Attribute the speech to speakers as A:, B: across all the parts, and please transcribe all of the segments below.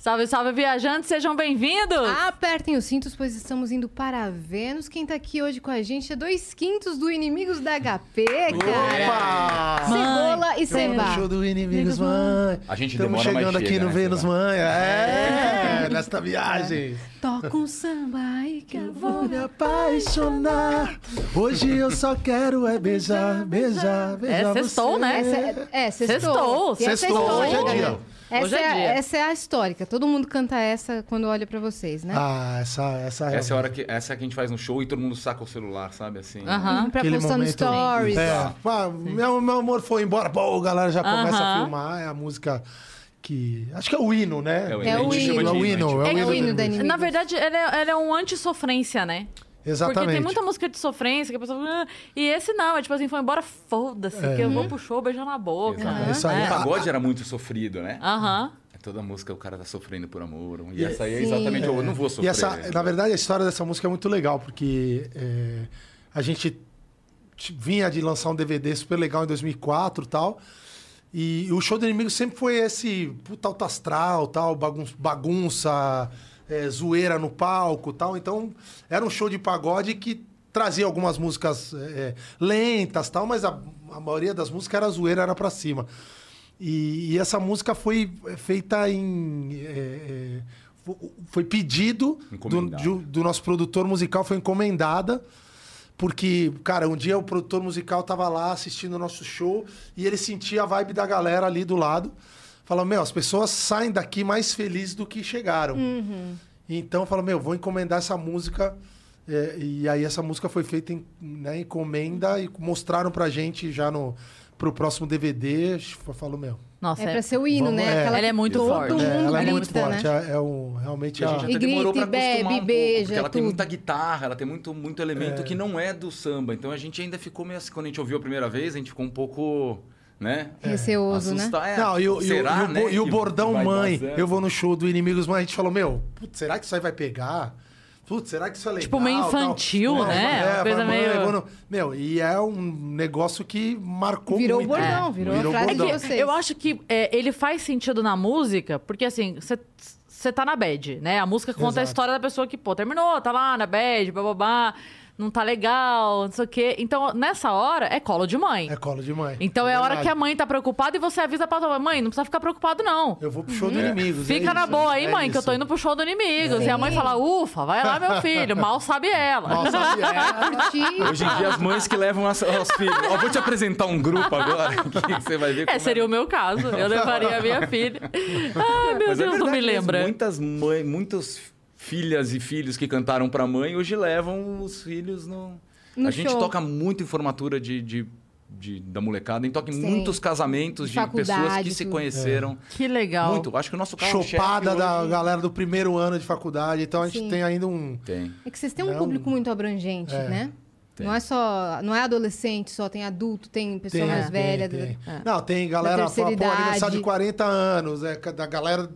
A: Salve, salve, viajantes, sejam bem-vindos!
B: Ah, Apertem os cintos, pois estamos indo para Vênus. Quem tá aqui hoje com a gente é dois quintos do Inimigos da HP, cara.
A: Mãe,
B: Cebola e Seba.
C: Show do Inimigos, mãe.
D: A gente
C: Estamos
D: demora, mas
C: chegando aqui
D: chega,
C: no
D: né,
C: Vênus,
D: Seba?
C: mãe. É, nesta viagem.
B: Toca um samba e que eu vou...
C: Vou me apaixonar. Hoje eu só quero é beijar, beijar, beijar.
A: É, sextou,
C: você.
A: né?
B: Essa é, é,
A: Sextou.
B: sextou. E essa
C: Sextou,
B: histórica,
C: hoje é dia.
B: galera. Essa,
A: Hoje é
B: a-
A: dia.
B: essa é a histórica. Todo mundo canta essa quando olha pra vocês, né?
C: Ah, essa, essa,
D: Essa é a hora que essa é a que a gente faz no show e todo mundo saca o celular, sabe assim?
A: Aham.
B: É pra
C: Aquele
B: postar
C: momento-
B: no stories.
C: É, pá, meu, meu amor foi embora. Pô, a galera já começa a
A: Aham.
C: filmar. É a música que. Acho que é o hino, né?
D: É o
B: hino. É o
C: A gente chama
B: hino.
C: de É o hino.
B: É o hino
C: do
B: da
C: Inimigos.
A: Na
B: Inimigos.
A: verdade, ela é, ela é um anti-sofrência, né? Porque tem
C: Exatamente.
A: muita música de sofrência que a pessoa. "Ah", E esse não, é tipo assim, foi embora, foda-se, que eu vou
B: Uhum.
A: pro show beijar na boca.
C: É isso aí.
D: O
C: Ah,
D: pagode era muito sofrido, né?
A: Aham.
D: É Toda música o cara tá sofrendo por amor. E essa aí é exatamente,
C: É.
D: eu não vou
C: E
D: sofrer.
C: essa, na verdade, a história dessa música é muito legal, porque é, a gente t- vinha de lançar um DVD super legal em 2004 e tal. E o show do inimigo sempre foi esse puta alto astral, tal, bagun- bagunça, é, zoeira no palco tal. Então, era um show de pagode que trazia algumas músicas é, lentas tal, mas a, a maioria das músicas era zoeira, era pra cima. E, e essa música foi é, feita em. é, é, fo- foi pedido do,
D: Encomendada.
C: de um- do nosso produtor musical, foi encomendada. Porque, cara, um dia o produtor musical tava lá assistindo o nosso show e ele sentia a vibe da galera ali do lado. Falou, meu, as pessoas saem daqui mais felizes do que chegaram.
B: Uhum.
C: Então falou, meu, vou encomendar essa música. É, e aí essa música foi feita em né, encomenda e mostraram pra gente já no pro próximo DVD. Falou, meu.
A: Nossa,
B: É pra ser o hino,
C: Vamos-
B: né?
C: é.
B: Aquela
A: Ela é
B: que
A: muito
B: todo
A: forte.
B: mundo
C: é, ela é
B: Uhum. grita,
C: muito forte.
B: Né?
C: É, é um, realmente
D: E a
C: é-
D: gente até
B: E
D: demorou
B: grita,
D: pra
B: e
D: acostumar
B: bebe,
D: um pouco,
B: beija,
D: porque ela tem
B: tudo.
D: muita guitarra, ela tem muito, muito elemento que não é do samba. Então a gente ainda ficou meio assim, quando a gente ouviu a primeira vez, a gente ficou um pouco, né?
B: Receoso, né?
D: Assustar, é,
C: Não, e o, e o-
D: será,
C: e o bo-
D: né,
C: e o
D: que
C: bordão
D: vai dar
C: mãe,
D: certo?
C: eu vou no show do Inimigos Mãe, a gente falou, meu, putz, será que isso aí vai pegar? Putz, será que isso é legal?
A: Tipo, meio
C: Tal.
A: infantil,
C: É,
A: né?
C: É,
A: Uma coisa
C: fala, "Mãe,
A: meio-
C: eu vou no-" Meu, e é um negócio que marcou
B: Virou
C: muito.
B: bordão, virou a frase
A: É
B: Não. de
A: que
B: Vocês.
A: eu acho que é, ele faz sentido na música, porque assim, você tá na bad, né? A música conta a
C: Exato.
A: história da pessoa que, pô, terminou, tá lá na bad, bababá, não tá legal, não sei o quê. Então, nessa hora, é colo de mãe.
C: É colo de mãe.
A: Então é a hora
C: verdade.
A: que a mãe tá preocupada e você avisa pra tua mãe, mãe, não precisa ficar preocupado, não.
C: Eu vou pro show do Inimigos. é
A: Uhum. Fica na
C: isso,
A: boa aí,
C: é
A: mãe, que eu
C: isso.
A: tô indo pro show do Inimigos. E a mãe fala, ufa, vai lá, meu filho. Mal sabe ela.
C: Mal sabe ela.
B: Curtir.
A: é.
D: Hoje em dia, as mães que levam as- os filhos. Ó, vou te apresentar um grupo agora, que você vai ver como
A: É, seria o meu caso. Eu levaria a minha filha. Ai, meu
D: Mas é
A: Deus, não me
D: verdade mesmo,
A: lembra.
D: Muitas mães, muitos filhas e filhos que cantaram pra mãe hoje levam os filhos no.
B: No
D: a gente
B: show.
D: toca muito em formatura de, de- de- da molecada, então toca em
B: Sim.
D: muitos casamentos
B: De
D: de,
B: faculdade,
D: pessoas que se
B: tudo.
D: conheceram.
A: Que legal.
D: Muito. Acho que o nosso carro
C: Chopada da galera do primeiro ano de faculdade. Então a gente
B: Sim.
C: tem ainda um.
D: Tem.
B: É que vocês têm um
C: Não.
B: público muito abrangente,
C: É,
B: né?
D: tem.
B: Não é só. Não é adolescente só, tem adulto, tem pessoa
C: Tem,
B: mais
C: tem,
B: velha.
C: tem.
A: é.
C: Não, tem galera,
B: da terceira
C: fala, pô, aniversário
B: idade.
C: de 40 anos, é, da galera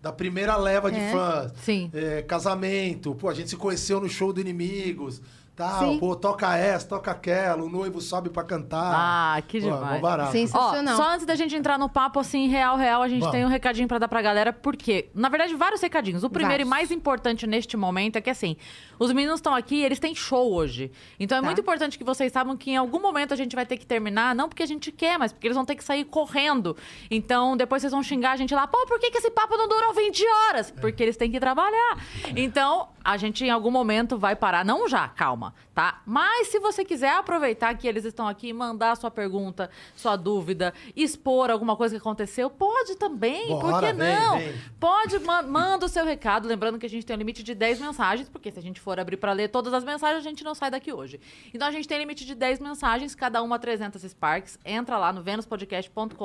C: da primeira leva de
B: É,
C: fãs.
A: sim.
C: É, casamento, pô, a gente se conheceu no show do Inimigos, tal,
B: Sim.
C: pô, toca essa, toca aquela, o noivo sobe pra cantar.
A: Ah, que
C: Pô, é mó
A: demais.
C: barato.
A: Ó,
B: Sensacional.
A: só antes da gente entrar no papo, assim, real, real, a gente
C: Vamos.
A: tem um recadinho pra dar pra galera, porque, na verdade, vários recadinhos. O primeiro
B: Vários.
A: e mais importante neste momento é que, assim, os meninos estão aqui e eles têm show hoje. Então é
B: Tá.
A: muito importante que vocês saibam que em algum momento a gente vai ter que terminar, não porque a gente quer, mas porque eles vão ter que sair correndo. Então depois vocês vão xingar a gente lá, pô, por que, que esse papo não durou 20 horas? Porque eles têm que trabalhar. Então a gente em algum momento vai parar, não já, calma, tá? Mas se você quiser aproveitar que eles estão aqui e mandar sua pergunta, sua dúvida, expor alguma coisa que aconteceu, pode também, por
C: Bora,
A: que
C: vem,
A: não?
C: vem.
A: Pode, man- manda o seu recado. Lembrando que a gente tem um limite de 10 mensagens, porque se a gente for abrir pra ler todas as mensagens, a gente não sai daqui hoje. Então a gente tem limite de 10 mensagens, cada uma 300 Sparks. Entra lá no venuspodcast.com.br,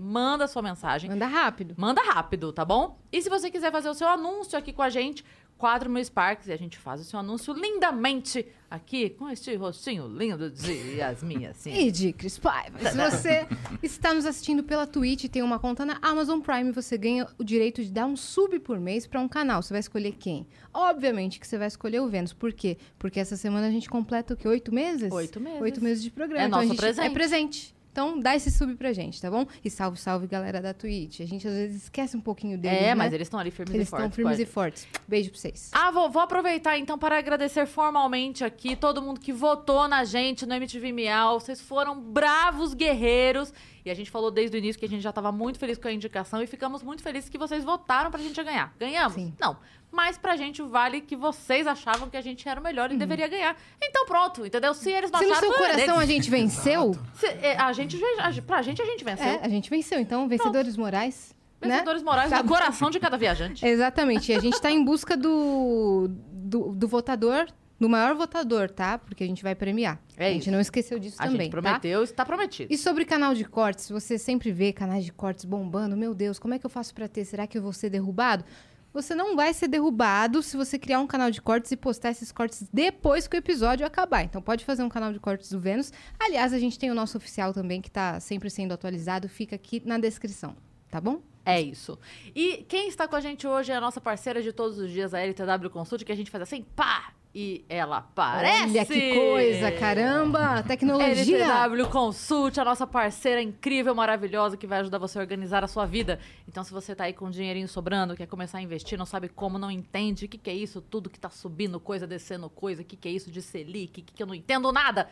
A: manda sua mensagem.
B: Manda rápido.
A: Manda rápido, tá bom? E se você quiser fazer o seu anúncio aqui com a gente, 4 mil Sparks e a gente faz o seu anúncio lindamente aqui com este rostinho lindo de Yasmin, assim.
B: E de Cris Paiva. Se você está nos assistindo pela Twitch e tem uma conta na Amazon Prime, você ganha o direito de dar um sub por mês para um canal. Você vai escolher quem? Obviamente que você vai escolher o Vênus. Por quê? Porque essa semana a gente completa o quê? Oito meses?
A: Oito meses.
B: Oito meses de programa.
A: É
B: então a
A: nosso
B: gente- É
A: presente.
B: presente. Então dá esse sub pra gente, tá bom? E salve, salve, galera da Twitch. A gente às vezes esquece um pouquinho deles,
A: é,
B: né?
A: mas eles estão ali firmes
B: Eles
A: e fortes.
B: estão firmes
A: com a
B: e fortes. Beijo pra vocês.
A: Ah, vou, vou aproveitar então para agradecer formalmente aqui todo mundo que votou na gente no MTV Miau. Vocês foram bravos guerreiros. E a gente falou desde o início que a gente já estava muito feliz com a indicação e ficamos muito felizes que vocês votaram pra gente ganhar. Ganhamos?
B: Sim.
A: Não. Mas pra gente vale que vocês achavam que a gente era o melhor e deveria ganhar. Então pronto, entendeu? Se Ah, eles
B: Uhum. Se
A: baixaram,
B: no seu
A: foi deles.
B: coração a gente venceu,
A: Se- é, a gente... a- Pra gente, a gente venceu.
B: é, a gente venceu. Então, vencedores morais. né?
A: Vencedores morais
B: Tá
A: no
B: bom. É
A: coração de cada viajante.
B: Exatamente. E a gente tá em busca do, do, do votador, do maior votador, tá? Porque a gente vai premiar.
A: É
B: a gente
A: isso.
B: não esqueceu disso
A: A
B: também.
A: gente
B: tá?
A: prometeu, está prometido.
B: E sobre canal de cortes, você sempre vê canais de cortes bombando. Meu Deus, como é que eu faço pra ter? Será que eu vou ser derrubado? Você não vai ser derrubado se você criar um canal de cortes e postar esses cortes depois que o episódio acabar. Então pode fazer um canal de cortes do Vênus. Aliás, a gente tem o nosso oficial também que tá sempre sendo atualizado, fica aqui na descrição, tá bom?
A: É isso. E quem está com a gente hoje é a nossa parceira de todos os dias, a LTW Consult, que a gente faz assim, pá! E ela aparece!
B: Olha que coisa, caramba! Tecnologia!
A: LTW Consult, a nossa parceira incrível, maravilhosa, que vai ajudar você a organizar a sua vida. Então, se você tá aí com um dinheirinho sobrando, quer começar a investir, não sabe como, não entende o que, que é isso, tudo que tá subindo coisa, descendo coisa, o que, que é isso de Selic, o que, que eu não entendo nada.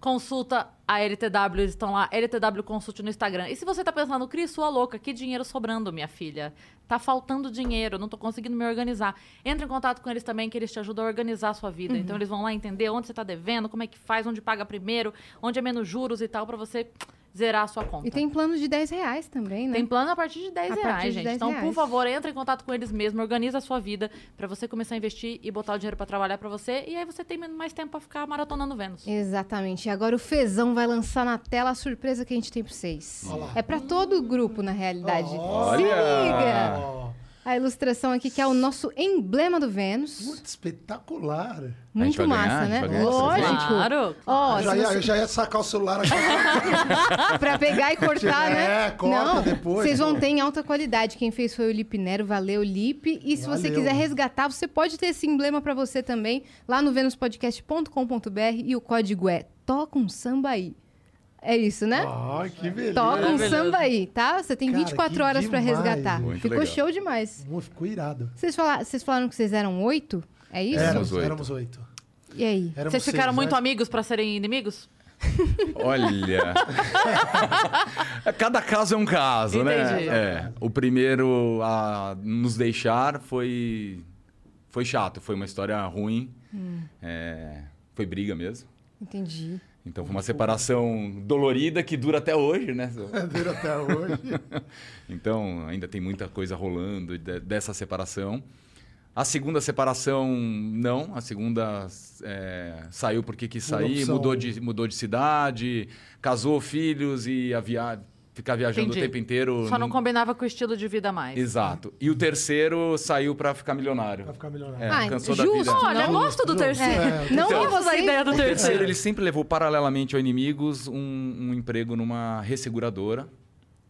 A: Consulta a LTW, eles estão lá, LTW Consult no Instagram. E se você tá pensando, Cris, sua louca, que dinheiro sobrando, minha filha? Tá faltando dinheiro, não tô conseguindo me organizar. Entra em contato com eles também, que eles te ajudam a organizar a sua vida.
B: Uhum.
A: Então eles vão lá entender onde você tá devendo, como é que faz, onde paga primeiro, onde é menos juros e tal, pra você zerar a sua conta.
B: E tem plano de 10 reais também, né?
A: Tem plano a partir de 10
B: A
A: reais,
B: partir de
A: gente.
B: 10
A: então, por
B: reais.
A: favor, entra em contato com eles mesmo, organiza a sua vida pra você começar a investir e botar o dinheiro pra trabalhar pra você. E aí você tem mais tempo pra ficar maratonando Vênus.
B: Exatamente. E agora o Fezão vai lançar na tela a surpresa que a gente tem pra vocês. É pra todo o grupo, na realidade. Se
D: Olha!
B: liga! A ilustração aqui, que é o nosso emblema do Vênus.
C: Muito espetacular.
B: Muito
D: vai ganhar,
B: massa,
D: a gente
B: né?
D: vai ganhar essa
B: Lógico.
A: Claro.
B: Ó,
C: Eu já,
B: se você-
C: ia,
B: Ah,
C: eu já ia sacar o celular agora.
B: pra pegar e cortar, né?
C: É, corta
B: Não,
C: depois,
B: Vocês vão
C: pô.
B: ter em alta qualidade. Quem fez foi o Lipe Nero, valeu, Lipe. E se você
C: Valeu.
B: quiser resgatar, você pode ter esse emblema pra você também lá no venuspodcast.com.br e o código é Toca um Samba aí. É isso, né?
C: Ai, que beleza.
D: É
B: Toca um
A: Maravilhoso.
B: samba aí, tá? Você tem
C: Cara,
B: 24
C: que
B: horas pra
C: demais,
B: resgatar.
C: gente.
D: Muito
B: Ficou
D: legal.
B: show demais.
C: Pô, Ficou irado.
B: Vocês, fala- vocês falaram que vocês eram oito? É isso?
D: Era. Éramos
C: Éramos oito.
D: oito.
C: Éramos oito.
B: E aí?
C: Éramos
A: Vocês ficaram
C: seis,
A: muito
C: né?
A: amigos pra serem inimigos?
D: Olha. Cada caso é um caso,
A: Entendi.
D: né? É. O primeiro a nos deixar foi foi chato, foi uma história ruim. É, foi briga mesmo.
B: Entendi.
D: Então foi uma separação dolorida que dura até hoje, né?
C: Dura até hoje.
D: Então, ainda tem muita coisa rolando de- dessa separação. A segunda separação, não. A segunda é, saiu porque quis
C: Por
D: sair,
C: opção.
D: mudou de, mudou de cidade, casou filhos e a via... ficar viajando
A: Entendi.
D: o tempo inteiro.
A: Só não combinava com o estilo de vida mais.
D: Exato. E o terceiro saiu pra ficar milionário.
C: Pra ficar
D: É,
C: milionário.
B: Ah,
D: cansou da
B: justo,
D: vida.
A: Olha,
B: Não.
A: gosto do
C: Não.
A: terceiro.
C: É,
B: Não que
A: Gosto da
B: vocês-
A: ideia do
D: O terceiro,
A: terceiro.
D: ele sempre levou paralelamente ao Inimigos um, um emprego numa resseguradora.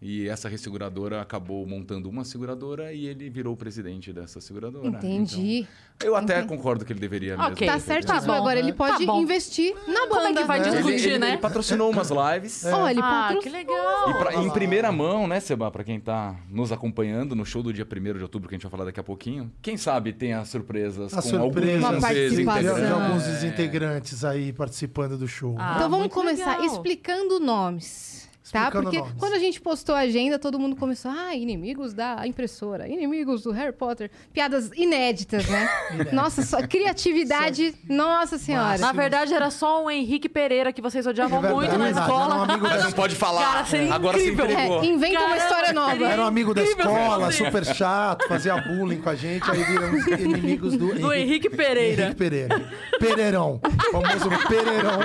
D: E essa resseguradora acabou montando uma seguradora e ele virou o presidente dessa seguradora.
B: Entendi.
D: Então, eu até concordo que ele deveria mesmo.
A: Ok.
B: Tá
D: ter
B: certo,
D: feito.
B: mas
A: bom,
B: agora ele
A: né?
B: pode
A: Tá bom.
B: investir na
A: Como
B: banda.
A: é que vai
D: Ele,
A: discutir,
D: ele-
A: né?
D: ele patrocinou umas lives.
B: É. Olha, ele
A: Ah, que
B: patrocina.
A: legal.
D: E pra- em primeira mão, né, Seba, pra quem tá nos acompanhando no show do dia 1 de outubro, que a gente vai falar daqui a pouquinho, quem sabe tenha surpresas
C: A
D: com
C: surpresa.
D: alguns
B: Uma
D: desses
B: participação.
D: integrantes.
C: De alguns
D: É.
C: desintegrantes aí participando do show.
A: Ah.
B: Então vamos
A: muito
B: começar
A: legal.
B: explicando nomes. Tá?
C: Explicando
B: Porque
C: nomes.
B: quando a gente postou a agenda, todo mundo começou, ah, inimigos da impressora, inimigos do Harry Potter. Piadas inéditas, né? nossa, só criatividade,
C: é
B: nossa senhora.
A: Na verdade, era só o Henrique Pereira que vocês odiavam
C: É verdade,
A: muito na
C: é verdade,
A: escola.
C: era um amigo
D: Mas não pode
A: Cara,
D: falar.
A: seria
D: Agora se
A: incrível.
D: entregou.
B: É, inventa uma
A: Caramba,
B: história nova.
A: seria-
C: Era um amigo da
A: Incrível,
C: escola,
A: assim.
C: super chato, fazia bullying com a gente, aí viramos inimigos do
A: Do Henrique Pereira.
C: Henrique Pereira. Pereirão. Famoso Pereirão.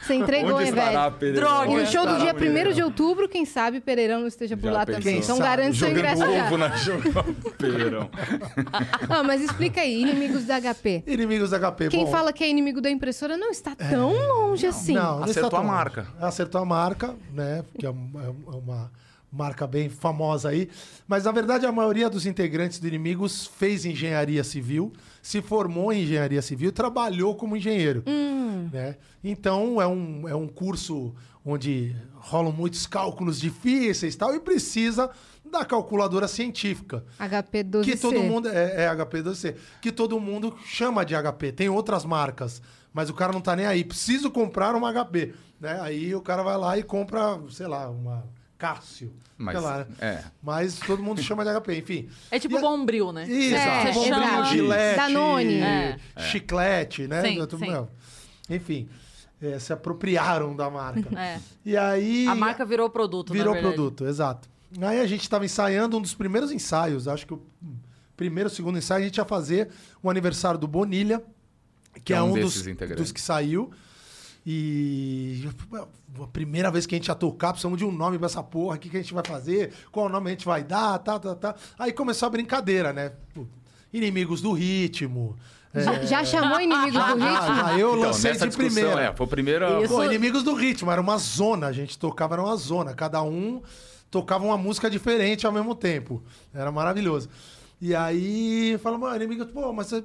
B: Você entregou,
D: Onde
B: hein,
D: estará
B: velho?
D: Pedro?
A: Droga.
B: E
D: Onde
B: no show do
D: estará
B: dia
D: Pedro?
B: 1 de outubro, quem sabe Pereirão não esteja por
D: Já
B: lá
D: pensou?
B: também. Então
C: Quem sabe? né?
B: garante seu
C: Jogando
B: ingresso já.
D: Ovo na Jogapeirão.
B: Ah, mas explica aí, inimigos da HP.
C: Inimigos da HP.
B: Quem
C: bom, É.
B: fala que é inimigo da impressora não está tão longe assim.
C: Não, não está
D: Acertou a
C: tão longe.
D: marca.
C: Acertou a marca, né? Porque é um- é um- é uma marca bem famosa aí. Mas, na verdade, a maioria dos integrantes do Inimigos fez engenharia civil, se formou em engenharia civil, trabalhou como engenheiro.
D: Hum.
C: Né? Então, é um, é um curso onde rolam muitos cálculos difíceis e tal, e precisa da calculadora científica.
B: HP 12
C: Que todo mundo. É, é HP 12C. Que todo mundo chama de HP. Tem outras marcas. Mas o cara não tá nem aí. Preciso comprar uma HP. Né? Aí o cara vai lá e compra, sei lá, uma Cássio.
D: Mas,
C: sei lá, né?
D: é.
C: Mas todo mundo chama de HP, enfim.
A: É tipo
C: E a-
A: bombril, né?
C: Isso,
B: É,
C: bom,
A: chama-
C: brilho, gilete,
B: Danone.
A: É.
C: chiclete, né?
A: Sim,
C: Tudo-
A: sim.
C: não. Enfim, é, se apropriaram da marca.
A: É.
C: E aí.
A: A marca virou produto, na
C: Virou
A: verdade.
C: produto, exato. Aí a gente estava ensaiando um dos primeiros ensaios, acho que o primeiro, segundo ensaio, a gente ia fazer o aniversário do Bonilha, que, é, um dos,
D: desses integrantes.
C: dos que saiu. E a primeira vez que a gente ia tocar, precisamos de um nome pra essa porra, o que, que a gente vai fazer, qual nome a gente vai dar, tá, tá, tá. Aí começou a brincadeira, né? Pô, Inimigos do ritmo. é,
B: Já, já chamou inimigos do ritmo?
C: ah, eu
D: Então,
C: lancei
D: nessa
C: de
D: discussão,
C: primeira.
D: é, foi o primeiro.
A: Isso.
C: Pô, inimigos do ritmo, era uma zona, a gente tocava, era uma zona. Cada um tocava uma música diferente ao mesmo tempo. Era maravilhoso. E aí, fala, mano, inimigos, pô, mas é,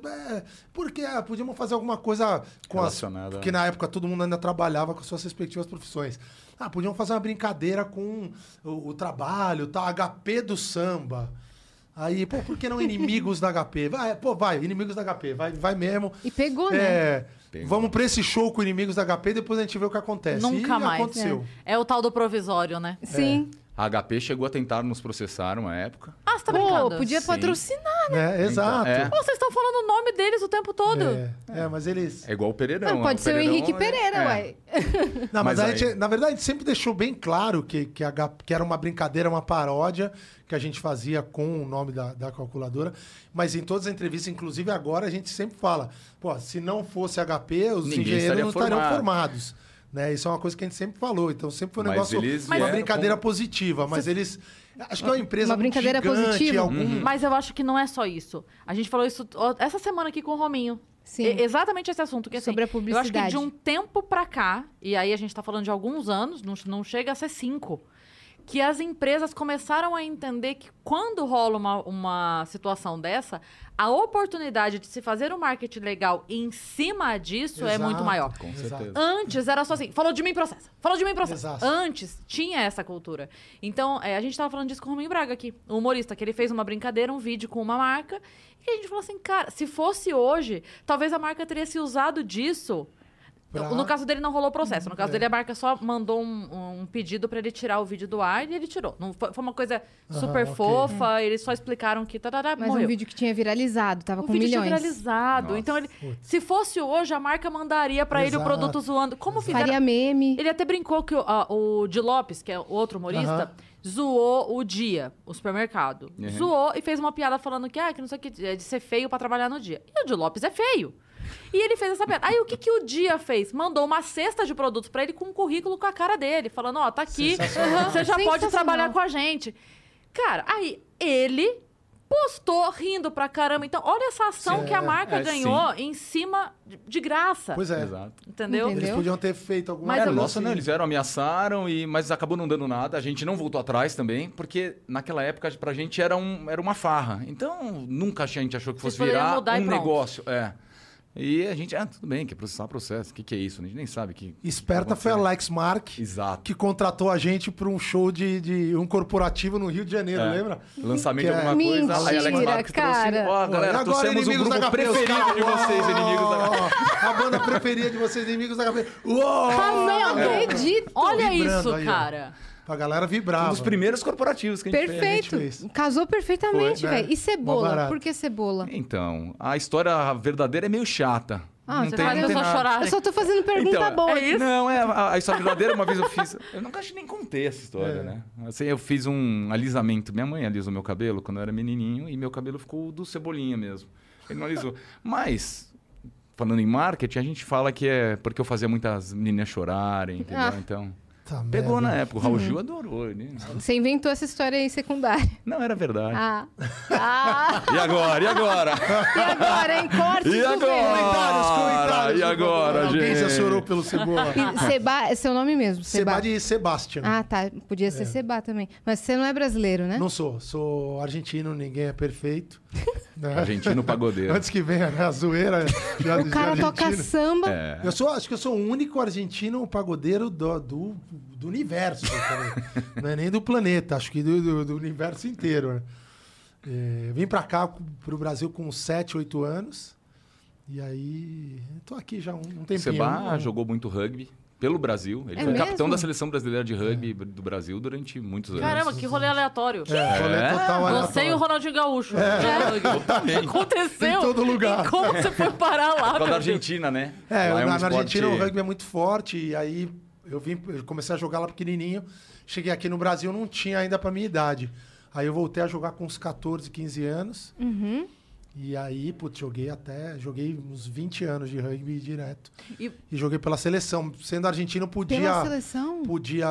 C: por que? Ah, Podíamos fazer alguma coisa com as.
D: Relacionada.
C: Porque na época todo mundo ainda trabalhava com suas respectivas profissões. Ah, podíamos fazer uma brincadeira com o, o trabalho, tá? HP do samba. Aí, pô, por que não inimigos da HP? Vai, é, pô, vai, inimigos da HP, vai, vai mesmo.
B: E pegou, né?
C: É,
D: Pegou.
C: vamos pra esse show com inimigos da HP e depois a gente vê o que acontece.
A: Nunca
C: e
A: mais.
C: É, aconteceu.
A: É. É o tal do provisório,
C: É.
A: né?
B: Sim.
D: A HP chegou a tentar nos processar uma época.
A: Ah, você tá
B: Pô,
A: brincando?
B: podia
D: Sim.
B: patrocinar.
C: Né? Exato.
D: é.
A: Pô, vocês estão falando o nome deles o tempo todo.
C: É, é, mas eles.
D: É igual o Pereirão.
B: Não,
D: né?
B: pode
D: O
B: ser o
D: Pereirão,
B: Henrique
D: é-
B: Pereira,
D: é.
B: uai.
C: Não, mas,
D: Mas
C: a gente,
D: aí-
C: na verdade, a gente sempre deixou bem claro que, que, a HP que era uma brincadeira, uma paródia que a gente fazia com o nome da, da calculadora. Mas em todas as entrevistas, inclusive agora, a gente sempre fala: pô, se não fosse HP, os
D: Ninguém
C: engenheiros
D: estaria
C: não estariam
D: formado.
C: formados. Né? Isso é uma coisa que a gente sempre falou. Então sempre foi um
D: Mas
C: negócio,
D: eles
C: uma
D: vieram
C: brincadeira
D: com-
C: positiva. Mas eles. Acho que é uma empresa
B: Uma
C: muito
B: brincadeira
C: gigante,
B: positiva.
C: Algum,
A: Mas eu acho que não é só isso. A gente falou isso ó, essa semana aqui com o Rominho.
B: Sim.
A: E- exatamente esse assunto. Que, assim,
B: Sobre a publicidade.
A: Eu acho que de um tempo pra cá, e aí a gente tá falando de alguns anos, não, não chega a ser cinco, que as empresas começaram a entender que quando rola uma, uma situação dessa, a oportunidade de se fazer um marketing legal em cima disso é muito
C: Exato.
A: maior.
D: Com
C: Exato.
D: certeza.
A: Antes era só assim, falou de mim processa, falou de mim processa.
C: Exato.
A: Antes tinha essa cultura. Então, é, a gente tava falando disso com o Rominho Braga aqui, o humorista, que ele fez uma brincadeira, um vídeo com uma marca, e a gente falou assim, cara, se fosse hoje, talvez a marca teria se usado disso.
C: Pra-
A: No caso dele não rolou processo, no caso
C: É.
A: dele a marca só mandou um, um pedido pra ele tirar o vídeo do ar e ele tirou. Não foi, foi uma coisa
C: Aham,
A: super
C: ok. É.
A: fofa, eles só explicaram que tarará,
B: Mas
A: morreu.
B: um vídeo que tinha viralizado, tava
A: O
B: com
A: vídeo tinha
B: milhões.
A: viralizado.
D: Nossa.
A: Então, ele, se fosse hoje, a marca mandaria pra ele o
C: Exato.
A: produto zoando. Como fizeram
B: Faria meme.
A: ele até brincou que o, a- o Di Lopes, que é o outro humorista,
C: Aham.
A: zoou o dia, o supermercado.
D: Uhum.
A: Zoou e fez uma piada falando que, ah, que não sei o que, é de ser feio pra trabalhar no dia. E o Di Lopes é feio. E ele fez essa piada. Aí o que, que o dia fez? Mandou uma cesta de produtos pra ele com um currículo com a cara dele, falando: ó, tá aqui,
C: Sensacional.
A: você já pode
B: Sensacional.
A: trabalhar com a gente. Cara, aí ele postou rindo pra caramba. Então, olha essa ação
C: Sim,
A: que a
C: é,
A: marca
D: é,
A: ganhou em cima de, de graça.
C: Pois é.
D: Exato.
A: Entendeu?
B: Entendi.
C: Eles
B: Entendeu?
C: podiam ter feito alguma
A: Mas
D: Era
C: coisa.
A: eu-
D: nossa,
C: assim.
D: não, eles vieram, ameaçaram, e, mas acabou não dando nada. A gente não voltou atrás também, porque naquela época pra gente era, um, era uma farra. Então nunca a gente achou que
A: Vocês
D: fosse
A: poderiam
D: virar
A: mudar e
D: um
A: pronto.
D: negócio. É. E a gente, ah, tudo bem, quer processar, processo. O que, que é isso? A gente nem sabe. Que,
C: Esperta foi a Lex Mark,
D: Exato.
C: que contratou a gente para um show de, de um corporativo no Rio de Janeiro,
D: É.
C: lembra?
D: Lançamento
C: Que
D: de
C: é-
D: alguma coisa. Aí a Alex
B: Mentira,
D: Marques trouxe.
B: cara.
D: Ó,
C: Olha,
D: galera, trouxemos um grupo
C: HP, os
D: preferido
C: caras-
D: de vocês,
C: Uau!
D: inimigos da
C: A banda preferida de vocês, inimigos da HP. Uou!
B: Tá, não
A: É.
C: é.
B: acredito.
A: Olha
C: Vibrando
A: isso,
C: aí, ó.
A: cara.
C: Pra galera vibrar.
D: Um dos
C: mano.
D: primeiros corporativos que a gente fez.
B: Perfeito.
C: fez.
B: Casou perfeitamente,
C: Foi, né?
B: velho. E
C: Mó
B: cebola?
C: barato.
B: Por que cebola?
D: Então, a história verdadeira é meio chata.
B: Ah,
D: não
B: você
D: tem,
A: faz
D: não
A: a
D: tem
A: pessoa
D: nada.
A: chorar.
B: Eu só tô fazendo pergunta boa.
D: é isso? Não, é a, a história verdadeira, uma vez eu fiz. Eu nunca acho que nem contei essa
B: É.
D: história, né? Assim, eu fiz um alisamento. Minha mãe alisou meu cabelo quando eu era menininho e meu cabelo ficou do cebolinha mesmo. Ele não alisou. Mas, falando em marketing, a gente fala que é porque eu fazia muitas meninas chorarem, entendeu?
B: Ah. né? Uhum.
D: Então.
C: Puta
D: Pegou
C: Tá merda.
D: na época. O Raul Gil adorou. Ele...
B: Você inventou essa história aí secundária.
D: Não, era verdade.
B: Ah. Ah.
D: E agora? E agora?
B: E agora, hein? Corte
D: E
B: do
D: agora?
C: Comentários, comentários.
D: E agora,
C: Alguém
D: gente?
C: se assurou pelo Cebola.
B: verão. E Seba, é seu nome mesmo, Seba.
C: Seba de Sebastian.
B: Ah, tá. Podia ser Seba também. Mas você não é brasileiro,
A: tá.
B: né?
C: Não sou. Sou argentino, ninguém é perfeito. né?
D: Argentino pagodeiro.
C: Antes que venha né, a zoeira já,
B: O cara toca samba.
D: É.
C: Eu sou, acho que eu sou o único argentino pagodeiro do, do, do universo. eu falei. Não é nem do planeta, acho que do, do- do universo inteiro. né? É, vim pra cá, pro Brasil, com 7, 8 anos. E aí, tô aqui já há um, um tempinho.
D: Seba jogou muito rugby pelo Brasil. Ele
B: É
D: foi
B: mesmo?
D: capitão da seleção brasileira de rugby do Brasil durante muitos anos.
A: Caramba, que rolê aleatório.
C: É, rolê total
A: Ah, Você e o
C: aleatório.
A: Ronaldinho Gaúcho. É. Aconteceu.
C: Em todo lugar.
A: E como você foi parar lá?
D: Por causa da
A: meu Deus?
D: Argentina, né?
C: É,
D: Lá
C: na, na
D: esporte-
C: Argentina o rugby é muito forte, e aí eu vim, eu comecei a jogar lá pequenininho. Cheguei aqui no Brasil, não tinha ainda pra minha idade. Aí eu voltei a jogar com uns 14, 15 anos.
B: Uhum.
C: E aí, putz, joguei até, joguei uns 20 anos de rugby direto.
A: E-
C: E, joguei pela seleção. Sendo argentino,
B: Pela
C: podia,
B: seleção.
C: podia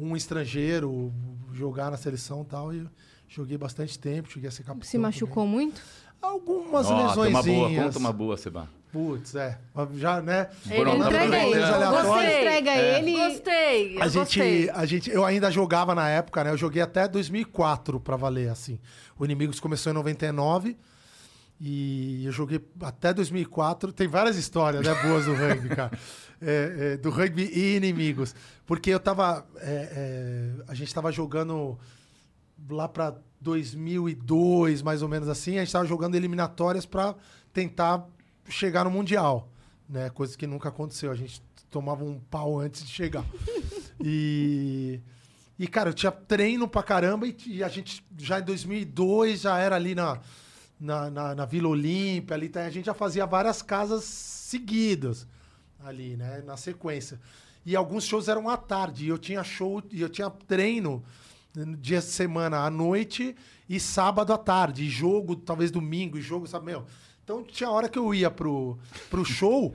C: um estrangeiro jogar na seleção e tal. E eu joguei bastante tempo, cheguei a ser capitão.
B: Se
C: também.
B: machucou muito?
C: Algumas
D: Ó, tem uma boa,
C: lesõezinhas.
D: conta uma boa, Seba.
C: Putz, é. Já, né?
B: É,
D: Foram
A: Ele
D: lá pra
B: Entrega
D: Brasil.
B: ele.
C: Os aleatórios.
B: Você entrega
A: É.
B: ele.
A: Gostei. eu
C: A gente, é
A: gostei.
C: a gente, eu ainda jogava na época, né? Eu joguei até 2004 pra valer, assim. O Inimigos começou em 99 e eu joguei até 2004. Tem várias histórias, né? Boas do rugby, cara. É, é, do rugby e Inimigos. Porque eu tava... é, é, a gente tava jogando lá pra 2002, mais ou menos assim. A gente tava jogando eliminatórias pra tentar chegar no Mundial, né? Coisa que nunca aconteceu. A gente tomava um pau antes de chegar. E. E, cara, eu tinha treino pra caramba e, e a gente já em 2002 já era ali na, na, na, na Vila Olímpia, ali, tá? a gente já fazia várias casas seguidas ali, né, na sequência. E alguns shows eram à tarde, e eu tinha show, e eu tinha treino no dia de semana à noite e sábado à tarde, e jogo talvez domingo, e jogo, sabe, meu. Então tinha hora que eu ia pro, pro show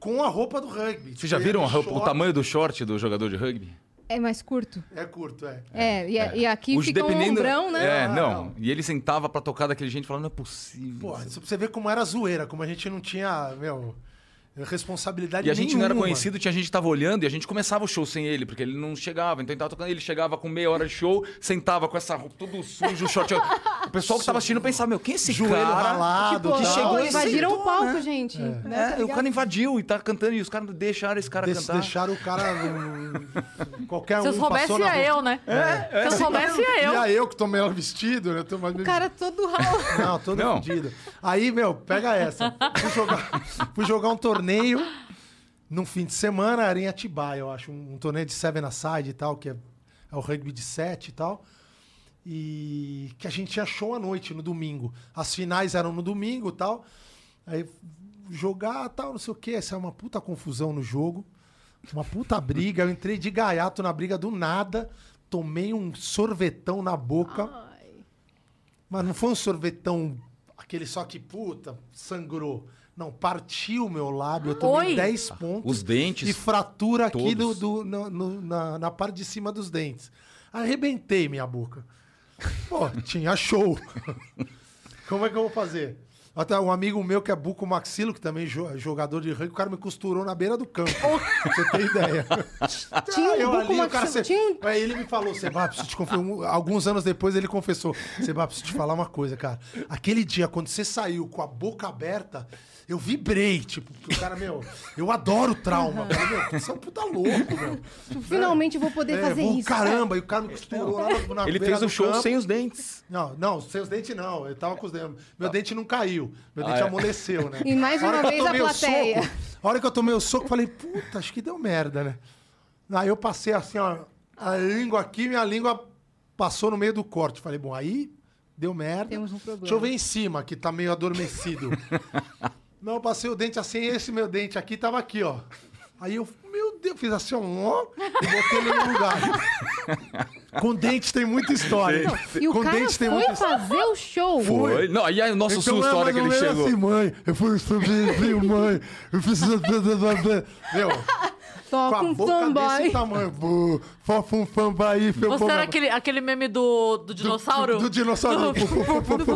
C: com a roupa do rugby.
D: Vocês já
C: Tipo,
D: viram
C: ia
D: a
C: de
D: roupa- o
C: short-
D: tamanho do short do jogador de rugby?
B: É mais curto.
C: É curto, é.
B: É, e, e aqui fica um ombrão, né?
D: É,
C: Ah,
D: não.
C: não.
D: E ele sentava pra tocar daquele jeito falando, não é possível.
C: Pô, isso pra você ver como era zoeira, como a gente não tinha, meu, responsabilidade
D: E a gente não era
C: nenhuma.
D: conhecido, tinha gente que tava olhando e a gente começava o show sem ele, porque ele não chegava. Então ele tava tocando, ele chegava com meia hora de show, sentava com essa roupa todo sujo, o short. O pessoal que tava assistindo pensava, meu, quem é esse
C: Joelho
D: cara?
C: ralado,
D: que
C: tal.
D: chegou e
B: Invadiram
D: sentou,
B: o palco,
D: né?
B: gente. né? Tá
D: É, o
B: ligado?
D: cara invadiu e tá cantando, e os caras deixaram esse cara
C: Des
D: cantar.
C: deixaram o cara. um- qualquer
A: Se eu
C: um
A: soubesse,
C: passou na
A: ia
C: rua. É,
A: eu, né? Se eu soubesse, ia eu.
C: E é eu que tomei o vestido, né? Tô mais...
B: O cara todo ralo.
C: Não, todo
D: Não.
C: fudido. Aí, meu, pega essa. Fui jogar, fui jogar um torneio num fim de semana, era em Atibaia, eu acho. Um, um torneio de seven aside e tal, que é, é o rugby de sete e tal. E que a gente tinha show à noite, no domingo. As finais eram no domingo e tal. Aí jogar tal, não sei o quê. Essa é uma puta confusão no jogo. Uma puta briga. Eu entrei de gaiato na briga do nada. Tomei um sorvetão na boca. Mas não foi um sorvetão aquele só que puta, sangrou. Não, partiu o meu lábio, eu tomei
A: Oi!
C: 10 pontos.
D: Os dentes,
C: E fratura aqui do,
D: todos.
C: do- no- no- na, na parte de cima dos dentes. Arrebentei minha boca. Pô, tinha show. Como é que eu vou fazer? Até um amigo meu que é Buco Maxilo, que também é jo- é jogador de rugby, o cara me costurou na beira do campo. Pra você tem ideia.
B: Tinha um
C: Ah, eu
B: Buco
C: ali, o cara,
B: Maxilo,
C: cê-
B: tinha um-
C: Aí ele me falou, Seba, preciso te confessar. Um- Alguns anos depois ele confessou, Seba, preciso te falar uma coisa, cara. Aquele dia, quando você saiu com a boca aberta, eu vibrei, tipo, porque o cara, meu, eu adoro trauma. Eu falei, meu, você é um puta louco, meu.
B: Finalmente vou poder
C: É,
B: fazer
C: vou-
B: isso. né?
C: Caramba, e o cara me costurou lá na, na
D: ele
C: Tá beira
D: fez o
C: do
D: show
C: campo.
D: sem os dentes.
C: Não, não, seus dentes não. Eu tava com os dentes. Meu dente não caiu. Meu
D: Ah,
C: dente
D: é.
C: amoleceu, né?
B: E mais
C: A hora
B: uma
C: que
B: vez
C: eu
B: a
C: tomei o
B: plateia.
C: soco- a hora que eu tomei o soco, eu falei, puta, acho que deu merda, né? Aí eu passei assim, ó, a língua aqui, minha língua passou no meio do corte. Falei, bom, aí deu merda.
B: Temos um problema.
C: Deixa eu ver em cima, que tá meio adormecido. Não, eu passei o dente assim, esse meu dente aqui tava aqui, ó. Aí eu, meu Deus, fiz assim, ó, ó, e botei ele no lugar. Com dente tem muita história.
B: E o
C: Com
B: cara
C: dente tem
B: foi
C: muita história.
B: fazer o show.
D: Foi. Não, e aí o nosso
C: Então,
D: susto a
C: é
D: hora
C: mais
D: que
C: ou
D: ele
C: menos
D: chegou.
C: assim, mãe, eu fui eu fui- mãe, eu preciso. Meu,
B: Só
C: com a
B: Tá com
C: boca
B: fanboy.
C: desse tamanho. Bu, Fofum fanboy, fofum,
A: Você era
C: fanboy.
A: aquele, aquele meme do, do dinossauro?
C: Do, do dinossauro.
A: Do-
C: Fu, fu, fu, fu,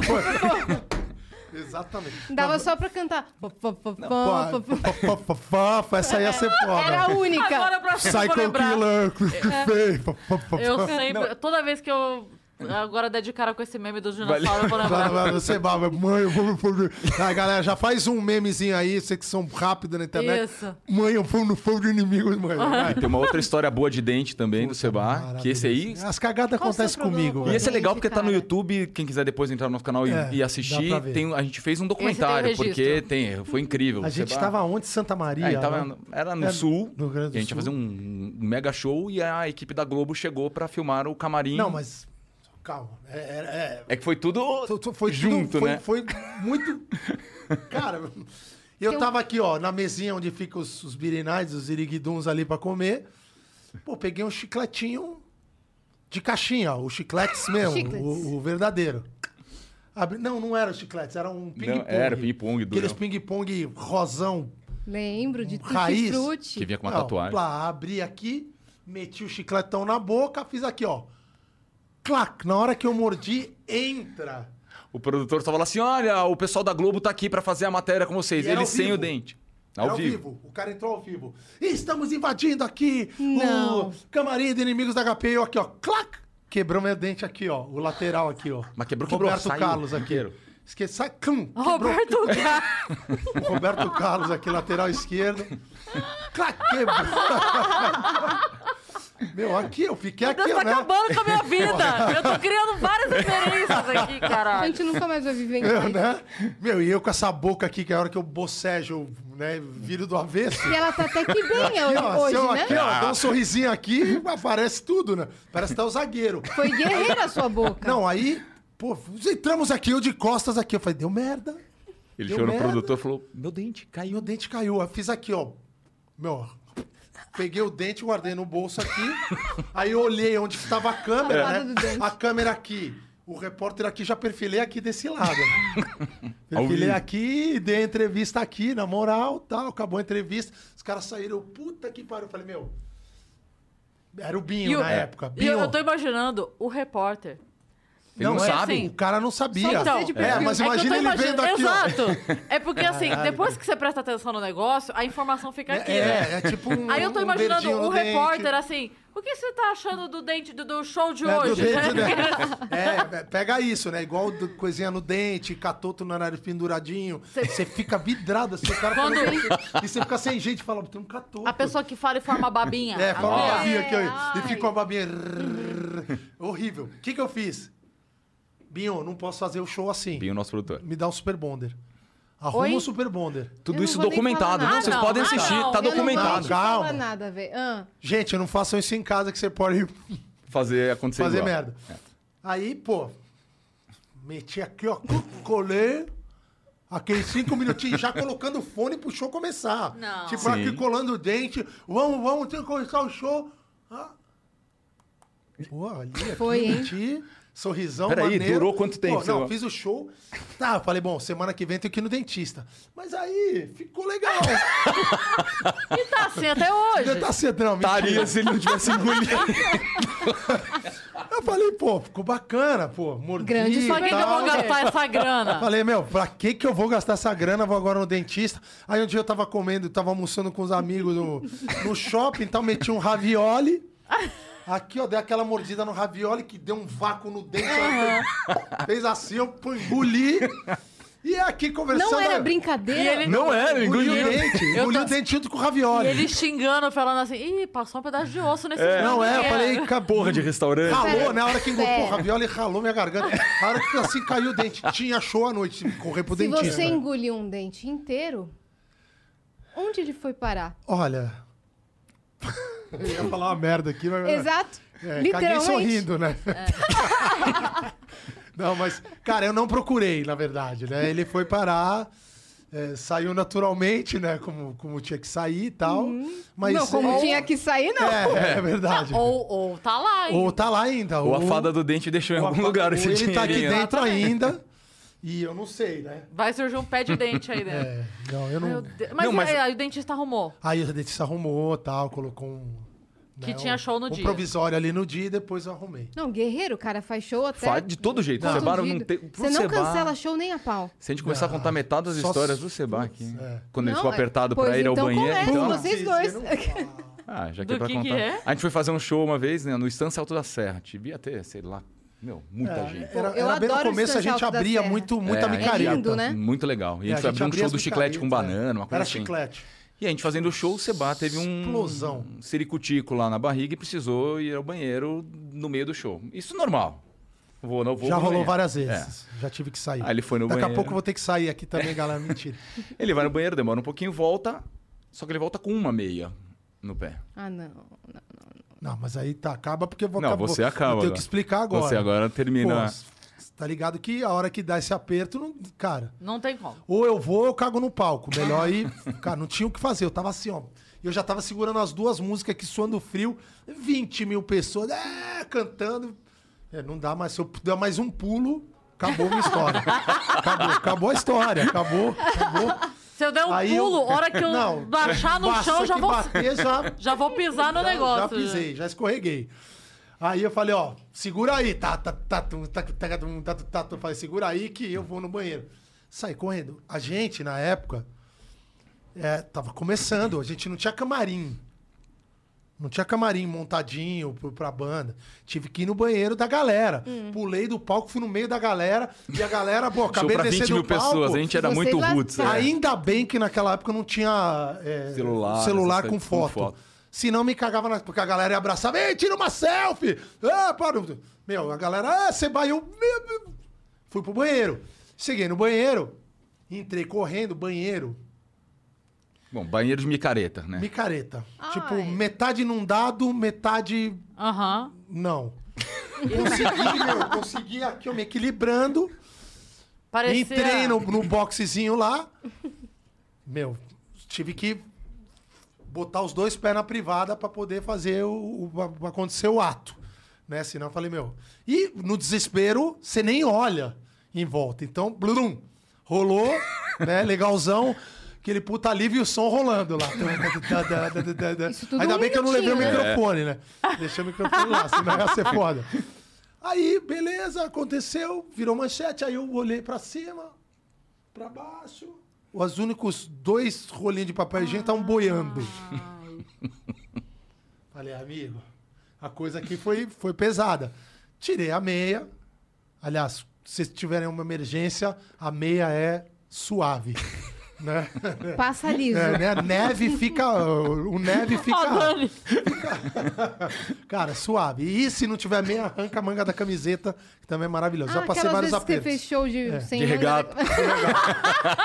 C: fu. Exatamente.
B: Dava só pra cantar. Fo, fo, fo, fo, fo, fo.
C: Fofa, essa ia ser
B: Era É. a
C: foda.
A: Agora
B: única.
A: pra
C: Psycho
A: vou lembrar.
C: Killer, feio. fo, fo, fo,
A: Eu
C: fo.
A: sempre, toda vez que eu agora der de cara com esse meme do dinossauro, eu vou
C: Vai,
A: lembrar.
C: vai, Você baba, mãe, eu vou fogo. Ah, galera, já faz um memezinho aí, vocês que são rápidos na internet.
A: Isso.
C: Mãe, eu fui no fogo de inimigos, mãe. vai.
D: Tem uma outra história boa de dente também do Seba, que esse aí.
C: As cagadas
B: Qual o seu
C: acontecem
B: problema?
C: comigo,
D: E
C: velho.
D: esse é legal
B: Gente,
D: porque tá no
B: cara.
D: YouTube. Quem quiser depois entrar no nosso canal e,
C: É,
D: e
C: dá
D: assistir,
C: pra ver.
D: tem- a gente fez um documentário, porque
A: registro.
D: tem, foi incrível.
C: A gente
D: Seba-
C: tava onde? Santa Maria?
D: É, tava-
C: né?
D: era no
C: É,
D: sul,
C: no Rio Grande do
D: e a gente ia
C: Sul.
D: fazer um mega show e a equipe da Globo chegou pra filmar o camarim.
C: Não, mas. Calma. É, é, é,
D: É que foi tudo
C: Tu- tu- foi tudo-
D: junto,
C: foi-
D: né?
C: Foi muito. Cara, eu tava aqui, ó, na mesinha onde ficam os, os birinais, os iriguiduns ali pra comer. Pô, peguei um chicletinho de caixinha, ó, o chicletes mesmo,
B: Chicletes.
C: o, o verdadeiro. Abri- Não, não era o chicletes, era um ping-pong.
D: era ping-pong, durão.
C: Aqueles ping-pong rosão.
B: Lembro de Tutti
C: Raiz.
D: que
B: Frutti.
D: vinha com uma
C: Não,
D: tatuagem.
C: Lá, abri aqui, meti o chicletão na boca, fiz aqui, ó. Clac, na hora que eu mordi, entra.
D: O produtor tava lá assim: olha, o pessoal da Globo tá aqui pra fazer a matéria com vocês.
C: E era
D: Eles
C: ao
D: sem
C: vivo. É
D: o dente.
C: Era O cara entrou ao vivo. Estamos invadindo aqui
B: Não.
C: o camarim de inimigos da HP. Eu aqui, ó. Clac! Quebrou meu dente aqui, ó. O lateral aqui, ó.
D: Mas quebrou, quebrou,
C: Roberto
D: saiu.
C: Carlos aqui.
D: Quebrou.
C: Esqueci. sai- Cum, quebrou.
A: Roberto Carlos.
C: Roberto Carlos aqui, lateral esquerdo. Clac! Quebrou. Meu, aqui, eu fiquei aqui,
A: Deus tá
C: né?
A: acabando com a minha vida. Eu tô criando várias referências aqui,
B: A
A: caralho.
B: gente nunca mais vai viver em
C: Eu,
B: paz.
C: né? Meu, e eu com essa boca aqui, que é a hora que eu bocejo, eu, né, viro do avesso.
B: E ela tá até que bem
C: Aqui,
B: hoje,
C: ó, se eu
B: hoje,
C: aqui,
B: né?
C: ó, dá um sorrisinho aqui, aparece tudo, né? Parece até o zagueiro.
B: Foi guerreira a sua boca.
C: Não, aí, pô, entramos aqui, eu de costas aqui. Eu falei, deu merda.
D: Ele
C: Deu
D: chegou no
C: merda.
D: produtor e falou: meu dente
C: Aí
D: caiu.
C: meu dente caiu. Eu fiz aqui, ó. Meu, peguei o dente, guardei no bolso aqui. aí eu olhei onde estava a
B: A
C: câmera,
B: lado
C: né?
B: do dente.
C: A câmera aqui. O repórter aqui já perfilei aqui desse lado. né?
D: Ao
C: perfilei
D: vivo.
C: aqui, dei a entrevista aqui, na moral, tal. Acabou a entrevista. Os caras saíram, puta que pariu. Eu falei, meu. Era o Binho
A: E o-
C: na
D: É.
C: época.
A: E
C: Binho.
A: eu, eu tô imaginando o repórter.
D: Ele não,
C: Não, é
D: sabe.
A: assim.
C: O cara não sabia.
A: Então,
C: é, mas
A: é que eu tô
C: imagina ele
A: imaginando-
C: vendo aqui, ó.
A: Exato. É porque assim, depois que você presta atenção no negócio, a informação fica aqui, né?
C: É, é tipo um.
A: Aí eu tô
C: um
A: imaginando
C: dedinho
A: o
C: no
A: repórter
C: dente.
A: assim, o que você tá achando do dente do, do show de
C: É, do
A: hoje?
C: dente, né? É, é, pega isso, né? Igual do- coisinha no dente, catoto no nariz penduradinho. Você fica vidrado assim, o cara
A: Quando-
C: fala, "Você-" E você fica sem gente e fala, tem um catoto.
A: A pessoa que fala e forma a babinha.
C: É, fala uma
A: Aqui, ó.
C: babinha aqui, ó,
B: ai.
C: e fica uma babinha. rrr, Horrível. O que, que eu fiz? Binho, não posso fazer o show assim.
D: E o nosso produtor.
C: Me dá um super bonder. Arruma
A: Oi?
C: um super bonder.
D: Tudo
B: não
D: isso
B: vou nem falar
D: documentado. Não,
A: nada.
D: vocês
A: Ah,
D: podem
A: não.
D: assistir,
A: Ah, não.
D: tá
A: Eu não
D: documentado.
C: vou-
B: Não
C: Calma.
B: fala nada, velho. Ah,
C: Gente, não façam isso em casa que você pode
D: Fazer acontecer.
C: fazer
D: igual. É.
C: merda. Aí, pô, meti aqui, ó, co- colei. Aqueles cinco minutinhos já colocando o fone pro show começar.
A: Não.
C: Tipo,
D: Sim.
C: aqui colando o dente. Vamos, vamos, tem que começar o show. Ah. Pô, ali, aqui,
B: Foi, hein?
C: meti, Sorrisão,
D: Peraí,
C: maneiro.
D: durou quanto tempo,
C: Pô, não,
D: seu-
C: fiz o show. Tá, falei, bom, semana que vem tem que ir no dentista. Mas aí, ficou legal.
A: E tá assim até hoje.
C: tá cedo, não, mentira.
D: Estaria se ele não tivesse engolido.
C: Eu falei, pô, ficou bacana, pô. Mordi,
B: Grande
A: Pra quem que eu vou
C: tal.
A: gastar essa
B: Tá.
A: grana?
C: Falei, meu, pra que que eu vou gastar essa grana? Vou agora no dentista. Aí um dia eu tava comendo, tava almoçando com os amigos no, no shopping, então meti um ravioli. Aqui, ó, dei aquela mordida no ravioli que deu um vácuo no dente. ó. Fez assim, eu pô, engoli. E é aqui conversando...
B: Não era
A: E
B: brincadeira.
A: ele-
D: Não era, ele
C: Engoli
D: engoliu.
C: o dente,
A: Eu
C: engoli
A: tô-
C: o dente junto com o
A: E
C: ravioli.
A: ele xingando, falando assim, ih, passou um pedaço de osso nesse
C: Não, é, eu
A: cara."
C: falei, acabou.
D: Porra é. de restaurante.
C: Ralou, né? A hora que engoliu,
B: Pera.
C: porra, a viola ralou minha garganta. A hora que assim caiu o dente. Tinha show à noite, tive que correr pro
B: Se
C: dentista.
B: você engoliu um dente inteiro, onde ele foi parar?
C: Olha. Eu ia falar uma merda aqui, mas.
B: Exato.
C: É, caguei
B: Literalmente. É.
C: sorrindo, né? não, mas, cara, eu não procurei, na verdade, né? Ele foi parar. é, saiu naturalmente, né? Como, como tinha que sair e tal. Mas.
B: Uhum. não, como
C: é,
B: tinha que sair, não.
C: É, é verdade. ou...
A: Ou, ou tá lá, hein?
C: tá lá ainda.
D: Ou a fada do dente deixou em
C: ou a
D: algum
C: fada-
D: lugar
C: ou
D: esse
C: Ele tá aqui
D: dinheirinho, né?
C: dentro ainda. E eu não sei, né?
A: Vai surgir um pé de dente aí dentro.
C: É, não, eu
A: Meu
C: não.
A: Deus. Mas,
D: Não, mas-
A: e aí, aí o dentista arrumou.
C: Aí o dentista arrumou tal, colocou um.
A: Que tinha
C: um-
A: show no
C: um
A: dia.
C: provisório ali no dia e depois eu arrumei.
B: Não, guerreiro, o cara faz show até.
D: Faz de todo jeito.
B: ponto
D: O Sebaro
B: de
D: não
B: vida.
D: tem. pro
B: Você não
D: Sebaro-
B: cancela show nem a pau.
D: Se a gente começar a contar metade das
C: Só
D: histórias
C: se-
D: do Seba aqui,
C: é.
D: quando ele
B: Não,
D: for
B: é-
D: apertado
B: pois
D: pra ir ao
B: então
D: banheiro,
B: começa,
D: então.
B: você- Vocês dois.
C: Eu não falo.
D: Ah, já que
A: Do
D: é pra
A: que que
D: contar.
A: é?
D: A gente foi fazer um show uma vez, né, no Estância Alto da Serra. Devia ter, sei lá, meu, muita
C: É,
D: gente.
C: Era,
B: Eu
C: era bem no
B: adoro o
C: começo, a gente
B: Estante Alto da
C: abria
B: Serra.
C: muito, muita
D: É, a gente
C: micareta.
B: É lindo, né?
D: Muito legal. E
C: É,
D: a gente abriu um
C: abria
D: show
C: as
D: do chiclete com
C: micaretas, é.
D: banana, uma coisa
C: Era
D: assim.
C: chiclete.
D: E a gente fazendo o show, o Seba teve um
C: Explosão.
D: ciricutico lá na barriga e precisou ir ao banheiro no meio do show. Isso normal. Vou, não vou
C: Já
D: no
C: rolou
D: banheiro.
C: várias
D: É.
C: vezes. Já tive que sair.
D: Aí ele foi no
C: Daqui a
D: banheiro.
C: pouco eu vou ter que sair aqui também, galera. Mentira.
D: Ele vai no banheiro, demora um pouquinho, volta. Só que ele volta com uma meia no pé.
B: Ah, não. não.
C: Não, mas aí tá, acaba porque eu vou
D: Não,
C: acabou.
D: você
C: Eu
D: acaba
C: tenho
D: agora.
C: que explicar agora.
D: Você agora termina.
C: Pô, você tá ligado que a hora que dá esse aperto, não, cara,
A: Não tem como.
C: ou eu vou ou eu cago no palco. Melhor aí, cara, não tinha o que fazer. Eu tava assim, ó. Eu já tava segurando as duas músicas aqui, suando frio. 20 mil pessoas é, cantando. É, não dá mais. Se eu der mais um pulo, acabou minha história. acabou, acabou a história. Acabou, acabou.
A: Se eu der um
C: Aí eu-
A: pulo, hora que eu
C: Não,
A: baixar no
C: basta
A: chão, já
C: que
A: vou,
C: bater, já
A: já vou pisar no
C: já, Já
A: negócio. né?
C: pisei, já escorreguei. Aí eu falei, ó, segura aí, tá, tá, tá, tum, tá, tá, tá, tum, tá, tum, tá, tum. Eu falei, segura aí que eu vou no banheiro. Saí correndo. A gente, na época, é, tava começando, a gente não tinha camarim. Não tinha camarim montadinho pro- pra banda. Tive que ir no banheiro da galera.
A: Hum.
C: Pulei do palco, fui no meio da galera. E a galera, pô,
D: Show
C: acabei
D: pra
C: de descer
D: 20 mil
C: do palco.
D: pessoas, a gente era
B: Você
D: muito
B: lá-
D: roots. é.
A: Ah,
C: Ainda bem que naquela época não tinha é,
D: Celular,
C: celular
D: essas
C: com
D: coisas, com
C: foto.
D: foto.
C: Senão me cagava na... Porque a galera ia abraçar. Ei, tira uma selfie! Ah, para! Meu, a galera... Ah, você vai... Eu... Fui pro banheiro. Cheguei no banheiro. Entrei correndo, banheiro.
D: Bom, banheiro de micareta, né?
C: Micareta.
B: Ai.
C: Tipo, metade inundado, metade...
A: Aham.
C: Não. Consegui, meu. Consegui aqui, eu me equilibrando.
A: Parecia...
C: Entrei no, no boxezinho lá. Meu, tive que botar os dois pés na privada pra poder fazer o, o- pra acontecer o ato, né? Senão eu falei, meu. E no desespero, você nem olha em volta. Então, blum, rolou, né? Legalzão. Aquele puta alívio e o som rolando lá.
B: Isso tudo
C: Ainda
B: um
C: bem que eu não levei o
B: minutinho, né?
C: microfone, né? Deixei o microfone lá, senão ia ser foda. Aí, beleza, aconteceu, virou manchete. Aí eu olhei pra cima, pra baixo. Os únicos dois rolinhos de papel higiênico estavam boiando. Falei, amigo, a coisa aqui foi, foi pesada. Tirei a meia. Aliás, se vocês tiverem uma emergência, a meia é suave. né?
B: Passa liso. Ah,
C: É, né? Neve fica. O neve
A: Ó,
C: fica.
A: Dani.
C: Cara, suave. E se não tiver meia, arranca a manga da camiseta, que também é maravilhoso.
B: Ah,
C: Já passei
B: aquelas
C: vários
B: vezes que você
C: apertos. É.
B: fez show de sem
D: De
B: manga,
D: regata.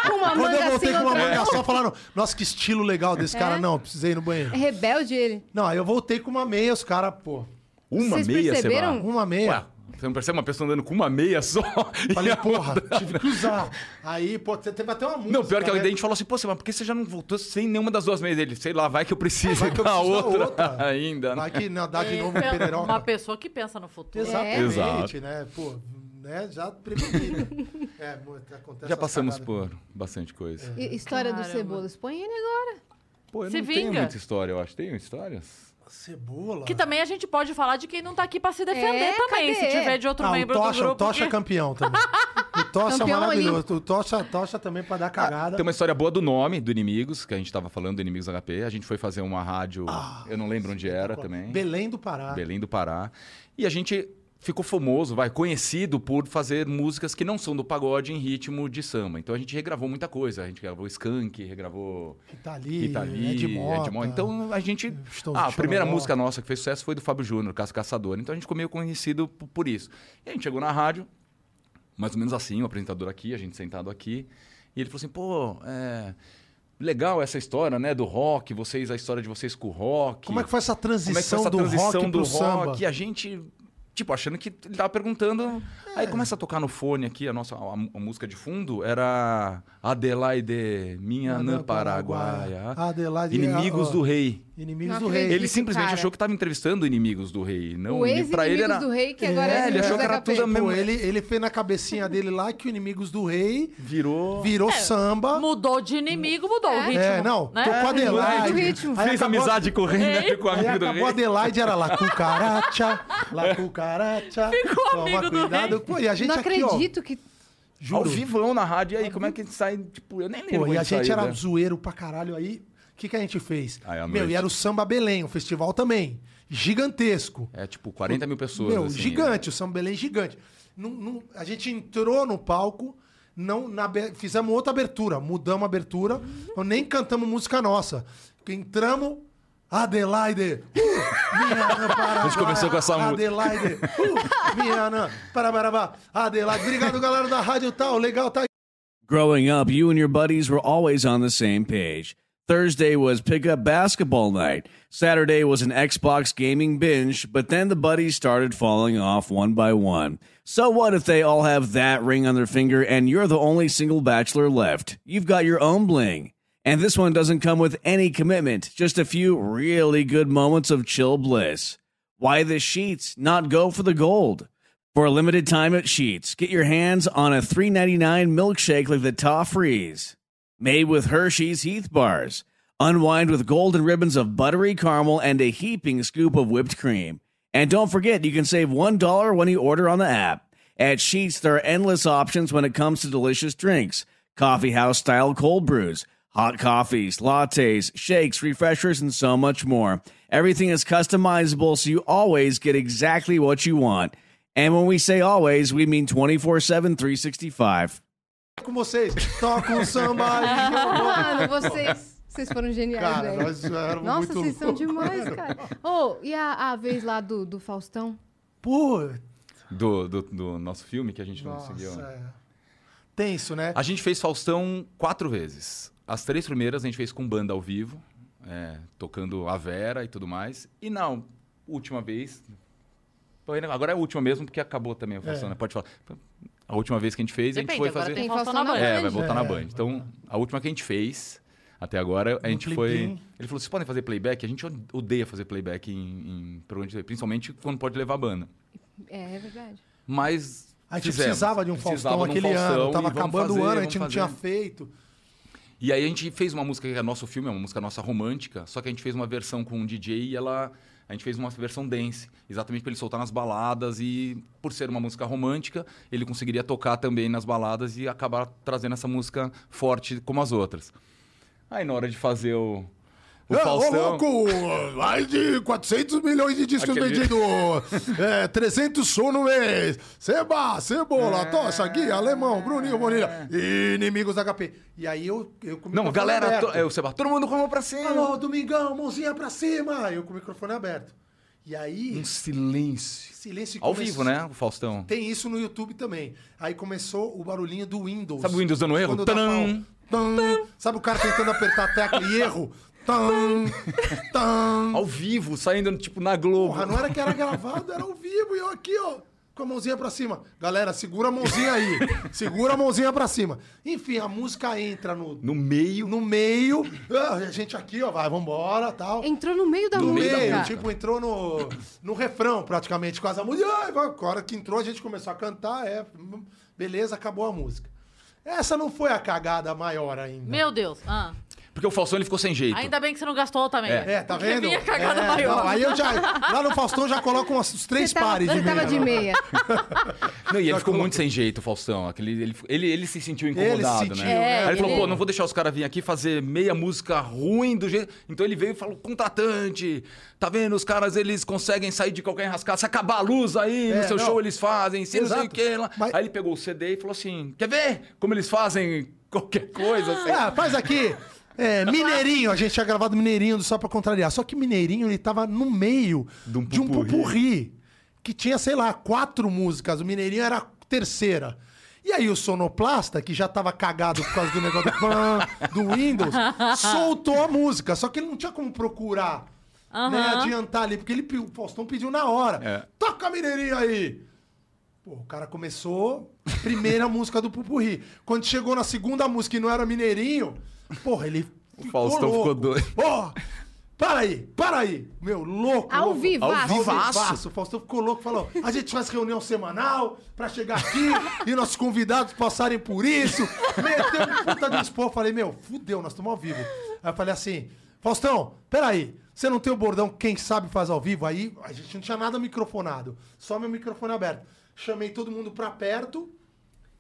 B: com uma
C: Quando
B: manga
C: eu voltei
B: assim,
C: com uma
B: outra-
C: manga só, falaram, nossa, que estilo legal desse cara. Não, precisei ir no banheiro.
B: É rebelde ele.
C: Não, aí eu voltei com uma meia, os caras, pô,
D: Uma
B: Vocês
D: meia,
B: perceberam?
D: Seba?
C: uma meia.
D: Ué, você não percebe uma pessoa andando com uma meia só? E
C: Falei,
D: a
C: porra,
D: outra-
C: tive que usar. Aí, pô, você teve até uma música.
D: Não, pior que
C: né?
D: alguém a gente falou assim, pô, Seba, por que você já não voltou sem nenhuma das duas meias dele? Sei lá, vai que eu
C: É,
D: preciso
C: Vai que eu
D: da
C: preciso da
D: outra,
C: outra.
D: ainda. né?
C: Vai que não, dá de novo um
A: Pen-
C: pederão.
A: É. Uma é. pessoa que pensa no futuro.
C: Exatamente,
D: Exato.
C: né? Pô, né? Já prevenido. é, mo- acontece
D: Já passamos
C: essas cagadas.
D: por bastante
C: É.
D: coisa.
B: E- História
A: Caramba.
B: do Cebolas. Põe ele agora.
D: Pô, eu
A: Se
D: não tenho
A: vinga.
D: muita história, eu acho. Tenho histórias?
C: Cebola.
A: Que tá também a gente pode falar de quem não tá aqui pra se defender
B: É,
A: também,
B: cadê?
A: se tiver de outro
C: Ah, o
A: membro do
C: Tocha,
A: grupo.
C: o Tocha é
A: que-
C: campeão também. O Tocha é
B: Campeão
C: maravilhoso. O Tocha, Tocha também pra dar cagada.
D: Ah, Tem uma história boa do nome, do Inimigos, que a gente tava falando do Inimigos HP. A gente foi fazer uma rádio,
C: Ah,
D: eu não lembro onde
C: tá
D: era também.
C: Belém do Pará.
D: Belém do Pará. E a gente ficou famoso, vai, conhecido por fazer músicas que não são do pagode em ritmo de samba. Então a gente regravou muita coisa. A gente gravou Skank, regravou
C: Que tá ali.
D: Itali,
C: é de
D: Edmota. Então a gente.
C: Estou
D: ah, a
C: de
D: primeira
C: Chororó.
D: música nossa que fez sucesso foi do Fábio Júnior, Caça Caçador. Então a gente ficou meio conhecido p- por isso. E a gente chegou na rádio, mais ou menos assim, o apresentador aqui, a gente sentado aqui. E ele falou assim, pô, é. Legal essa história, né? Do rock, vocês, a história de vocês com o rock.
C: Como é que foi essa
D: Como é que foi
C: transição
D: essa
C: do
D: transição
C: rock
D: do
C: pro
D: rock?
C: samba?
D: E a gente Tipo, achando que ele tava perguntando.
C: É.
D: Aí começa a tocar no fone aqui, a nossa a, a música de fundo era Adelaide, minha
C: Anã
D: anã Paraguaia.
C: Adelaide-
D: Inimigos
C: ó,
D: do rei.
C: Inimigos
B: Não
C: do rei.
B: acredito.
D: Ele simplesmente
B: cara.
D: achou que tava entrevistando inimigos do rei. Não,
B: o
D: e
B: ex
D: pra ele
B: inimigos
D: era.
B: do rei, que agora é,
D: ele achou
B: inimigos
D: que era
B: da HP.
D: tudo a mesma-
C: Pô, ele, ele fez na cabecinha dele lá que o Inimigos do Rei
D: Virou.
C: virou samba.
A: Mudou de inimigo, mudou o ritmo.
C: É, não,
A: né?
C: tocou Adelaide.
B: Do ritmo.
C: Aí
D: Fez
C: acabou-
D: amizade com o rei, né?
A: Ei.
B: É.
D: Ficou
C: Aí
D: amigo do rei.
C: acabou Adelaide, era lá cucaracha, lá cucaracha.
A: Ficou amigo do
C: cuidado.
A: rei.
C: Pô, e a gente
B: Não
C: aqui, ó,
B: acredito que.
D: Ao
C: juro.
D: vivão na rádio. E aí, como é que a gente sai? Tipo, eu nem lembro.
C: Pô,
D: onde
C: e a gente
D: saiu,
C: era
D: né?
C: zoeiro pra caralho aí. O que, que a gente fez?
D: Aí, à
C: Meu,
D: noite.
C: e era o Samba Belém, o festival também. Gigantesco.
D: É tipo 40 mil pessoas.
C: Meu,
D: assim,
C: gigante, o Samba Belém é gigante. Não- não- a gente entrou no palco, não na abe- fizemos outra abertura, mudamos a abertura, então nem cantamos música nossa. Entramos, Adelaide, uh, minha Ana Paraguaia,
D: A gente começou com essa música.
C: Adelaide, uh, minha Ana Parabarabá, Adelaide. Obrigado, galera da rádio tal, legal, tá
E: Growing up, you and your buddies were always on the same page. Thursday was pickup basketball night. Saturday was an Xbox gaming binge, but then the buddies started falling off one by one. So what if they all have that ring on their finger and you're the only single bachelor left? You've got your own bling. And this one doesn't come with any commitment, just a few really good moments of chill bliss. Why the sheets not go for the gold? For a limited time at Sheets, get your hands on a $3.99 milkshake like the Toffrees, made with Hershey's Heath bars. Unwind with golden ribbons of buttery caramel and a heaping scoop of whipped cream. And don't forget, you can save $1 when you order on the app. At Sheets, there are endless options when it comes to delicious drinks coffee house style cold brews, hot coffees, lattes, shakes, refreshers, and so much more. Everything is customizable, so you always get exactly what you want. And when we say always, we mean 24 7, 365.
C: com vocês. Toca um samba.
B: Mano, vocês. Vocês foram geniais,
C: Cara,
B: velho.
C: nós éramos
B: Nossa,
C: muito
B: vocês são
C: loucos.
B: demais, cara. Ô, e a, a vez lá do, do Faustão?
C: Pô,
D: né? Do, do, do nosso filme que a gente não
C: nossa.
D: conseguiu.
C: é. Tenso, né?
D: A gente fez Faustão quatro vezes. As três primeiras a gente fez com banda ao vivo, é, tocando a Vera e tudo mais. E na última vez. Pô, Agora é a última mesmo, porque acabou também a Faustão,
C: É.
D: né? Pode falar. A última vez que a gente fez, a
A: Depende,
D: gente foi
A: agora
D: fazer.
A: tem
B: Tem
A: Faustão na
B: Faustão na
A: Band.
D: É, vai
B: Band.
D: voltar
C: É,
D: na
C: vai
D: Band. Então, a última que a gente fez, até agora, a gente foi.
C: plim-plim.
D: Ele falou: vocês podem fazer playback? A gente odeia fazer playback em, em programa de TV, principalmente quando pode levar banda.
B: É, é verdade.
D: Mas.
C: A gente
D: fizemos.
C: precisava de um
D: Precisava
C: Faustão
D: de um
C: aquele
D: Faustão
C: ano. Tava
D: e vamos
C: acabando
D: fazer,
C: o ano, a
D: vamos
C: gente não
D: fazer.
C: tinha feito.
D: E aí a gente fez uma música que é nosso filme, é uma música nossa romântica, só que a gente fez uma versão com um DJ e ela. A gente fez uma versão dance, exatamente para ele soltar nas baladas e, por ser uma música romântica, ele conseguiria tocar também nas baladas e acabar trazendo essa música forte como as outras. Aí na hora de fazer o, o
C: Ô,
D: Faustão,
C: louco! Mais de 400 milhões de discos
D: Aquele-
C: vendidos! É, 300 show no mês! Seba,
D: É.
C: Cebola, Tocha, Gui, Alemão, Bruninho, Bonilha, inimigos da HP. E aí eu, eu com o
D: não,
C: microfone
D: galera,
C: aberto.
D: to, é, o Sebastião, todo mundo com a mão pra cima.
C: Alô, Domingão, mãozinha pra cima! Eu com o microfone aberto. E aí,
D: Um silêncio.
C: silêncio
D: Ao
C: começou-
D: vivo, né, o Faustão?
C: Tem isso no YouTube também. Aí começou o barulhinho do Windows.
D: Sabe o Windows dando erro?
C: Quando dá
D: Tadam!
C: pau. Tam. Sabe o cara tentando apertar a tecla e erro? Tam, tam.
D: Ao vivo, saindo tipo na Globo.
C: Porra, não é? era que era gravado, era ao vivo. E eu aqui, ó, com a mãozinha pra cima. Galera, segura a mãozinha aí. Segura a mãozinha pra cima. Enfim, a música entra no,
D: No meio.
C: no meio. Ah, A gente aqui, ó, vai, vambora, tal.
B: Entrou no meio da
C: No
B: música.
C: meio, tipo, entrou no, no refrão praticamente, quase a música. Ai, vai, Agora que entrou, a gente começou a cantar, é, beleza, acabou a música. Essa não foi a cagada maior ainda.
A: Meu Deus. ah.
D: Porque o Faustão ele ficou sem jeito.
A: Ainda bem que você não gastou também.
D: Então. É.
C: É, tá
A: Porque
C: vendo?
A: vinha cagada
C: É,
A: maior.
C: não, aí eu já. Lá no Faustão já colocam as- os três
B: Você tava,
C: pares
B: você
C: de
B: tava
C: meia. né?
B: de meia.
D: Não, e ele ficou
C: colocou.
D: muito sem jeito, o Faustão. Aquele, ele, ele, ele se sentiu incomodado,
C: sentiu,
D: né?
C: né?
D: Aí ele,
A: É,
D: falou,
A: ele-
D: pô, não vou deixar os caras virem aqui fazer meia música ruim do jeito... Então ele veio e falou, contratante, tá vendo? Os caras, eles conseguem sair de qualquer enrascada. Se acabar a luz aí,
C: É,
D: no seu
C: não.
D: show eles fazem, se não sei o
C: Exato.
D: que lá.
C: Mas-
D: Aí ele pegou o CD e falou assim, quer ver como eles fazem qualquer coisa? Assim.
C: É, faz aqui. É, Mineirinho, a gente tinha gravado Mineirinho só pra contrariar. Só que Mineirinho, ele tava no meio de
D: De
C: um,
D: um
C: pupurri.
D: pupurri.
C: que tinha, sei lá, quatro músicas. O Mineirinho era a terceira. E aí o sonoplasta, que já tava cagado por causa do negócio do, pan, do Windows, soltou a música. Só que ele não tinha como procurar. né, adiantar ali, porque ele, pe- o Faustão pediu na hora.
D: É.
C: Toca Mineirinho aí! Pô, o cara começou primeira música do Pupurri. Quando chegou na segunda música e não era Mineirinho, porra, ele. O
D: Faustão ficou doido.
C: Porra! Para aí, para aí! Meu, louco!
B: Ao
C: louco.
B: vivaço.
C: Ao vivaço. O Faustão ficou louco, falou: a gente faz reunião semanal pra chegar aqui e nossos convidados passarem por isso. Meteu um puta de expor. Falei, meu, fudeu, nós estamos ao vivo. Aí eu falei assim: Faustão, peraí, você não tem o bordão, quem sabe faz ao vivo? Aí a gente não tinha nada microfonado, só meu microfone aberto. Chamei todo mundo pra perto.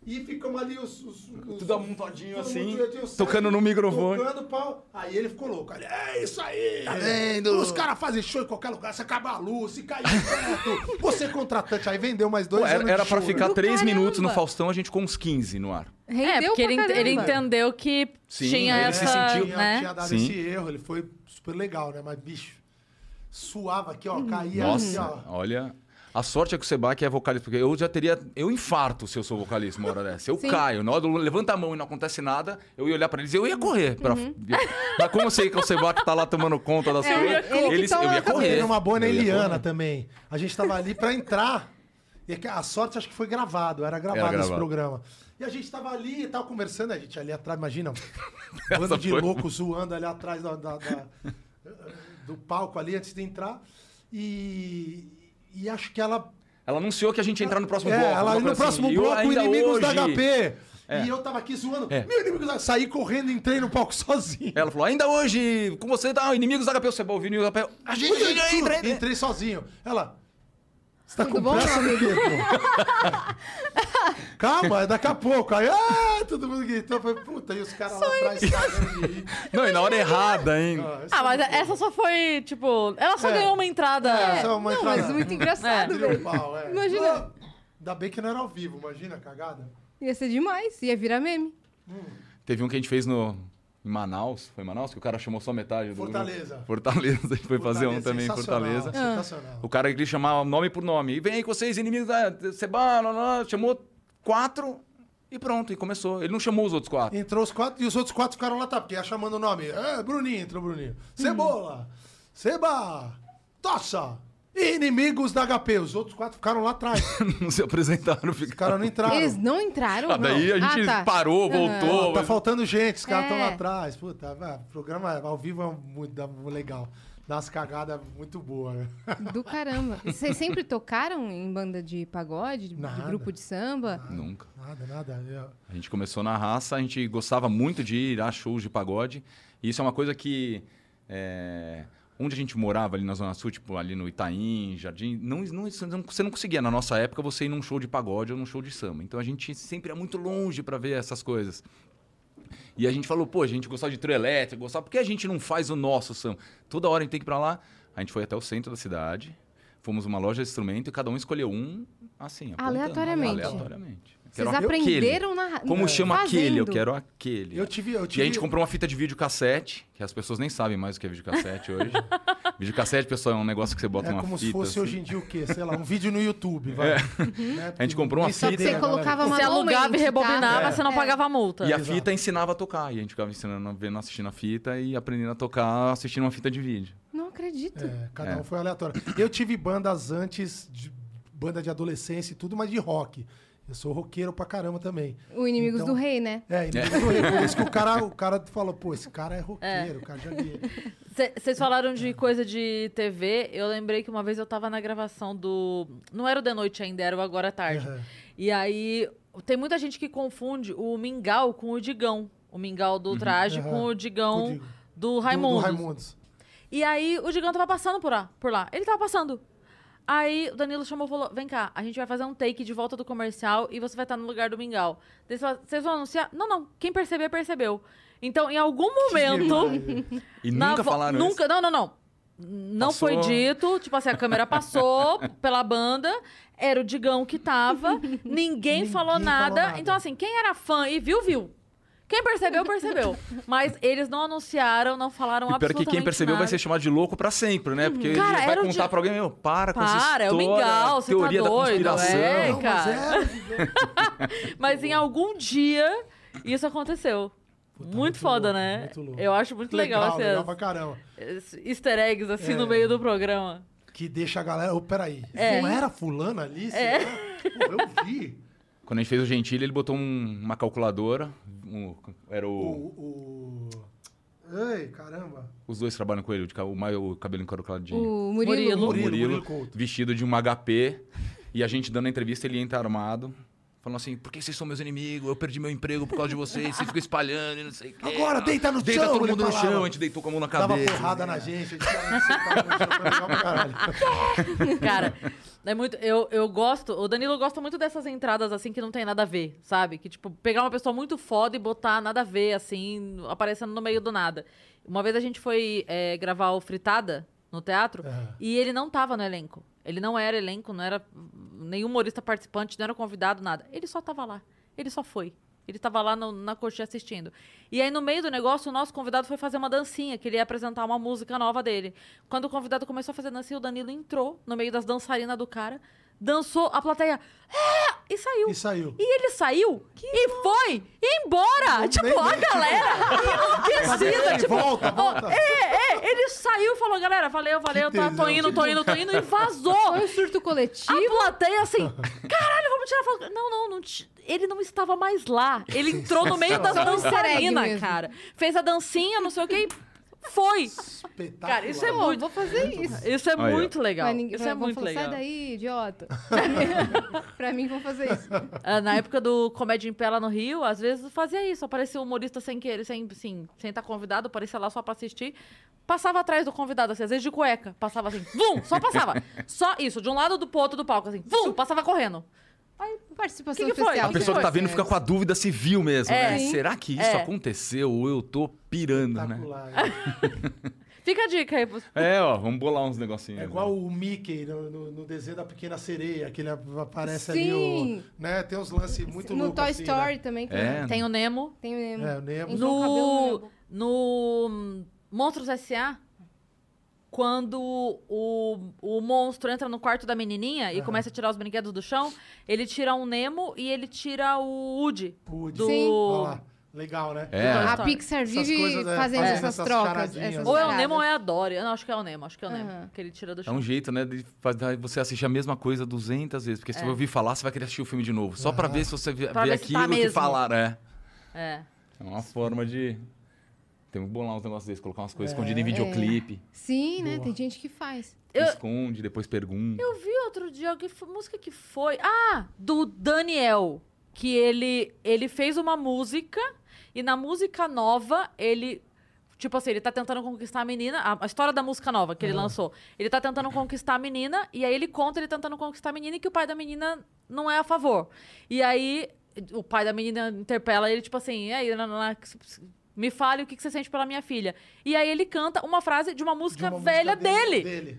C: E ficamos ali os. os, os
D: Tudo amontadinho
C: todo
D: assim,
C: mundo tinha o
D: tocando no microfone.
C: Tocando pau. Aí ele ficou louco. Aí, é isso aí! Tá vendo? Os caras fazem show em qualquer lugar, se acabar a luz, se cair perto. Você é contratante, aí vendeu mais dois
D: Pô,
C: anos
D: era
C: de
D: era pra
C: show, né?
D: ficar
B: Do
D: três
B: caramba.
D: minutos no Faustão, a gente com uns 15 no ar.
A: É,
B: Rendeu
A: porque
B: pra
A: ele, ent- ele
B: caramba.
A: entendeu que
D: Sim,
A: tinha
D: ele
A: essa.
D: se sentiu-
C: Tinha,
A: né?
C: tinha dado
D: Sim.
C: esse erro, ele foi super legal, né? Mas, bicho, suava aqui, ó, caía
D: Nossa,
B: Uhum.
C: aqui, ó.
D: olha. A sorte é que o Sebac é vocalista, porque eu já teria. Eu infarto se eu sou vocalista uma hora dessa. Eu caio. Na hora do levanta a mão e não acontece nada, eu ia olhar pra eles e eu ia correr. Pra... Mas como eu sei que o Sebac tá lá tomando conta das
B: Uhum. É,
D: coisas,
B: ele que
D: eles, eu
B: toma a
D: ia
B: cadeira.
D: correr.
C: Teve uma boa na
D: Eu ia
C: Eliana
D: correr.
C: também. A gente tava ali pra entrar. E que- a sorte acho que foi gravado, era gravado, esse
D: gravado.
C: programa. E a gente tava ali e tava conversando, a gente ali atrás, imagina, um
D: Essa
C: bando de
D: foi-
C: louco zoando ali atrás da- da- da- do palco ali antes de entrar. E, e acho que ela
D: Ela anunciou que a gente ia entrar no próximo
C: é,
D: bloco.
C: ela
D: uma
C: ali no
D: coisa
C: próximo
D: assim. E eu
C: bloco,
D: ainda
C: Inimigos da
D: hoje-
C: HP.
D: É.
C: E eu tava aqui zoando.
D: É.
C: Meu inimigo da Saí correndo, entrei no palco sozinho.
D: Ela falou, ainda hoje, com você, tá, inimigos da HP, você vai ouvir inimigos da HP. A gente ainda entra, entra.
C: é, Entrei sozinho. Ela. Você tá
B: Tudo
C: com
B: bom,
C: pressa
B: meu
C: do quê, pô? Calma, é daqui a pouco. Aí, ah, todo mundo gritou. Eu Falei, puta, e os caras lá atrás cagando de rir.
D: Não, e na hora errada, hein?
C: Ah, isso
A: Ah,
C: é
A: mas
C: muito bom.
A: essa só foi, tipo. Ela só
C: É.
A: ganhou uma entrada.
C: É, só uma
B: Não,
C: entrada.
B: mas muito engraçado,
C: Virou
B: velho.
C: pau, é.
B: Imagina.
C: Ah, Ainda bem que não era ao vivo, imagina a cagada.
B: Ia ser demais, ia virar meme.
D: Teve um que a gente fez no em Manaus, foi em Manaus que o cara chamou só metade do grupo.
C: Fortaleza.
D: Fortaleza, a gente foi fazer um
C: Fortaleza,
D: também em
C: sensacional,
D: Fortaleza.
C: Sensacional.
D: O cara queria chamar nome por nome. E vem aí com vocês, inimigos da Seba, lá, lá, lá. chamou quatro e pronto, e começou. Ele não chamou os outros quatro.
C: Entrou os quatro e os outros quatro ficaram lá, tá? Porque ia chamando o nome. É, Bruninho, entrou o Bruninho. Cebola, Seba, Tocha, inimigos da HP. Os outros quatro ficaram lá atrás. Os
D: não se apresentaram, ficaram.
C: caras não entraram.
B: Eles não entraram?
D: Ah, daí a
B: Não.
D: gente
B: Ah, tá.
D: parou, voltou.
C: Tá faltando gente, os caras
B: É.
C: estão lá atrás. Puta, vai, programa ao vivo é muito, dá- legal. Dá umas cagadas muito boas. né?
B: Do caramba. E Vocês sempre tocaram em banda de pagode, de- de
C: Nada.
B: grupo de samba?
D: Nunca.
C: Nada, nada. Eu-
D: A gente começou na raça, a gente gostava muito de ir a shows de pagode. E isso é uma coisa que. é, onde a gente morava ali na Zona Sul, tipo ali no Itaim, Jardim, não, não- você não- você não conseguia, na nossa época, você ir num show de pagode ou num show de samba. Então a gente sempre ia muito longe para ver essas coisas. E a gente falou, pô, a gente gostava de trio elétrico, gostava, por que a gente não faz o nosso samba? Toda hora a gente tem que ir pra lá. A gente foi até o centro da cidade, fomos numa loja de instrumento e cada um escolheu um, assim, apontando.
B: Aleatoriamente.
D: Aleatoriamente. Eu
B: Vocês
D: quero aquele.
B: aprenderam na ra-
D: Como
B: na-
D: chama
B: fazendo.
D: aquele? Eu quero aquele.
C: Eu tive. Eu
D: E
C: tive
D: a gente comprou uma fita de videocassete, que as pessoas nem sabem mais o que é videocassete hoje. videocassete, pessoal, é um negócio que você bota
C: É
D: uma
C: como
D: fita.
C: se fosse
D: assim. É.
C: hoje em dia o quê? Sei lá, um vídeo no YouTube, vai. Né?
D: A gente comprou uma
C: Nem sabia,
D: fita.
B: Você
C: galera.
B: colocava
A: Você
B: manualmente,
A: alugava e
B: tá?
A: rebobinava,
B: É.
A: você não
B: É.
A: pagava a multa.
D: E a
C: Exato.
D: fita ensinava a tocar. E a gente ficava ensinando, vendo, assistindo a fita e aprendendo a tocar, assistindo uma fita de vídeo.
B: Não acredito.
C: É, cada um foi aleatório. Eu tive bandas antes, de, banda de adolescência e tudo, mas de rock. Eu sou roqueiro pra caramba também.
B: O Inimigos
C: Então-
B: do Rei, né?
C: É, e não sou eu, por isso que o cara, o cara falou, pô, esse cara é roqueiro, o cara já vi.
A: Vocês falaram de coisa de TV. Eu lembrei que uma vez eu tava na gravação do. Não era o de noite ainda, era o agora à tarde.
C: Uhum.
A: E aí tem muita gente que confunde o mingau com o Digão. O mingau do traje
C: Uhum.
A: com o
C: Com o
A: Digão
C: Digo.
A: do
C: Do, do
A: Raimundo.
C: Raimundos.
A: E aí o Digão tava passando por lá, por lá. Ele tava passando. Aí o Danilo chamou e falou: Vem cá, a gente vai fazer um take de volta do comercial e você vai estar no lugar do mingau. Daí você fala, Vocês vão anunciar? Não, não. Quem perceber, percebeu. Então, em algum momento.
D: E
A: Na
D: nunca
A: vo-
D: falaram
A: Nunca,
D: isso.
A: não, não, não. Não
D: Passou.
A: foi dito, tipo assim, a câmera passou pela banda, era o Digão que tava, ninguém, falou,
C: falou
A: nada.
C: nada.
A: Então, assim, quem era fã e viu, viu. Quem percebeu, percebeu. Mas eles não anunciaram, não falaram
D: E pior é
A: absolutamente
D: que quem percebeu
A: nada. Uhum.
D: vai ser chamado de louco pra sempre, né? Porque
A: Cara,
D: ele vai
A: era o
D: contar
A: Di-
D: pra alguém, meu, para com essa
A: Para, é o
D: história,
A: Mingau, você tá
D: teoria da
A: doido,
D: conspiração.
A: é,
C: Não, mas
A: cara.
C: é,
D: tipo,
A: Mas em algum dia, isso aconteceu. muito, foda,
C: louco,
A: né?
C: muito louco.
A: Eu acho muito legal,
C: legal pra caramba.
A: essas easter eggs assim
D: É.
A: no meio do programa.
C: Que deixa a galera. Ô, peraí.
A: É.
C: Não era fulano ali?
A: É.
C: Será? Pô, eu vi.
D: Quando a gente fez o Gentili, ele botou um- uma calculadora. um- era o,
C: O. o... Ei, caramba.
D: Os dois trabalham com ele, o, de ca- o, Maio, o cabelo encarucladinho.
B: O Murilo.
A: Murilo.
D: O
C: Murilo,
D: Murilo,
C: Murilo Couto.
D: vestido de um HP. E a gente dando a entrevista, ele entra armado. Falando assim, por que vocês são meus inimigos? Eu perdi meu emprego por causa de vocês, vocês ficam espalhando e não sei o quê.
C: Agora, deita no
D: Deita
C: chão,
D: todo
C: ele
D: mundo no
C: falava.
D: chão, a gente deitou com a mão na
C: Dava
D: cabeça.
C: porrada na gente. A gente tava sentado no chão, foi legal pra caralho.
A: Cara, é muito. Eu, eu gosto. O Danilo gosta muito dessas entradas assim que não tem nada a ver, sabe? Que, tipo, pegar uma pessoa muito foda e botar nada a ver, assim, aparecendo no meio do nada. Uma vez a gente foi é, gravar o Fritada no teatro
C: Aham.
A: e ele não tava no elenco. Ele não era elenco, não era nenhum humorista participante, não era convidado, nada. Ele só tava lá. Ele só foi. Ele tava lá no- na coxinha assistindo. E aí, no meio do negócio, o nosso convidado foi fazer uma dancinha, que ele ia apresentar uma música nova dele. Quando o convidado começou a fazer dancinha, o Danilo entrou no meio das dançarinas do cara, dançou, a plateia. "Ah!" E saiu.
C: E saiu.
A: E ele saiu e foi embora.
C: Não
A: tipo,
C: tem,
A: a
C: né?
A: galera enlouquecida.
C: Ele
A: tipo,
C: volta, volta.
A: ó, É, é, ele saiu e falou, galera, valeu, valeu,
C: Que
A: tá, tô
C: tesão,
A: indo, tô
C: tipo-
A: indo, tô indo, e vazou.
B: Foi o surto coletivo.
A: A plateia assim, caralho, vamos tirar foto. Não, não, não ti- ele não estava mais lá. Ele entrou no meio das
B: Só um easter egg
A: dançarinas,
B: mesmo.
A: cara. Fez a dancinha, não sei o que, e foi.
C: Espetáculo.
A: Cara, isso é
B: Pô,
A: muito.
B: vou fazer isso.
A: Isso é
D: Aí, ó.
A: muito legal.
B: Mas ninguém-
A: Isso
B: mas
A: é
B: vão
A: muito
B: falar,
A: legal.
B: Sai daí, idiota. pra mim, vão fazer isso.
A: Ah, Na época do Comédia em Pé lá no Rio, às vezes fazia isso. Aparecia o humorista sem querer, sem, sim, sem estar convidado, aparecia lá só pra assistir. Passava atrás do convidado, assim, às vezes de cueca. Passava assim, vum, só passava. Só isso, de um lado do pro outro do palco, assim, vum, passava correndo.
B: Participação
A: Que que foi?
B: especial.
D: A pessoa que tá vendo fica com a dúvida civil mesmo,
A: É.
D: né?
A: Sim.
D: Será que isso
A: É.
D: aconteceu ou eu tô pirando, né?
C: Espetacular.
A: Fica a dica aí. pros-
D: É, ó, vamos bolar uns negocinhos.
C: É
D: né?
C: igual o Mickey no, no- no desenho da Pequena Sereia, que ele aparece ali.
B: Sim.
C: O, né, tem uns lances muito
B: No
C: loucos.
B: Toy
C: assim,
B: Story
C: Né?
B: também. que
D: É.
A: Tem o Nemo.
B: Tem o Nemo.
C: É, o Nemo.
B: Então, o cabelo não
A: No, no hum, Monstros S.A., quando o, o monstro entra no quarto da menininha e começa a tirar os brinquedos do chão, ele tira um Nemo e ele tira o Woody.
C: Pude.
A: Do-
B: Sim.
C: Olha lá. Legal, né?
D: É.
A: Toy
B: A
A: Story.
B: Pixar
C: Essas
B: vive
C: coisas, né,
B: fazendo
C: fazendo
B: essas
C: essas
B: trocas.
C: charadinhas,
B: Essas
C: né?
A: Ou é o
B: paradas.
A: Nemo ou é a Dory. Eu não, acho que é o Nemo, acho que é o Nemo.
B: Aham.
A: Que ele tira do
D: É
A: chão.
D: um jeito, né, de fazer você assistir a mesma coisa 200 vezes. Porque se você ouvir falar, você vai querer assistir o filme de novo. Só pra ver se você vê,
A: É. Pra
D: vê
A: ver se
D: aquilo
A: tá
D: que
A: mesmo.
D: falaram, é.
A: É.
D: É uma forma de... Tem que bolar uns negócios desses, colocar umas
A: É,
D: coisas escondidas em videoclipe.
B: Sim, né? Tem gente que faz.
A: Eu-
D: Esconde, depois pergunta.
A: Eu vi outro dia, que f- música que foi? Ah, do Daniel. Que ele, ele fez uma música e na música nova ele. Tipo assim, ele tá tentando conquistar a menina. A, a história da música nova que ele lançou. Ele tá tentando conquistar a menina e aí ele conta ele tentando conquistar a menina e que o pai da menina não é a favor. E aí o pai da menina interpela ele, tipo assim, e aí, nananá, me fale o que que você sente pela minha filha. E aí ele canta uma frase de uma música
C: uma
A: velha
C: música
A: dele.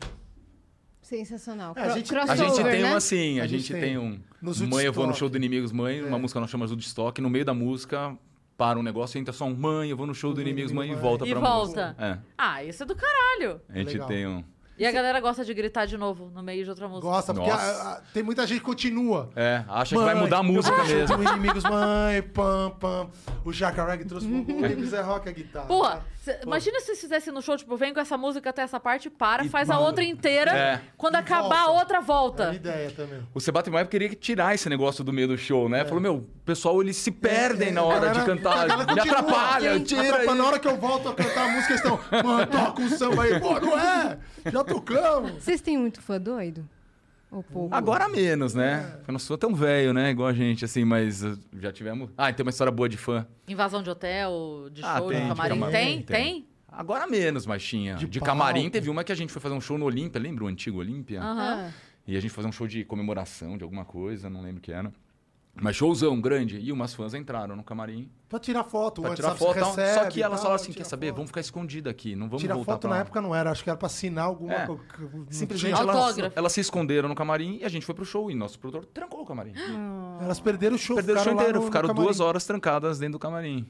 B: Sensacional.
C: É, a
B: Cro-
C: gente-
D: A
B: crossover,
D: gente tem
B: né?
D: um assim, a,
C: A
D: gente,
C: gente
D: tem É.
C: tem.
D: um...
C: Nos
D: mãe, eu vou no
C: Woodstock.
D: show do Inimigos, mãe. Uma música nós chamamos de estoque. No meio da música, para um negócio, entra só um mãe, eu vou no show do Inimigos, mãe, e
C: Mãe.
D: volta
A: E
D: pra
A: volta.
D: música. É.
A: Ah, isso é do caralho.
D: A gente
C: Legal.
D: tem um...
A: E a galera gosta de gritar de novo no meio de outra música.
C: Gosta, porque
D: Nossa.
C: a- a- tem muita gente que continua.
D: É, acha que vai mudar
C: eu
D: a música
C: gosto
D: mesmo.
C: do inimigos, mãe, pam, pam. O Jacaré que trouxe pro mundo, ele Zé Rock a guitarra.
A: Porra, cê- imagina se vocês fizessem no show, tipo, vem com essa música até essa parte, para, faz a
C: mano.
A: outra inteira.
D: É.
A: Quando
C: E
A: acabar, a
C: volta.
A: outra
C: É uma
A: volta.
C: ideia também.
D: O Sebastião Maia queria tirar esse negócio do meio do show,
C: É.
D: né? Falou, meu, o pessoal, eles se perdem na hora de cantar.
C: Ela
D: Me
C: continua.
D: atrapalha,
C: Sim,
D: tira
C: atrapalha.
D: aí.
C: Na hora que eu volto a cantar a música, eles estão. Mano, toca um samba aí. Pô, não é? Já tocamos.
B: Vocês têm muito fã doido? Ou pouco?
D: Agora menos, né?
C: É.
D: Porque Eu não sou tão velho, né? Igual a gente, assim, mas uh, já tivemos... Ah, e tem uma história boa de fã.
A: Invasão de hotel, de
D: Ah,
A: show,
D: tem,
A: de
D: de
A: camarim.
D: camarim.
A: Tem?
D: Tem,
A: Tem?
D: Agora menos, mas tinha.
C: De
D: De, camarim
C: palco.
D: teve uma que a gente foi fazer um show no Olímpia, lembra o antigo Olímpia?
A: Aham.
B: Ah,
D: E a gente fazia um show de comemoração de alguma coisa, não lembro o que era. Mas showzão grande. E umas fãs entraram no camarim
C: Pra tirar foto,
D: pra
C: antes,
D: tirar
C: sabe, você
D: foto. tal.
C: recebe
D: Só que
C: e
D: elas
C: tal,
D: falaram assim:
C: tira
D: quer saber?
C: foto.
D: Vamos ficar escondidas aqui, não vamos
C: Tirar
D: voltar
C: foto
D: pra
C: na
D: lá."
C: época não era, acho que era pra assinar alguma
D: É.
C: co- co-
D: Simplesmente
C: não tinha-
D: elas,
A: Autógrafo.
D: elas se esconderam no camarim e a gente foi pro show. E nosso produtor trancou o camarim.
B: Ah.
C: Elas perderam o show.
D: Perderam o show
C: lá
D: inteiro,
C: no- no
D: ficaram duas
C: camarim.
D: horas trancadas dentro do camarim.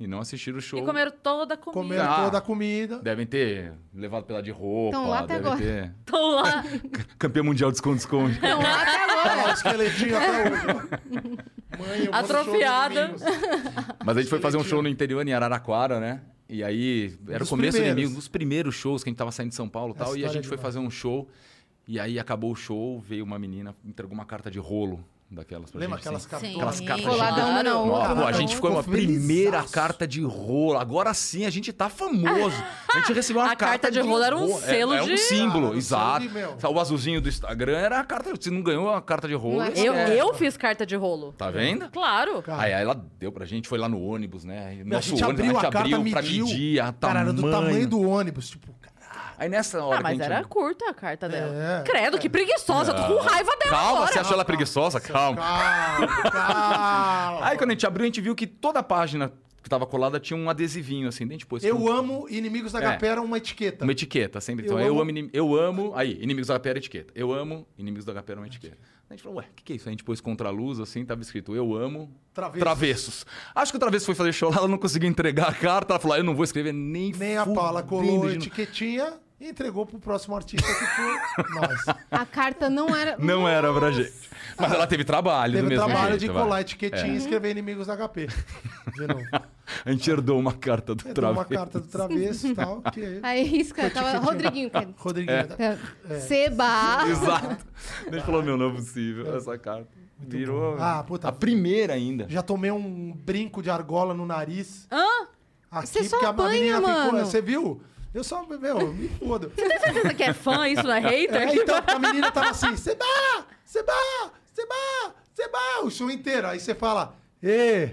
D: E não assistiram o show.
A: E comeram toda a comida.
C: Comeram
D: Ah.
C: toda a comida.
D: Devem ter levado pedaço de roupa,
B: Tão lá até
D: devem
B: agora.
D: ter.
A: Tô lá.
D: Campeão mundial de esconde-esconde.
B: Então, lá até
C: Tá
B: agora.
C: lá, o esqueletinho até hoje. Mãe, eu vou no show do
A: Atrofiada.
C: Domingos.
D: Mas a gente foi fazer um show no interior, em Araraquara, né? E aí, era
C: Dos
D: o começo do
C: primeiros.
D: inimigo, um dos primeiros shows que a gente tava saindo de São Paulo e
C: Essa
D: tal. E a
C: história
D: gente
C: é
D: foi
C: demais.
D: fazer um show. E aí, acabou o show, veio uma menina, entregou uma carta de rolo daquelas pra
C: Lembra
D: gente.
C: aquelas
D: assim.
C: cartas?
A: Sim.
D: Aquelas cartas
B: Colada
D: gigantes.
B: uma na
D: Ó,
B: outra.
D: pô, a
B: uma na
D: gente ficou uma
A: um
C: Ficou
D: primeira
C: felizaço.
D: carta de rolo. Agora sim a gente tá famoso. A gente recebeu uma
A: A carta de rolo era um selo
D: é, é um
A: de-
D: símbolo,
C: Ah, um
D: exato.
C: selo de meu.
D: o azulzinho do Instagram era a carta. Se não ganhou a carta de rolo,
B: Não é
A: Eu,
D: esquece.
A: eu fiz carta de rolo.
D: Tá vendo?
A: Claro.
C: Cara,
D: Aí Ah, é, ela deu pra gente, foi lá no ônibus, né?
C: Meu, a
D: Nosso
C: gente
D: ônibus,
C: abriu a, carta,
D: abriu pra
C: mediu.
D: medir a
C: Cara, era
D: tamanho.
C: do tamanho do ônibus. Tipo,
D: Aí nessa hora
A: Ah,
D: que a
A: mas
D: gente...
A: era curta a carta dela.
C: É.
A: Credo, que preguiçosa. Tô com raiva dela
D: Calma,
A: agora.
D: você achou ela preguiçosa? Calma.
C: calma, calma.
D: Aí quando a gente abriu, a gente viu que toda a página que tava colada tinha um adesivinho, assim. Daí a gente pôs...
C: Eu
D: com-
C: amo inimigos da
D: É.
C: HP era uma etiqueta.
D: Uma etiqueta, sempre.
C: Eu
D: Então, eu
C: amo-
D: amo... inim- Eu amo... Aí, inimigos da HP era etiqueta. Eu amo, inimigos da HP era uma etiqueta. A gente falou, ué, o que, que é isso? A gente pôs contra a luz, assim, tava escrito, eu amo...
C: Travessos.
D: Travessos. Acho que o Travesso foi fazer show lá, ela não conseguiu entregar a carta. Ela falou, ah, eu não vou escrever nem
C: Nem a Paula
D: fudendo
C: colou a
D: de novo."
C: etiquetinha e entregou pro próximo artista que foi nós.
B: A carta não era.
D: Não era pra gente. Mas ela teve trabalho do
C: Teve o
D: mesmo
C: trabalho de
D: jeito, vai. É.
C: colar a etiquetinha e escrever inimigos da HP. De novo.
D: A gente herdou uma carta do
C: Deu uma
D: Travesso.
C: carta do travesso e tal. Que...
B: Aí risca, tava
D: tipo-
B: Rodriguinho. cara.
C: Rodriguinho.
D: É.
B: Seba.
D: Exato. A gente falou, meu, não é possível essa carta. Virou
C: Ah, puta.
D: a primeira ainda.
C: Já tomei um brinco de argola no nariz.
A: Hã?
C: Aqui,
B: Você só
C: porque a
B: apanha,
C: menina
B: mano.
C: ficou. Você viu? Eu só, meu, me foda.
A: Tem certeza que é fã, isso não é hater?
C: É, então, porque a menina tava assim, Seba! Seba! Seba! Seba! O show inteiro. Aí você fala, ê!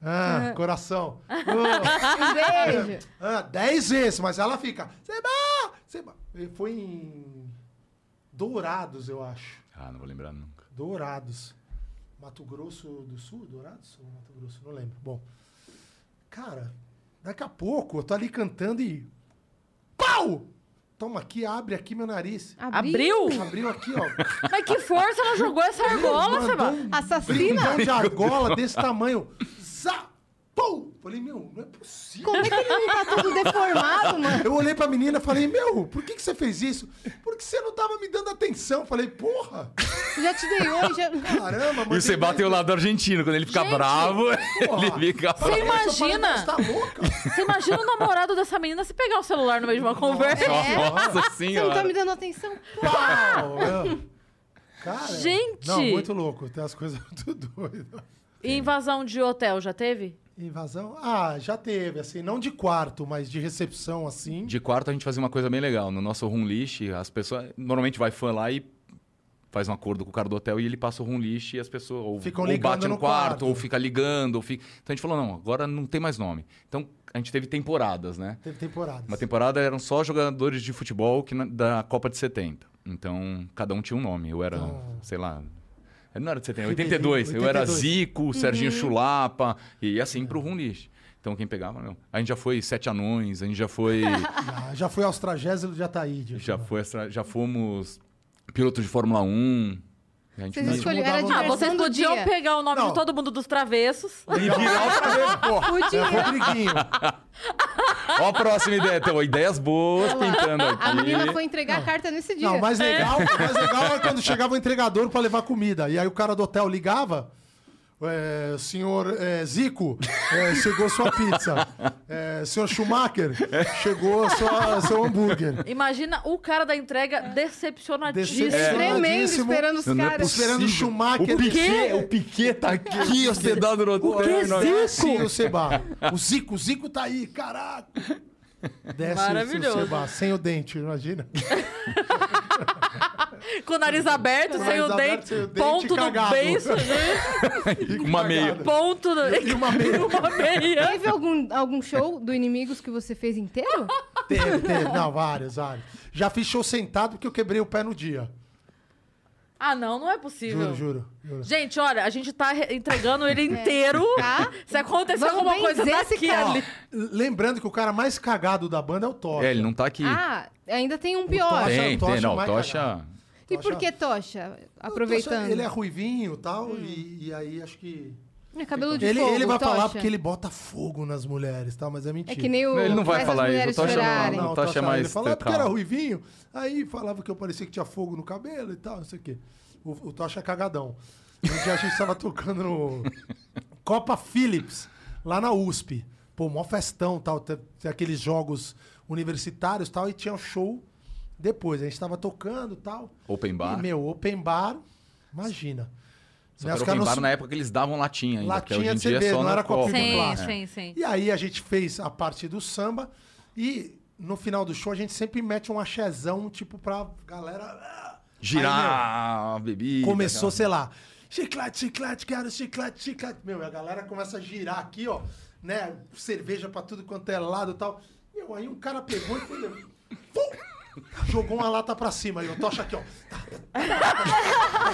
C: Ah, coração. Oh,
B: Um beijo.
C: ah, dez vezes, mas ela fica, Seba! Seba! E Foi em Dourados, eu acho.
D: Ah, não vou lembrar nunca.
C: Dourados. Mato Grosso do Sul? Dourados ou Mato Grosso? Não lembro. Bom, cara, daqui a pouco eu tô ali cantando e... Pau! Toma aqui, abre aqui meu nariz.
A: Abriu?
C: Abriu aqui, ó.
A: Mas que força ela jogou essa argola,
C: Mandou
A: Seba.
C: um
B: Assassina?
C: Brindão de argola desse tamanho. Zá! Pum! Falei, meu, não é possível.
B: Como é que ele não tá tudo deformado, mano?
C: Eu olhei pra menina e falei, meu, por que, que você fez isso? Porque você não tava me dando atenção. Falei, porra,
B: Já te dei hoje. Já...
C: caramba, mano.
D: E você bateu lá do argentino. Quando ele fica
A: Gente,
D: bravo,
C: porra.
D: ele fica bravo.
A: Você imagina?
C: Você tá louca?
A: Você imagina o namorado dessa menina se pegar o celular no meio de uma conversa?
D: Nossa
B: Você não tá me
D: senhora.
B: dando atenção?
C: Pau! meu. é. Cara,
A: Gente!
C: Não, muito louco. Tem as coisas muito doidas.
A: E invasão de hotel, já teve?
C: Invasão? Ah, já teve, assim, não de quarto, mas de recepção, assim.
D: De quarto a gente fazia uma coisa bem legal. No nosso room list, as pessoas. Normalmente vai fã lá e faz um acordo com o cara do hotel e ele passa o room list e as pessoas. Ou,
C: Ficam
D: ou
C: ligando
D: bate no,
C: no
D: quarto,
C: quarto.
D: ou fica ligando, ou fica. Então a gente falou, não, agora não tem mais nome. Então a gente teve temporadas, né?
C: Teve temporadas.
D: Uma temporada eram só jogadores de futebol que na- da Copa de 70. Então, cada um tinha um nome. Eu era, sei lá. eu Não era de 70, 82. Eu era
C: 82.
D: Zico, Serginho
B: Uhum.
D: Chulapa, e assim pro Runlist. Então, quem pegava, não. A gente já foi Sete Anões, a gente já foi.
C: Ah, já fui aos tragésios de Ataíde. assim.
D: já, foi essa- já fomos piloto de Fórmula 1. A gente
B: Vocês
D: fez-
B: escolheram. Era
C: mudava o
A: Ah,
C: nome.
B: diversão
A: vocês
B: do
A: podiam
B: dia.
A: pegar o nome
C: Não.
A: de todo mundo dos travessos.
D: E virar outra vez, pô.
B: O
C: É
B: dia.
C: Rodriguinho.
D: Ó a próxima ideia. Então, ideias boas pintando aqui.
B: A menina foi entregar a carta nesse dia.
C: Não, o mais legal, o mais legal era quando chegava o entregador pra levar comida. E aí o cara do hotel ligava. É, senhor é, Zico, é, chegou sua pizza. É, senhor Schumacher, chegou sua, seu hambúrguer.
A: Imagina o cara da entrega
C: É.
A: decepcionadíssimo.
C: Decepcionado.
B: Tremendo,
C: Rodriguíssimo.
B: esperando os
D: Não, não é
B: caras.
D: possível.
C: Esperando o Schumacher.
D: O Piquet, o Piquet tá aqui hospedado no hotel.
C: Zico? Sim, É assim o Seba. O Zico, o Zico tá aí, caraca. Desce
A: Maravilhoso.
C: o Seba, sem o dente, imagina.
A: Com o nariz aberto,
C: Com o
A: sem
C: nariz
A: o
C: aberto,
A: dente,
C: sem o dente,
A: ponto no
C: cagado.
A: beiço, né?
D: Uma meia.
A: ponto no...
C: E uma meia.
A: Uma meia.
B: Teve algum, algum show do Inimigos que você fez inteiro?
C: Teve, teve. Não, várias, várias. Já fiz show sentado porque eu quebrei o pé no dia.
A: Ah, não, não é possível.
C: Juro, juro. juro.
A: Gente, olha, a gente tá re- entregando ele inteiro.
B: É. Tá?
A: Se acontecer
B: Vamos
A: alguma coisa
B: benzer esse
A: daqui
B: cara.
A: ali.
C: Lembrando que o cara mais cagado da banda é o Tocha.
D: É, ele não tá aqui.
B: Ah, ainda tem um pior.
C: Tocha-
D: tem,
C: Tocha
D: tem, não.
C: vai
D: Tocha.
C: cagar.
B: E por que Tocha?
C: O Tocha, é
B: Aproveitando.
C: Ele é ruivinho e tal, e, e aí acho que
B: É cabelo de
C: Ele,
B: fogo,
C: ele vai falar
B: Tocha.
C: porque ele bota fogo nas mulheres, tá? Mas é mentira.
B: É que nem o...
D: Ele não vai
B: faz as
D: falar isso,
B: mulheres
D: o Tocha não-
B: chorarem.
D: não.
C: o
D: Tocha é mais
C: Ele falava porque era
D: calmo.
C: ruivinho, aí falava que eu parecia que tinha fogo no cabelo e tal, não sei o quê. O, o Tocha é cagadão. Um dia a gente tava tocando no Copa Philips, lá na USP. Pô, mó festão tal, te- tem aqueles jogos universitários tal, e tinha um show depois. A gente tava tocando tal.
D: Open bar.
C: E, meu, open bar, imagina.
D: Só
C: Né,
D: que
C: os
D: era
C: caras
D: open
C: não
D: bar
C: se-
D: na época que eles davam latinha ainda. porque
C: Latinha
D: hoje em
C: de
D: dia é
C: cerveja,
D: só
C: não
D: na
C: era
D: copa.
C: copinho
A: Sim,
D: né?
C: plástico.
A: sim, sim.
C: E aí a gente fez a parte do samba e no final do show a gente sempre mete um axézão, tipo, pra galera. ah,
D: Girar a né? bebida. assim,
C: Começou,
D: aquela-
C: sei lá, chiclete, chiclete, quero chiclete, chiclete. Meu, e a galera começa a girar aqui, ó, né? Cerveja pra tudo quanto é lado e tal. Meu, aí um cara pegou e foi. lev- Pum! Jogou uma lata pra cima aí, o tocha aqui, ó.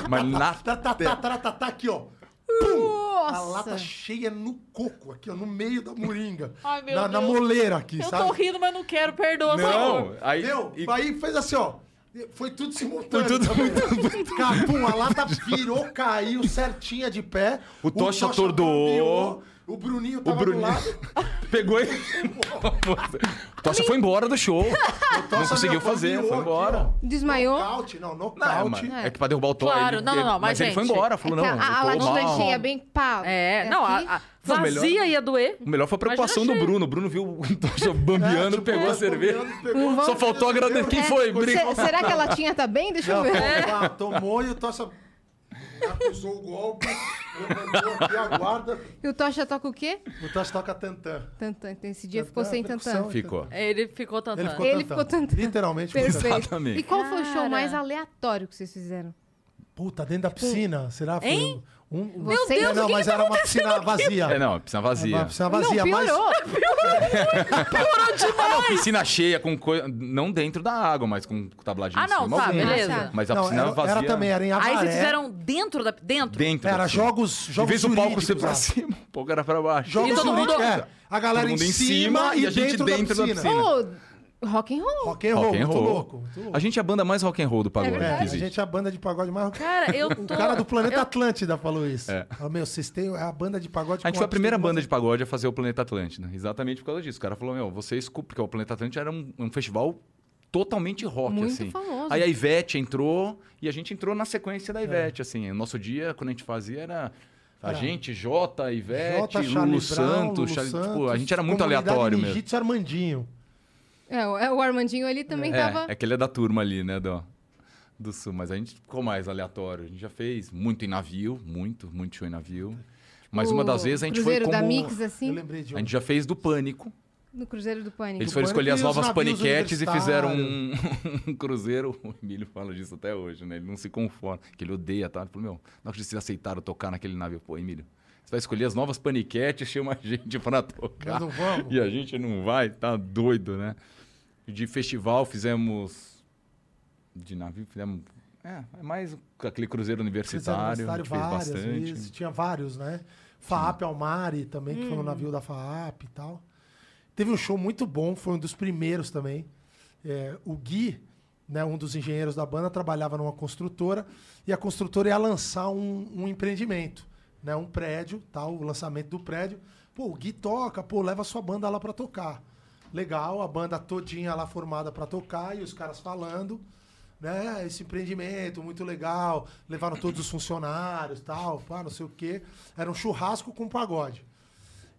D: Mas na...
C: Tá, tá, tá, tá, tá, tá, aqui, ó. Pum! A lata cheia no coco, aqui, ó, no meio da moringa.
A: Ai, meu
C: na, na
A: Deus.
C: moleira aqui,
A: Eu
C: sabe?
A: tô rindo, mas não quero, perdoa, por favor.
D: Não, aí...
C: Meu,
D: e-
C: aí fez assim, ó. Foi tudo simultâneo.
D: Foi tudo
C: tá vendo? Capum, a lata virou, caiu certinha de pé.
D: O Tocha atordoou.
C: dormiu, O Bruninho
D: O
C: tava do
D: Bruninho
C: lado.
D: pegou e... o Tocha foi embora do show.
C: O Tocha,
D: Não
C: meu,
D: conseguiu fazer,
C: cambiou
D: foi
C: aqui,
D: embora.
C: ó.
B: Desmaiou.
C: Nocaute, não,
D: Não,
C: nocaute.
D: mano, é que pra derrubar o Tocha...
A: Claro, não, não, não,
D: Mas
A: mas,
D: ele foi
A: gente,
D: embora, falou,
B: É que
D: não,
B: a, a
D: eu tô
B: latinha
D: mal.
B: cheia bem pá.
A: É, não, a,
B: aqui.
A: a
D: Não,
A: vazia
D: melhor-
A: ia doer.
D: O melhor foi a preocupação do
A: Imagina
D: Bruno. O Bruno viu o Tocha bambeando,
C: É,
D: pegou a
C: tipo,
D: cerveja.
C: pegou-
D: Só faltou agradecer. Quem foi? Brinco?
B: Se- É, será que a latinha tá bem? Deixa eu
C: Não,
B: ver.
C: pô, pá, tomou e o Tocha acusou o golpe, levantou aqui a guarda.
B: E o Tocha toca o quê?
C: O Tocha toca tantã.
B: Tantan. Então, Esse dia ficou sem
C: percussão.
B: tantan.
D: Ficou.
A: Ele ficou tanto.
C: Ele ficou
B: Tá. Ele
C: tantã.
B: ficou tantã.
C: Literalmente ficou tantã.
B: Perfeito.
D: Exatamente.
B: E qual foi o show
A: Cara.
B: mais aleatório que vocês fizeram?
C: Puta, dentro da piscina? Será? Foi
A: Hein?
C: Um, um...
B: Tipo, Meu Deus,
C: não,
B: o que
C: mas
B: que tá
C: era uma piscina vazia.
D: É, não, piscina vazia.
C: Uma piscina vazia,
B: não,
C: mas.
B: piorou.
D: Ah, não, piscina cheia com coisa. Não dentro da água, mas com tabladinho
A: Ah,
D: em
A: não,
D: cima,
A: tá,
D: alguma.
A: beleza.
D: Mas a
C: Não,
D: piscina
C: era,
D: vazia.
C: era também, era em Avaré.
A: Aí vocês fizeram dentro da. Dentro?
D: Dentro. da
C: Era
D: piscina.
C: jogos,
D: Em
C: jogos
D: vez do palco
C: jurídicos,
D: ser pra
C: lá.
D: cima, o palco era pra baixo.
C: Jogos
A: E todo mundo-
C: jurídicos, é. A galera
D: Todo mundo
C: em cima e
D: a gente
C: dentro, da, piscina.
B: Ô, rock and roll.
C: Rock and roll,
D: Rock and roll.
C: louco. muito louco.
D: A gente é a banda mais rock and roll do pagode
C: É,
D: que
C: a
D: existe.
C: gente é a banda de pagode mais...
A: Cara, eu tô.
C: O Um cara do Planeta
A: eu-
C: Atlântida falou isso.
D: É.
C: Falou, meu, vocês têm a banda de pagode...
D: A gente
C: com
D: foi a primeira
C: artista
D: banda de pagode a fazer o Planeta Atlântida. Exatamente por causa disso. O cara falou, meu, vocês... cu- Porque o Planeta Atlântida era um, um festival totalmente rock,
B: Muito
D: assim.
B: famoso.
D: Aí a Ivete entrou e a gente entrou na sequência da Ivete, assim. O nosso dia, quando a gente fazia, era... A
C: É. Era.
D: gente, Jota, Ivete,
C: Jota, Charlie
D: Lulu
C: Brown, Lulu
D: Santos, Charlie- tipo, a
C: Santos,
D: gente era muito
C: Comunidade
D: aleatório mesmo.
C: Ninjitsu Armandinho.
B: É, o- é, o Armandinho ali também tava...
D: É, é que ele é da turma ali, né, do, do sul. Mas a gente ficou mais aleatório. A gente já fez muito em navio, muito, muito show em navio. Mas
C: Tipo,
D: uma
B: o
D: das vezes a gente
B: Cruzeiro
D: foi como...
B: da Mix,
C: Eu
B: assim,
C: lembrei de
D: A
C: um.
D: gente já fez do Pânico.
B: no Cruzeiro do Pânico.
D: Eles foram
C: Pânico
D: escolher
C: e
D: as
C: os
D: novas
C: navios
D: paniquetes e fizeram um, um cruzeiro. O Emílio fala disso até hoje, né? Ele não se conforma, que ele odeia, tá? Ele falou, meu, não acredito que vocês aceitaram tocar naquele navio. Pô, Emílio, você vai escolher as novas paniquetes, chama a gente pra tocar.
C: Nós não vamos.
D: E a gente não vai, tá doido, né? De festival fizemos... De navio fizemos... É, é mais aquele cruzeiro universitário, a gente fez
C: várias
D: bastante.
C: vezes. Tinha vários, né? FAAP Almari também, que foi um navio da FAAP e tal. Teve um show muito bom, foi um dos primeiros também. É, o Gui, né, um dos engenheiros da banda, trabalhava numa construtora e a construtora ia lançar um, um empreendimento, né, um prédio, tal, o lançamento do prédio. Pô, o Gui toca, pô, leva a sua banda lá pra tocar. Legal, a banda todinha lá formada pra tocar e os caras falando, né, esse empreendimento muito legal, levaram todos os funcionários, tal, pá, não sei o quê. Era um churrasco com pagode.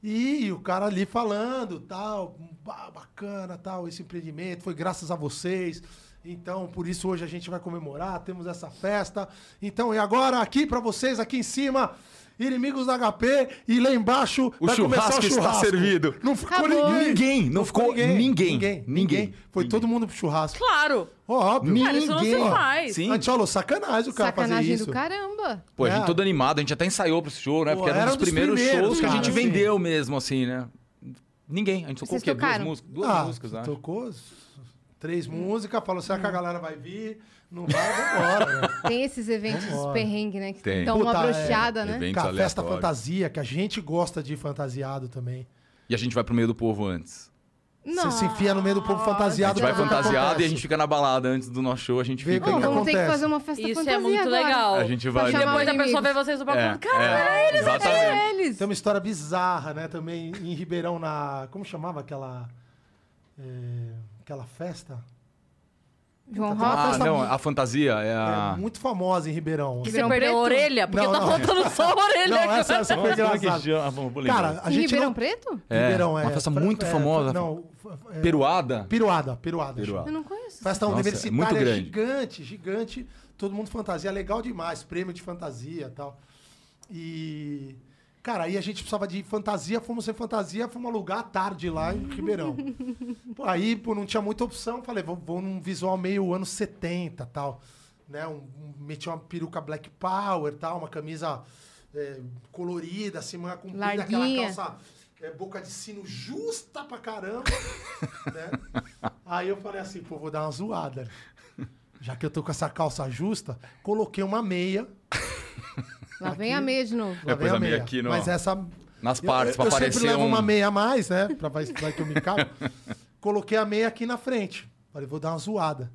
C: E o cara ali falando, tal, "Bah, bacana, tal, esse empreendimento foi graças a vocês. Então, por isso hoje a gente vai comemorar, temos essa festa. Então, e agora aqui pra vocês aqui em cima, inimigos da HP e lá embaixo
D: O
C: vai começar
D: churrasco
C: o
D: está
C: churrasco.
D: servido.
C: Não ficou
B: Acabou.
C: ninguém.
D: Ninguém, não ficou ninguém.
C: Ninguém.
D: Ninguém.
C: Foi
D: Ninguém.
C: todo mundo pro churrasco.
A: Claro!
C: Óbvio.
D: Ninguém.
A: Cara, isso não se
D: Ó,
A: faz.
D: Sim.
C: A gente falou, sacanagem o cara fazer
B: Sacanagem
C: isso.
B: do caramba.
D: Pô, a
C: É.
D: gente todo animado, a gente até ensaiou pro show, né?
C: Pô,
D: Porque era, um dos primeiros, shows que a
C: cara,
D: gente
C: assim.
D: vendeu mesmo, assim, né? Ninguém. A gente tocou
B: Vocês
D: o quê? Duas
B: tocaram?
D: músicas? Duas
C: Ah,
D: músicas, acho.
C: tocou s- três músicas, falou, será que a galera vai vir? Não vai, vambora. né?
B: Tem esses eventos
C: Vambora.
B: perrengue, né? Que
D: Tem.
B: dão uma
C: Puta, é.
B: brochada, né?
D: Evento
C: Cara, festa
D: aleatório.
C: fantasia, que a gente gosta de ir fantasiado também.
D: E a gente vai pro meio do povo antes.
C: Você se enfia no meio do povo fantasiado.
D: Vai
C: pra ver o que
D: fantasiado
C: acontece.
D: e a gente fica na balada antes do nosso show, a gente
C: Vê
D: fica.
C: o
B: Bom,
C: que
D: né?
B: vamos ter que
C: acontece?
B: fazer uma festa
A: Isso
B: fantasia
A: é muito
B: agora.
A: legal.
D: Tipo, A gente
B: Pra
D: vai.
B: chamar
A: Depois a pessoa
B: inimigos.
A: vê vocês no balcão. Cara,
D: é, eles exatamente.
B: Ah, Eles.
C: Tem uma história bizarra, né? Também em Ribeirão, na. Como chamava aquela. é, aquela festa?
B: João
D: Ah,
C: tá
B: Rock.
D: não, a fantasia é
C: É
D: a.
C: muito famosa em Ribeirão.
A: que você
C: assim.
A: né?
B: Ribeirão
A: perdeu a
B: Preto?
A: orelha? Porque
C: Não,
A: tá
C: não.
A: faltando só a orelha.
C: Não, essa, essa foi
D: Como é que
C: engraçada.
D: chama? Ah, vou- vou lembrar.
C: Cara, a gente
B: Ribeirão
C: não...
B: Preto?
D: É,
C: Ribeirão, é.
D: Uma festa
C: Fra-
D: muito
C: é,
D: famosa.
C: Não, é. f- é,
D: Peruada.
C: Piruada, piruada.
D: Peruada.
B: Eu não conheço.
C: Festa
D: Nossa, é
C: universitária
D: muito grande.
C: um é gigante, gigante. Todo mundo fantasia, legal demais. Prêmio de fantasia e tal. E. Cara, aí a gente precisava de fantasia, fomos sem fantasia, fomos alugar à tarde lá em Ribeirão. Pô, aí, pô, não tinha muita opção. Falei, vou, vou num visual meio anos 70 tal. Né? Um, um- meti uma peruca Black Power tal, uma camisa é, colorida, assim, manga comprida,
B: Larguinha.
C: aquela calça é, boca de sino justa pra caramba. né? Aí eu falei assim, pô, vou dar uma zoada. Já que eu tô com essa calça justa, coloquei uma meia.
B: Lá vem a meia de novo.
C: Lá
D: Eu pus
C: vem
D: É, a meia aqui no-
C: Mas essa.
D: Nas
C: eu-
D: partes,
C: eu,
D: pra
C: eu
D: aparecer
C: sempre levo
D: um-
C: uma meia a mais, né? Pra vai, vai que eu me cago. Coloquei a meia aqui na frente. Falei, vou dar uma zoada.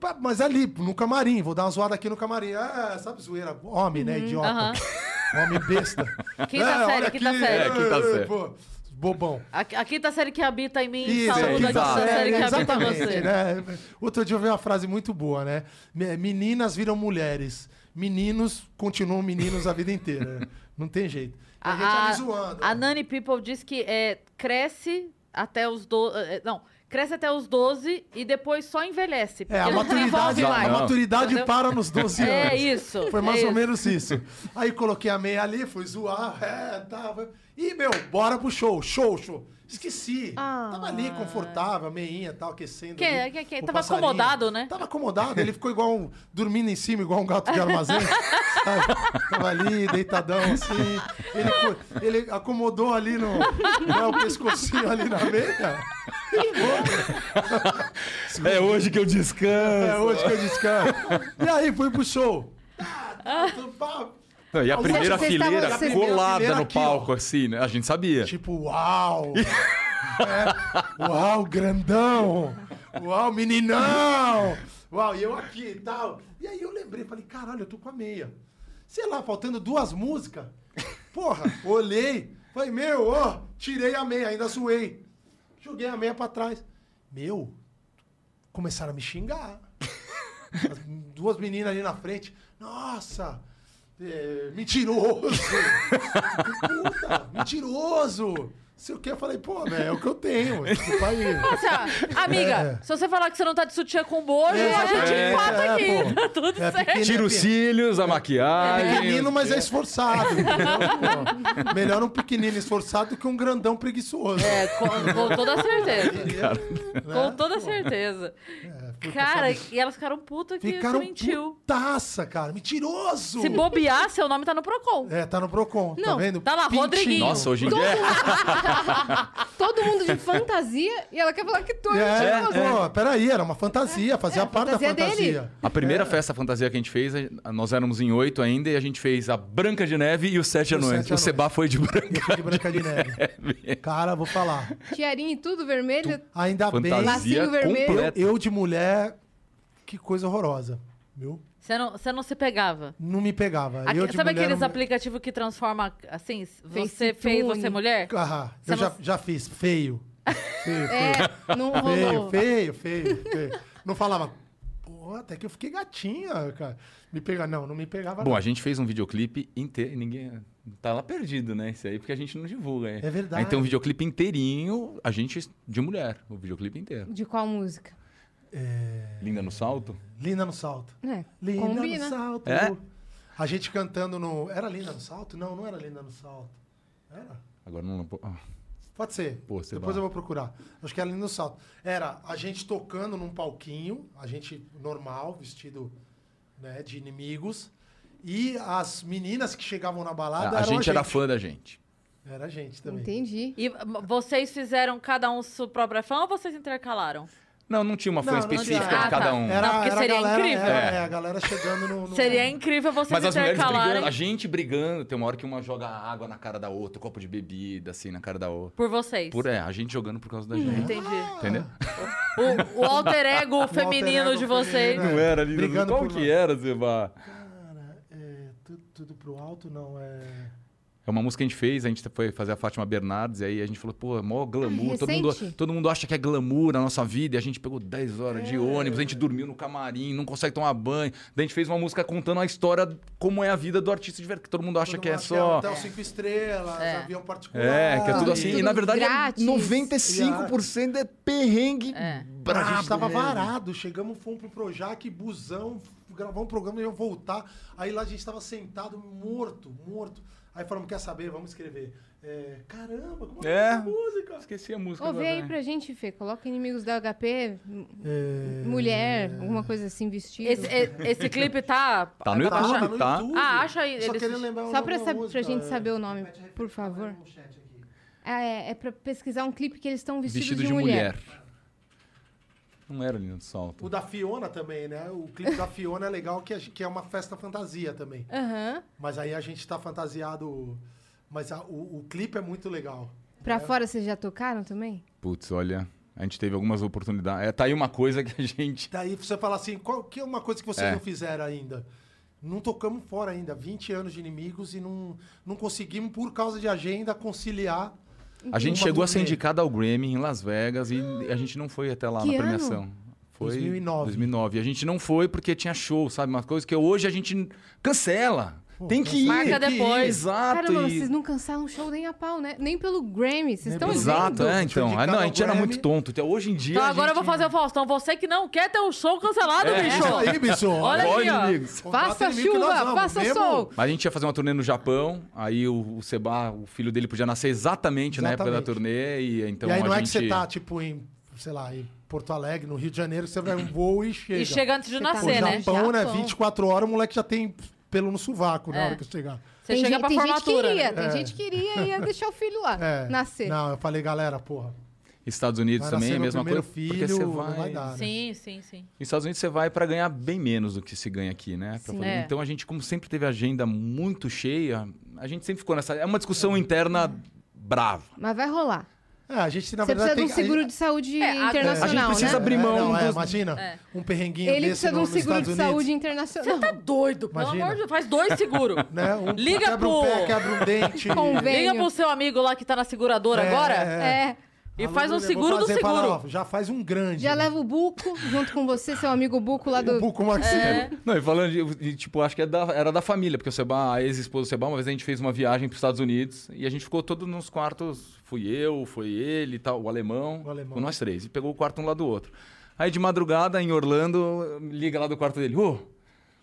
C: Pá, Mas ali, no camarim, vou dar uma zoada aqui no camarim. Ah, sabe, zoeira. Homem, né? Idiota.
A: Uhum, aham.
C: Homem besta.
A: Quinta
C: Ah,
A: série,
C: olha
A: quinta
C: aqui,
A: série.
D: É, quinta
C: ah,
D: série.
C: pô, bobão.
A: A, tá a quinta série que habita em mim
C: Isso, É,
A: saúda
D: é,
A: a
D: que
A: quinta
D: dá.
A: série que habita em
C: exatamente,
A: você.
C: né? Outro dia eu vi uma frase muito boa, né? Me- Meninas viram mulheres. Meninos continuam meninos a vida inteira. né? Não tem jeito. E a, gente tá me zoando.
A: a Nani People diz que é, cresce até os 12. Não, cresce até os 12 e depois só envelhece. porque
C: É, a
A: não
C: maturidade,
A: desenvolve
C: a
A: mais.
D: Não.
C: maturidade
A: Entendeu?
C: para nos 12 anos.
A: É isso.
C: Foi
A: é
C: mais
A: isso.
C: ou menos isso. Aí coloquei a meia ali, fui zoar, é, tava. E, meu, bora pro show, show, show. Esqueci. Tava ali, confortável, a meinha, tal, aquecendo.
A: Ah. Que-
C: ali,
A: que- que-
C: o
A: tava
C: passarinho.
A: acomodado, né?
C: Tava acomodado, ele ficou igual um. dormindo em cima, igual um gato de armazém. sabe? tava ali, deitadão, assim. Ele, co- ele acomodou ali no. né, o pescocinho ali na meia.
D: É hoje que eu descanso.
C: É hoje que eu descanso. E aí, fui pro show. Ah, tô- pá,
D: Não, e a
C: Vocês-
D: primeira
B: vocês
D: fileira
B: estavam- vocês-
D: colada
C: primeira
D: no
C: aqui, ó.
D: palco, assim, né? A gente sabia.
C: Tipo, uau! É, uau, grandão! Uau, meninão! Uau, e eu aqui e tal. E aí eu lembrei, falei, caralho, eu tô com a meia. Sei lá, faltando duas músicas. Porra, olhei, falei, meu, ó, tirei a meia, ainda zoei. Joguei a meia pra trás. Meu, começaram a me xingar. As duas meninas ali na frente, nossa, é, mentiroso! Puta, mentiroso! Sei o que, eu falei, pô, velho, é o que eu tenho. Desculpa aí.
A: Nossa, amiga, se você falar que você não tá de sutiã com bojo,
C: É,
A: a gente
C: é,
A: empata
C: é,
A: aqui.
C: pô.
A: Tá tudo
C: É,
A: certo.
C: pequeno-
D: Tira os cílios, a maquiagem.
C: Pequenino, mas é esforçado. entendeu, pô? Melhor um pequenino esforçado que um grandão preguiçoso.
A: É, com, com toda certeza.
C: Entendeu? Né?
A: Com toda certeza.
C: É, puta,
A: Cara,
C: sabe?
A: e elas ficaram putas que
C: Ficaram
A: isso mentiu.
C: putaça, cara. Mentiroso!
A: Se bobear, seu nome tá no Procon.
C: É, tá no Procon, tá
B: Não,
C: vendo?
A: tá lá, Rodriguinho.
D: Nossa, hoje em dia é.
B: Todo mundo de fantasia e ela quer falar que tu
C: É,
B: é,
C: é,
B: mentiroso.
C: pô, peraí, era uma fantasia, fazia parte
B: fantasia
C: da
B: dele.
C: fantasia.
D: A
C: É.
D: primeira festa fantasia que a gente fez, a- nós éramos em oito ainda, e a gente fez a Branca de Neve e os Sete
C: os
D: Anões.
C: Sete
D: O
C: Anões.
D: Seba foi de branca.
C: Eu fui de Branca de Neve. Cara, vou falar.
B: Tiarinha e tudo vermelho.
C: Ainda bem,
D: Fantasia
B: Lacinho vermelho.
D: completa.
C: eu de mulher, que coisa horrorosa. Viu?
A: Você não, você não se pegava.
C: Não me pegava.
A: Aque-
C: eu de
A: sabe
C: mulher
A: aqueles
C: não...
A: aplicativos que transforma, assim, s-
B: Face
A: você fez
B: tune.
A: você mulher?
C: Ah,
A: Você
C: eu já,
A: não-
C: já fiz. Feio. Feio, feio.
B: É, não
C: Feio,
B: rolou.
C: feio, feio, feio. Não falava. Pô, até que eu fiquei gatinha, cara. Me pegava. Não, não me pegava.
D: Bom,
C: não.
D: a gente fez um videoclipe inteiro. Ninguém. Tá lá perdido, né? Isso aí, porque a gente não divulga.
C: É verdade.
D: Aí tem um videoclipe inteirinho, a gente de mulher, o videoclipe inteiro.
B: De qual música?
C: É.
D: Linda no salto?
C: Linda no salto.
B: É,
C: Linda
B: combina.
C: no salto.
D: É?
C: A gente cantando no. Era Linda no salto? Não, não era Linda no salto. Era?
D: Agora não lembro. Ah,
C: Pode ser.
D: Pô, você
C: Depois
D: dá.
C: eu vou procurar. Acho que era ali no salto. Era a gente tocando num palquinho, a gente normal, vestido né, de inimigos. E as meninas que chegavam na balada.
D: a
C: eram
D: gente era fã da gente.
C: Era a gente também.
B: Entendi.
A: E m- vocês fizeram cada um sua própria fã ou vocês intercalaram?
D: Não, não tinha uma fã
C: Não, não tinha.
D: específica
A: Ah,
D: de cada
A: tá.
D: um.
C: Era,
A: Não, porque
C: era a
A: seria
C: galera,
A: incrível.
C: Era,
D: É.
C: é, a galera chegando no. né? no-
A: Seria incrível vocês
D: Mas as mulheres
A: intercalarem
D: brigando, a gente brigando, tem uma hora que uma joga água na cara da outra, copo de bebida, assim, na cara da outra.
A: por vocês.
D: Por é, a gente jogando por causa da gente.
A: Entendi.
D: Entendeu?
A: O, o alter ego feminino
C: ego
A: de vocês.
C: feminino, É, Não era ali, Brigando
D: Qual
C: qual por
D: que
C: que nós.
D: era, Zeba?
C: Cara, é, tu- tudo pro alto, não. É.
D: É uma música que a gente fez, a gente foi fazer a Fátima Bernardes, e aí a gente falou, pô, é mó glamour.
B: Ah,
D: todo, mundo,
B: recente?
D: todo mundo acha que é glamour a nossa vida, e a gente pegou 10 horas de ônibus, a gente dormiu no camarim, não consegue tomar banho. Daí a gente fez uma música contando a história, como é a vida do artista de verdade, que todo mundo acha
C: Todo
D: que é
C: mundo acha um
D: só...
C: Hotel cinco estrelas,
A: É.
C: avião particular.
D: É, que é tudo assim.
B: Tudo
D: e na verdade, é
B: grátis.
D: 95% é perrengue
A: É.
D: brabo.
C: a gente tava
D: mesmo.
C: varado, chegamos, fomos pro Projac, busão, gravar um programa e eu voltar. Aí lá a gente tava sentado, morto, morto. Aí falamos, quer saber? Vamos escrever. É, caramba, como é, que é
D: É.
C: essa música?
D: Esqueci a música.
B: Ouve
D: agora,
B: aí
D: né?
B: pra gente, Fê. Coloca inimigos da HP, m-
C: É,
B: mulher, alguma coisa assim, vestido.
A: Esse, é- e- esse clipe tá.
D: Tá no
C: tá,
D: YouTube,
C: no
D: tá?
C: YouTube.
A: Ah, acha aí,
C: Só
A: eles-
C: querendo lembrar o
B: Só
C: nome
B: pra,
C: da
B: sab- pra
C: música,
B: gente
C: é.
B: saber o nome, por favor. Ah, é, é pra pesquisar um clipe que eles estão vestidos
D: Vestido de, mulher. Não era Lino do Salto.
C: O da Fiona também, né? O clipe da Fiona é legal, que é, que é uma festa fantasia também.
B: Aham.
C: Mas aí a gente tá fantasiado. Mas a- o, o clipe é muito legal.
B: Pra fora vocês já tocaram também?
D: Putz, olha. A gente teve algumas oportunidades. É, tá aí uma coisa que a gente.
C: Daí você fala assim, qual que é uma coisa que vocês
D: É.
C: não fizeram ainda? Não tocamos fora ainda, 20 anos de inimigos e não, não conseguimos, por causa de agenda, conciliar.
A: Uhum.
D: A gente
C: Uma
D: chegou a ser
C: turnê.
D: indicada ao Grammy em Las Vegas e
A: Ah.
D: a gente não foi até lá
B: Que
D: na
B: ano?
D: premiação. Foi
C: 2009.
D: 2009. E a gente não foi porque tinha show, sabe? Uma coisa que hoje a gente cancela. Tem que ir.
A: Marca
D: tem que ir,
A: depois.
D: Exato.
B: Caramba,
D: e-
B: vocês não cancelam o show nem a pau, né? Nem pelo Grammy, vocês estão
C: pelo-
D: Exato,
C: vendo?
D: é,
C: Foi
D: então. Ah,
C: indicado
D: não, a
C: ao
D: gente era
C: Grammy.
D: muito tonto. Até Hoje em dia.
A: Então
D: a
A: agora eu vou
D: gente-
A: fazer o Faustão. Você que não quer ter um show cancelado,
D: É.
A: bicho.
C: Isso aí, bicho.
A: Olha aí, ó.
D: inimigos.
C: Contrata
B: Faça
C: inimigo que é nós
B: chuva,
C: vamos,
B: faça
C: mesmo-
B: sol!
D: Mas a gente ia fazer uma turnê no Japão, aí o, o Seba, o filho dele, podia nascer exatamente, na época da
C: Exatamente.
D: turnê, e então
C: e aí não
D: a
C: é que
D: gente...
C: você tá, tipo, em, sei lá, em Porto Alegre, no Rio de Janeiro, você vai um voo e chega.
A: E chega antes de
B: Você tá
C: O
A: nascer,
B: Cê,
A: né?
C: Japão, né?
B: Japão.
C: 24 horas, o moleque já tem pelo no sovaco na
A: É.
C: hora que chegar.
A: Você chega
B: gente,
A: pra
B: tem
A: formatura.
B: Gente que iria,
A: né?
B: Tem gente que iria e ia deixar o filho lá
C: É.
B: nascer.
C: Não, eu falei, galera, porra.
D: Estados Unidos
C: Vai
D: também, é
C: nascer
D: a
C: meu
D: mesma coisa.
C: primeiro
D: porque
C: filho,
D: você
C: não
D: vai...
C: vai dar. né?
A: Sim, sim, sim.
D: Nos Estados Unidos você vai pra ganhar bem menos do que se ganha aqui, né? Pra
B: Sim.
D: poder-
A: É.
D: Então a gente, como sempre teve agenda muito cheia, a gente sempre ficou nessa... É uma discussão interna brava.
B: Mas vai rolar.
C: É, a gente, na
B: Você
C: verdade,
B: precisa de
C: tem
B: um seguro
C: que-
B: de saúde
A: É, a- a
D: A gente
B: internacional,
D: precisa
B: né?
D: abrir mão
C: É, não, é,
D: dos-
C: imagina,
A: É.
C: um perrenguinho
B: Ele
C: desse
B: precisa de um
C: no- nos
B: seguro de
C: Estados
B: saúde
C: Unidos,
B: internacional.
A: Você tá doido, pelo
C: Imagina.
A: amor de Deus. Faz dois seguros.
C: Né? Um
A: Liga
C: quebra um
A: pro-
C: pé, quebra um dente.
B: Convém.
A: Liga pro seu amigo lá que tá na seguradora agora
B: É.
A: e
C: Alô,
A: faz um
C: eu vou
A: seguro do
C: fazer, fala,
A: seguro.
C: ó, já faz um grande.
B: Já leva o Buco junto com você, seu amigo Buco lá
C: um
B: do.
C: pouco mais. É.
D: Não, e falando de, de, tipo, acho que é da- era da família, porque o Seba, a ex-esposa do Seba, uma vez a gente fez uma viagem para os Estados Unidos e a gente ficou todo nos quartos, fui eu, foi ele e tal, o alemão,
C: O alemão.
D: com nós três, e pegou o quarto um lado do outro. Aí de madrugada, em Orlando, me liga lá do quarto dele, ô,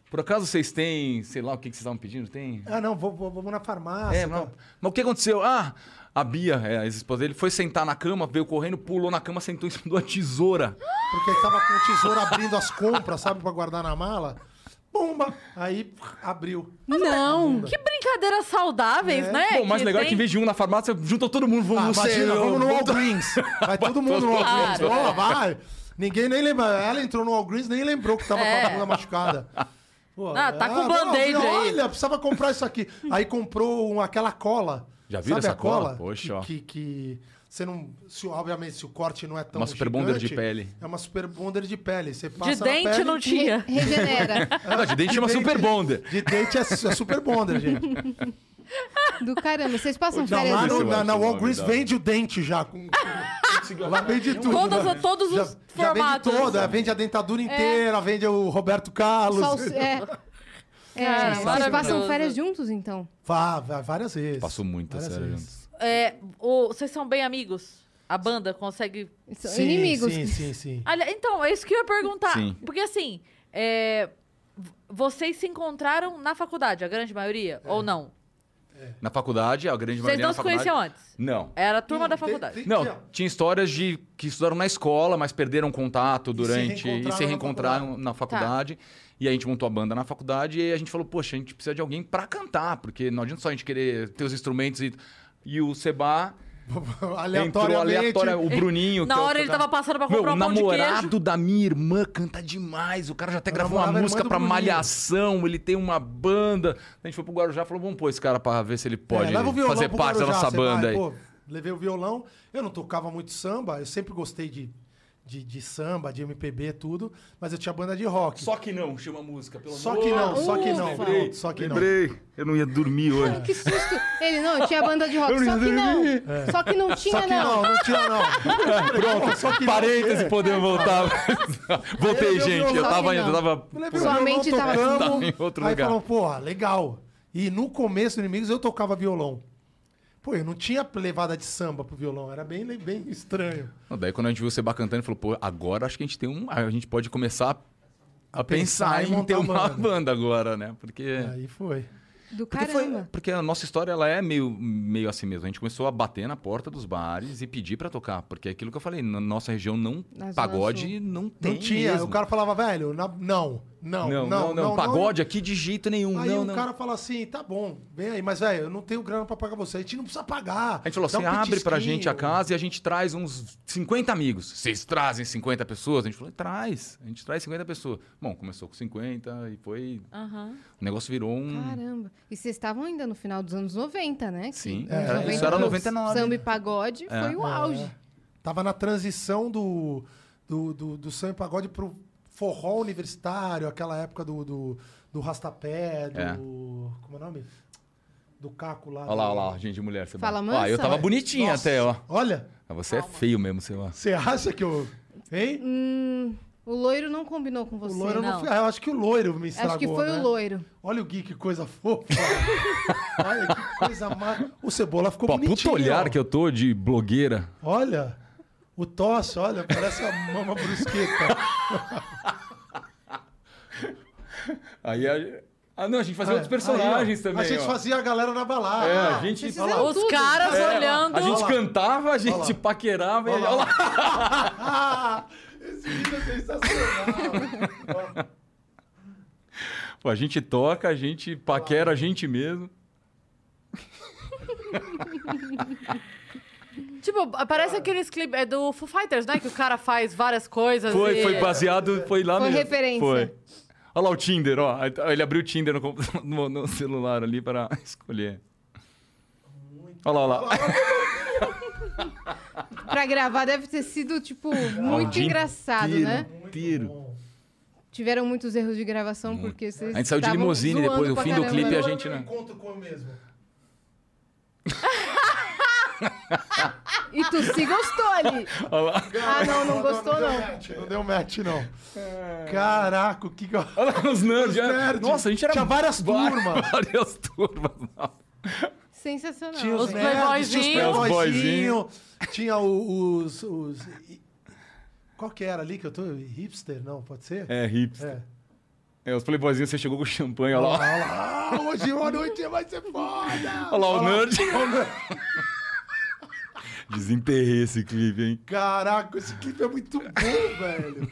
D: por acaso vocês têm, sei lá, o que, que vocês estavam pedindo, tem...
C: Ah, não, vou- vou- vamos na farmácia. então.
D: É, mas, mas o que aconteceu? Ah, a Bia, é, a ex-esposa dele, foi sentar na cama, veio correndo, pulou na cama, sentou em cima de uma tesoura.
C: Porque ele tava com o tesouro abrindo as compras, sabe, pra guardar na mala. Bomba! Aí abriu.
B: Não!
A: Que brincadeiras saudáveis, né?
D: Bom, o mais legal é que
A: tem-
D: em vez de um na farmácia, juntou todo mundo, vamos
C: Ah,
D: no
C: imagina,
D: cinema,
C: vamos no
D: vamos-
C: Walgreens. Vai todo mundo no
D: Claro,
C: Walgreens.
A: é.
C: Ó, vai. Ninguém nem lembra. Ela entrou no Walgreens, nem lembrou que tava com
A: É.
C: a bunda machucada. Pô, é,
A: Ah, tá com
C: não,
A: band-aid
C: olha,
A: aí.
C: Olha, precisava comprar isso aqui. Aí comprou um- aquela cola.
D: Já viram
C: Sabe
D: essa
C: a cola?
D: cola? Poxa,
C: que,
D: ó.
C: Que, que você não... Se, obviamente, se o corte não é tão
D: Uma super bonder de
C: gigante,
D: pele.
C: É uma super bonder de pele. Você passa
A: De
C: na
A: dente
C: pele,
A: não tinha.
B: Re- regenera.
D: Não, de dente chama
C: dente-
D: Super Bonder.
C: De dente é, su- é super bonder, gente.
B: Do caramba, vocês passam
C: Não,
B: férias.
C: lá
D: Esse
C: no,
D: eu
C: na,
D: acho
C: na
D: o nome
C: Walgreens
D: da-
C: vende o dente já. Com, lá vende tudo.
A: Todas-
C: né?
A: todos os formatos.
C: Vende toda, vende a dentadura inteira, vende o Roberto Carlos.
B: Só os- é. É,
A: Cara,
B: vocês
A: maravilhoso.
B: passam férias juntos, então?
C: Vá, vá, várias vezes.
D: Passou muita
C: Várias
D: série
C: vezes.
D: juntos.
A: É, o- vocês são bem amigos? A banda consegue.
B: São
C: Sim,
B: inimigos.
C: Sim, sim, sim.
A: Olha, então, é isso que eu ia perguntar.
D: Sim.
A: Porque assim, é, v- vocês se encontraram na faculdade, a grande maioria? Ou não?
D: Na faculdade, a grande
A: Vocês
D: maioria
A: não
D: na
A: se
D: faculdade-
A: conheciam antes? É,
D: Não.
A: Era a turma
C: Hum,
A: da
C: tem-
A: faculdade.
C: tem-
D: Não,
C: Tinha.
D: tinha histórias de que estudaram na escola, mas perderam contato durante e
C: reencontraram
D: se
C: na
D: reencontraram
A: Tá.
D: na faculdade. E aí a gente montou a banda na faculdade e a gente falou, poxa, a gente precisa de alguém pra cantar, porque não adianta só a gente querer ter os instrumentos e e o Seba Entrou
C: Aleatoriamente.
D: aleatório, o Bruninho.
A: Na
D: que é o
A: hora ele
D: cara-
A: tava passando pra
D: Meu,
A: comprar
D: o
A: um pão de
D: namorado da minha irmã canta demais. O cara já até
C: Eu
D: gravou uma
C: namorava a irmã
D: música
C: do
D: pra
C: Bruninho.
D: Malhação, ele tem uma banda. A gente foi pro Guarujá e falou: vamos pôr esse cara pra ver se ele
C: É,
D: pode
C: leva o violão
D: fazer
C: pro
D: parte da
C: Guarujá,
D: nossa
C: você
D: banda
C: vai,
D: aí.
C: pô, levei o violão. Eu não tocava muito samba, eu sempre gostei de, de, de samba, de MPB, tudo, mas eu tinha banda de rock.
D: Só que não, chama a música, pelo
C: Só
D: amor
C: que
D: de
C: não,
D: Deus.
C: só que não.
D: Lembrei,
C: Pronto, só que não.
D: lembrei. Eu não ia dormir hoje.
B: Que susto! Ele não, eu tinha banda de rock, só que não. É. Só que não tinha,
C: Só que
B: não.
C: não, não tinha não.
D: Pronto,
C: Só que não. É.
D: parênteses, podemos voltar. Voltei,
C: Eu- eu-
D: gente. Eu
B: só que
D: tava,
B: não.
D: eu tava.
C: Eu levei o
B: Sua
C: violão,
B: mente tava- assim.
C: tocamos,
D: Tava em outro
C: aí
D: lugar.
C: falaram, porra, legal. E no começo do Inimigos eu tocava violão. Pô, eu não tinha levada de samba pro violão, era bem, bem estranho.
D: Não, daí quando a gente viu você bacantando, ele falou, pô, agora acho que a gente tem um. A gente pode começar a,
C: A
D: pensar,
C: pensar em
D: em ter
C: montar
D: uma
C: banda.
D: banda agora, né? Porque.
C: Aí foi.
B: Do
D: Porque, foi-
B: caramba.
D: porque a nossa história ela é meio, meio assim mesmo. A gente começou a bater na porta dos bares e pedir pra tocar. Porque é aquilo que eu falei, na nossa região não.
B: Na Zona
D: pagode não tem.
C: não tinha.
D: mesmo.
C: O cara falava, velho, na- não, não,
D: Não, não, não. Pagode aqui de jeito nenhum.
C: Aí
D: não,
C: o
D: não.
C: cara fala assim, tá bom, vem aí, mas velho, eu não tenho grana pra pagar você. A gente não precisa pagar.
D: A gente falou
C: Dá
D: assim:
C: um
D: abre pra gente a
C: petisquinho."
D: casa e a gente traz uns 50 amigos. Vocês trazem 50 pessoas? A gente falou: traz. A gente traz 50 pessoas. Bom, começou com 50 e foi.
A: Aham.
D: O negócio virou um.
B: Caramba. E vocês estavam ainda no final dos anos 90, né? Que
D: Sim.
B: nos
D: É, isso
B: 90,
D: era
B: o
D: 99.
B: Samba e
D: É.
B: pagode foi
C: É.
B: o auge.
C: Tava na transição do, do, do, do samba e pagode pro forró universitário, aquela época do, do, do rastapé, do...
D: É.
C: Como é o nome? Do caco lá.
D: Olha lá, olha lá, gente de mulher. Você
B: Fala,
D: Ah,
B: mansa.
D: eu tava bonitinha até, ó.
C: Olha,
D: Ah, Você é feio mesmo, sei lá.
C: você acha que eu... Hein?
B: Hum, o loiro não combinou com
C: O
B: você. né?
C: loiro não.
A: não.
C: foi- ah, Eu acho que o loiro me estragou,
B: Acho que foi
C: né?
B: o loiro.
C: Olha o Gui, que coisa fofa. Olha que coisa má. O Cebola ficou
D: Pô,
C: bonitinho.
D: puto olhar que eu tô de blogueira.
C: Olha, o tosse, olha, parece a mama brusqueta.
D: Aí a... Ah, não, a gente fazia outros
C: é. Aí,
D: personagens
C: ó,
D: também.
C: A gente
D: ó.
C: fazia a galera na balada.
D: É, a gente.
B: Ah, Vocês
C: olha lá.
B: fizeram
A: Os
B: tudo.
A: caras
D: É,
A: olhando.
D: A gente
C: lá.
D: cantava, a gente
C: Olha lá.
D: paquerava. e- Olha lá.
C: Ah, esse vídeo é sensacional. Ó,
D: Pô, a gente toca, a gente paquera a gente mesmo.
A: Tipo, parece aqueles clipes é, do Foo Fighters, né? Que o cara faz várias coisas.
D: Foi,
A: e...
D: foi baseado, foi lá
B: Foi
D: mesmo.
B: referência.
D: Foi. Olha lá o Tinder, ó. Ele abriu o Tinder no, compu- no- no celular ali para escolher. Olha lá, olha lá.
B: Pra gravar deve ter sido, tipo,
C: Ah,
B: muito
D: dia
B: engraçado,
D: inteiro.
B: né?
D: Inteiro.
C: bom.
B: Tiveram muitos erros de gravação porque vocês.
D: A gente saiu de
B: estavam
D: limusine
B: zoando
D: depois, no
B: pra
D: fim do
B: caramba.
D: clipe, a
C: Agora
D: gente
C: eu
D: não-
C: encontro com eu mesmo.
B: E tu se gostou ali.
D: Olha lá.
B: Ah, não, não gostou,
C: deu
B: não.
C: match, É. não deu match, não. Caraca, o que que eu...
D: Olha lá os nerds. já-
C: nerds.
D: Ah, Nossa, a gente era.
C: Tinha várias turmas.
D: Várias turmas.
B: Sensacional.
C: Tinha os,
A: Os
C: nerds, tinha os
D: playboyzinho.
C: playboyzinho, tinha o- os, os... Qual que era ali que eu tô? Hipster? Não, pode ser?
D: É, hips.
C: É.
D: É, os playboyzinhos, você chegou com champanhe, olha lá.
C: Olha lá, olha lá, hoje a noite vai ser foda!
D: Olha lá o nerd. Desenterrei esse clipe, hein?
C: Caraca, esse clipe é muito bom, velho.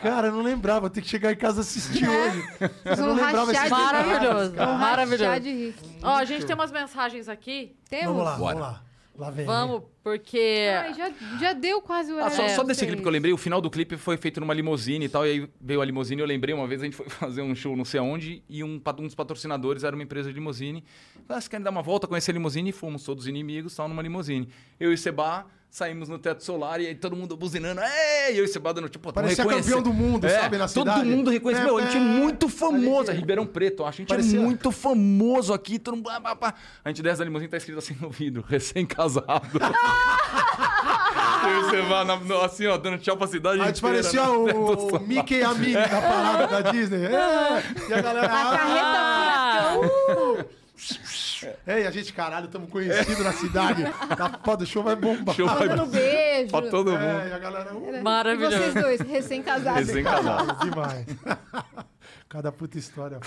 C: Cara, eu não lembrava, vou ter que chegar em casa assistir hoje. Eu
B: Vocês
C: não
B: vão
C: lembrava
B: rachar de
C: esse
B: rir.
A: Maravilhoso,
B: Vão
A: maravilhoso.
B: rachar de rir.
A: Ó, a gente tem umas mensagens aqui.
B: Temos?
C: Vamos lá,
D: Bora.
C: vamos lá. Lá vem.
A: Vamos, porque.
B: Ai, já, já deu quase o
D: Ah,
B: horário.
D: só,
B: de
D: só desse
B: vocês.
D: clipe que eu lembrei, o final do clipe foi feito numa limusine e tal, e aí veio a limusine, eu lembrei uma vez, a gente foi fazer um show não sei aonde, e um, pa- um dos patrocinadores era uma empresa de limusine. Ah, vocês querem dar uma volta, conhecer a limusine? E fomos todos inimigos, tal, numa limusine. Eu e o Seba saímos no teto solar e aí todo mundo buzinando, "Ei!" e eu e o Seba dando, tipo, tamo
C: Parecia
D: reconhecendo.
C: campeão do mundo, sabe, na
D: todo
C: cidade.
D: mundo reconhece, meu, a gente é muito famoso, é
C: Parecia-
D: Ribeirão Preto, eu acho, a gente
C: Parecia-
D: é muito famoso aqui, todo mundo, blá, blá, blá. A gente desce da limusine, tá escrito assim no vidro, recém-casado. Eu e você vai na- no- assim, ó, dando tchau pra cidade.
C: A gente
D: inteira,
C: parecia
D: né?
C: Ah, o, o Mickey e a Minnie da parada da Disney. É, e a galera. "Ah,
A: Ah,
C: É, e a gente, caralho, estamos conhecidos na cidade. Da foda, do show vai bombar.
D: Show vai
B: Mandando beijo.
D: pra todo
C: É,
D: mundo.
C: e a galera. "Uh,
A: maravilhoso.
B: E vocês dois, recém-casados.
D: Recém-casado.
C: demais. Cada puta história.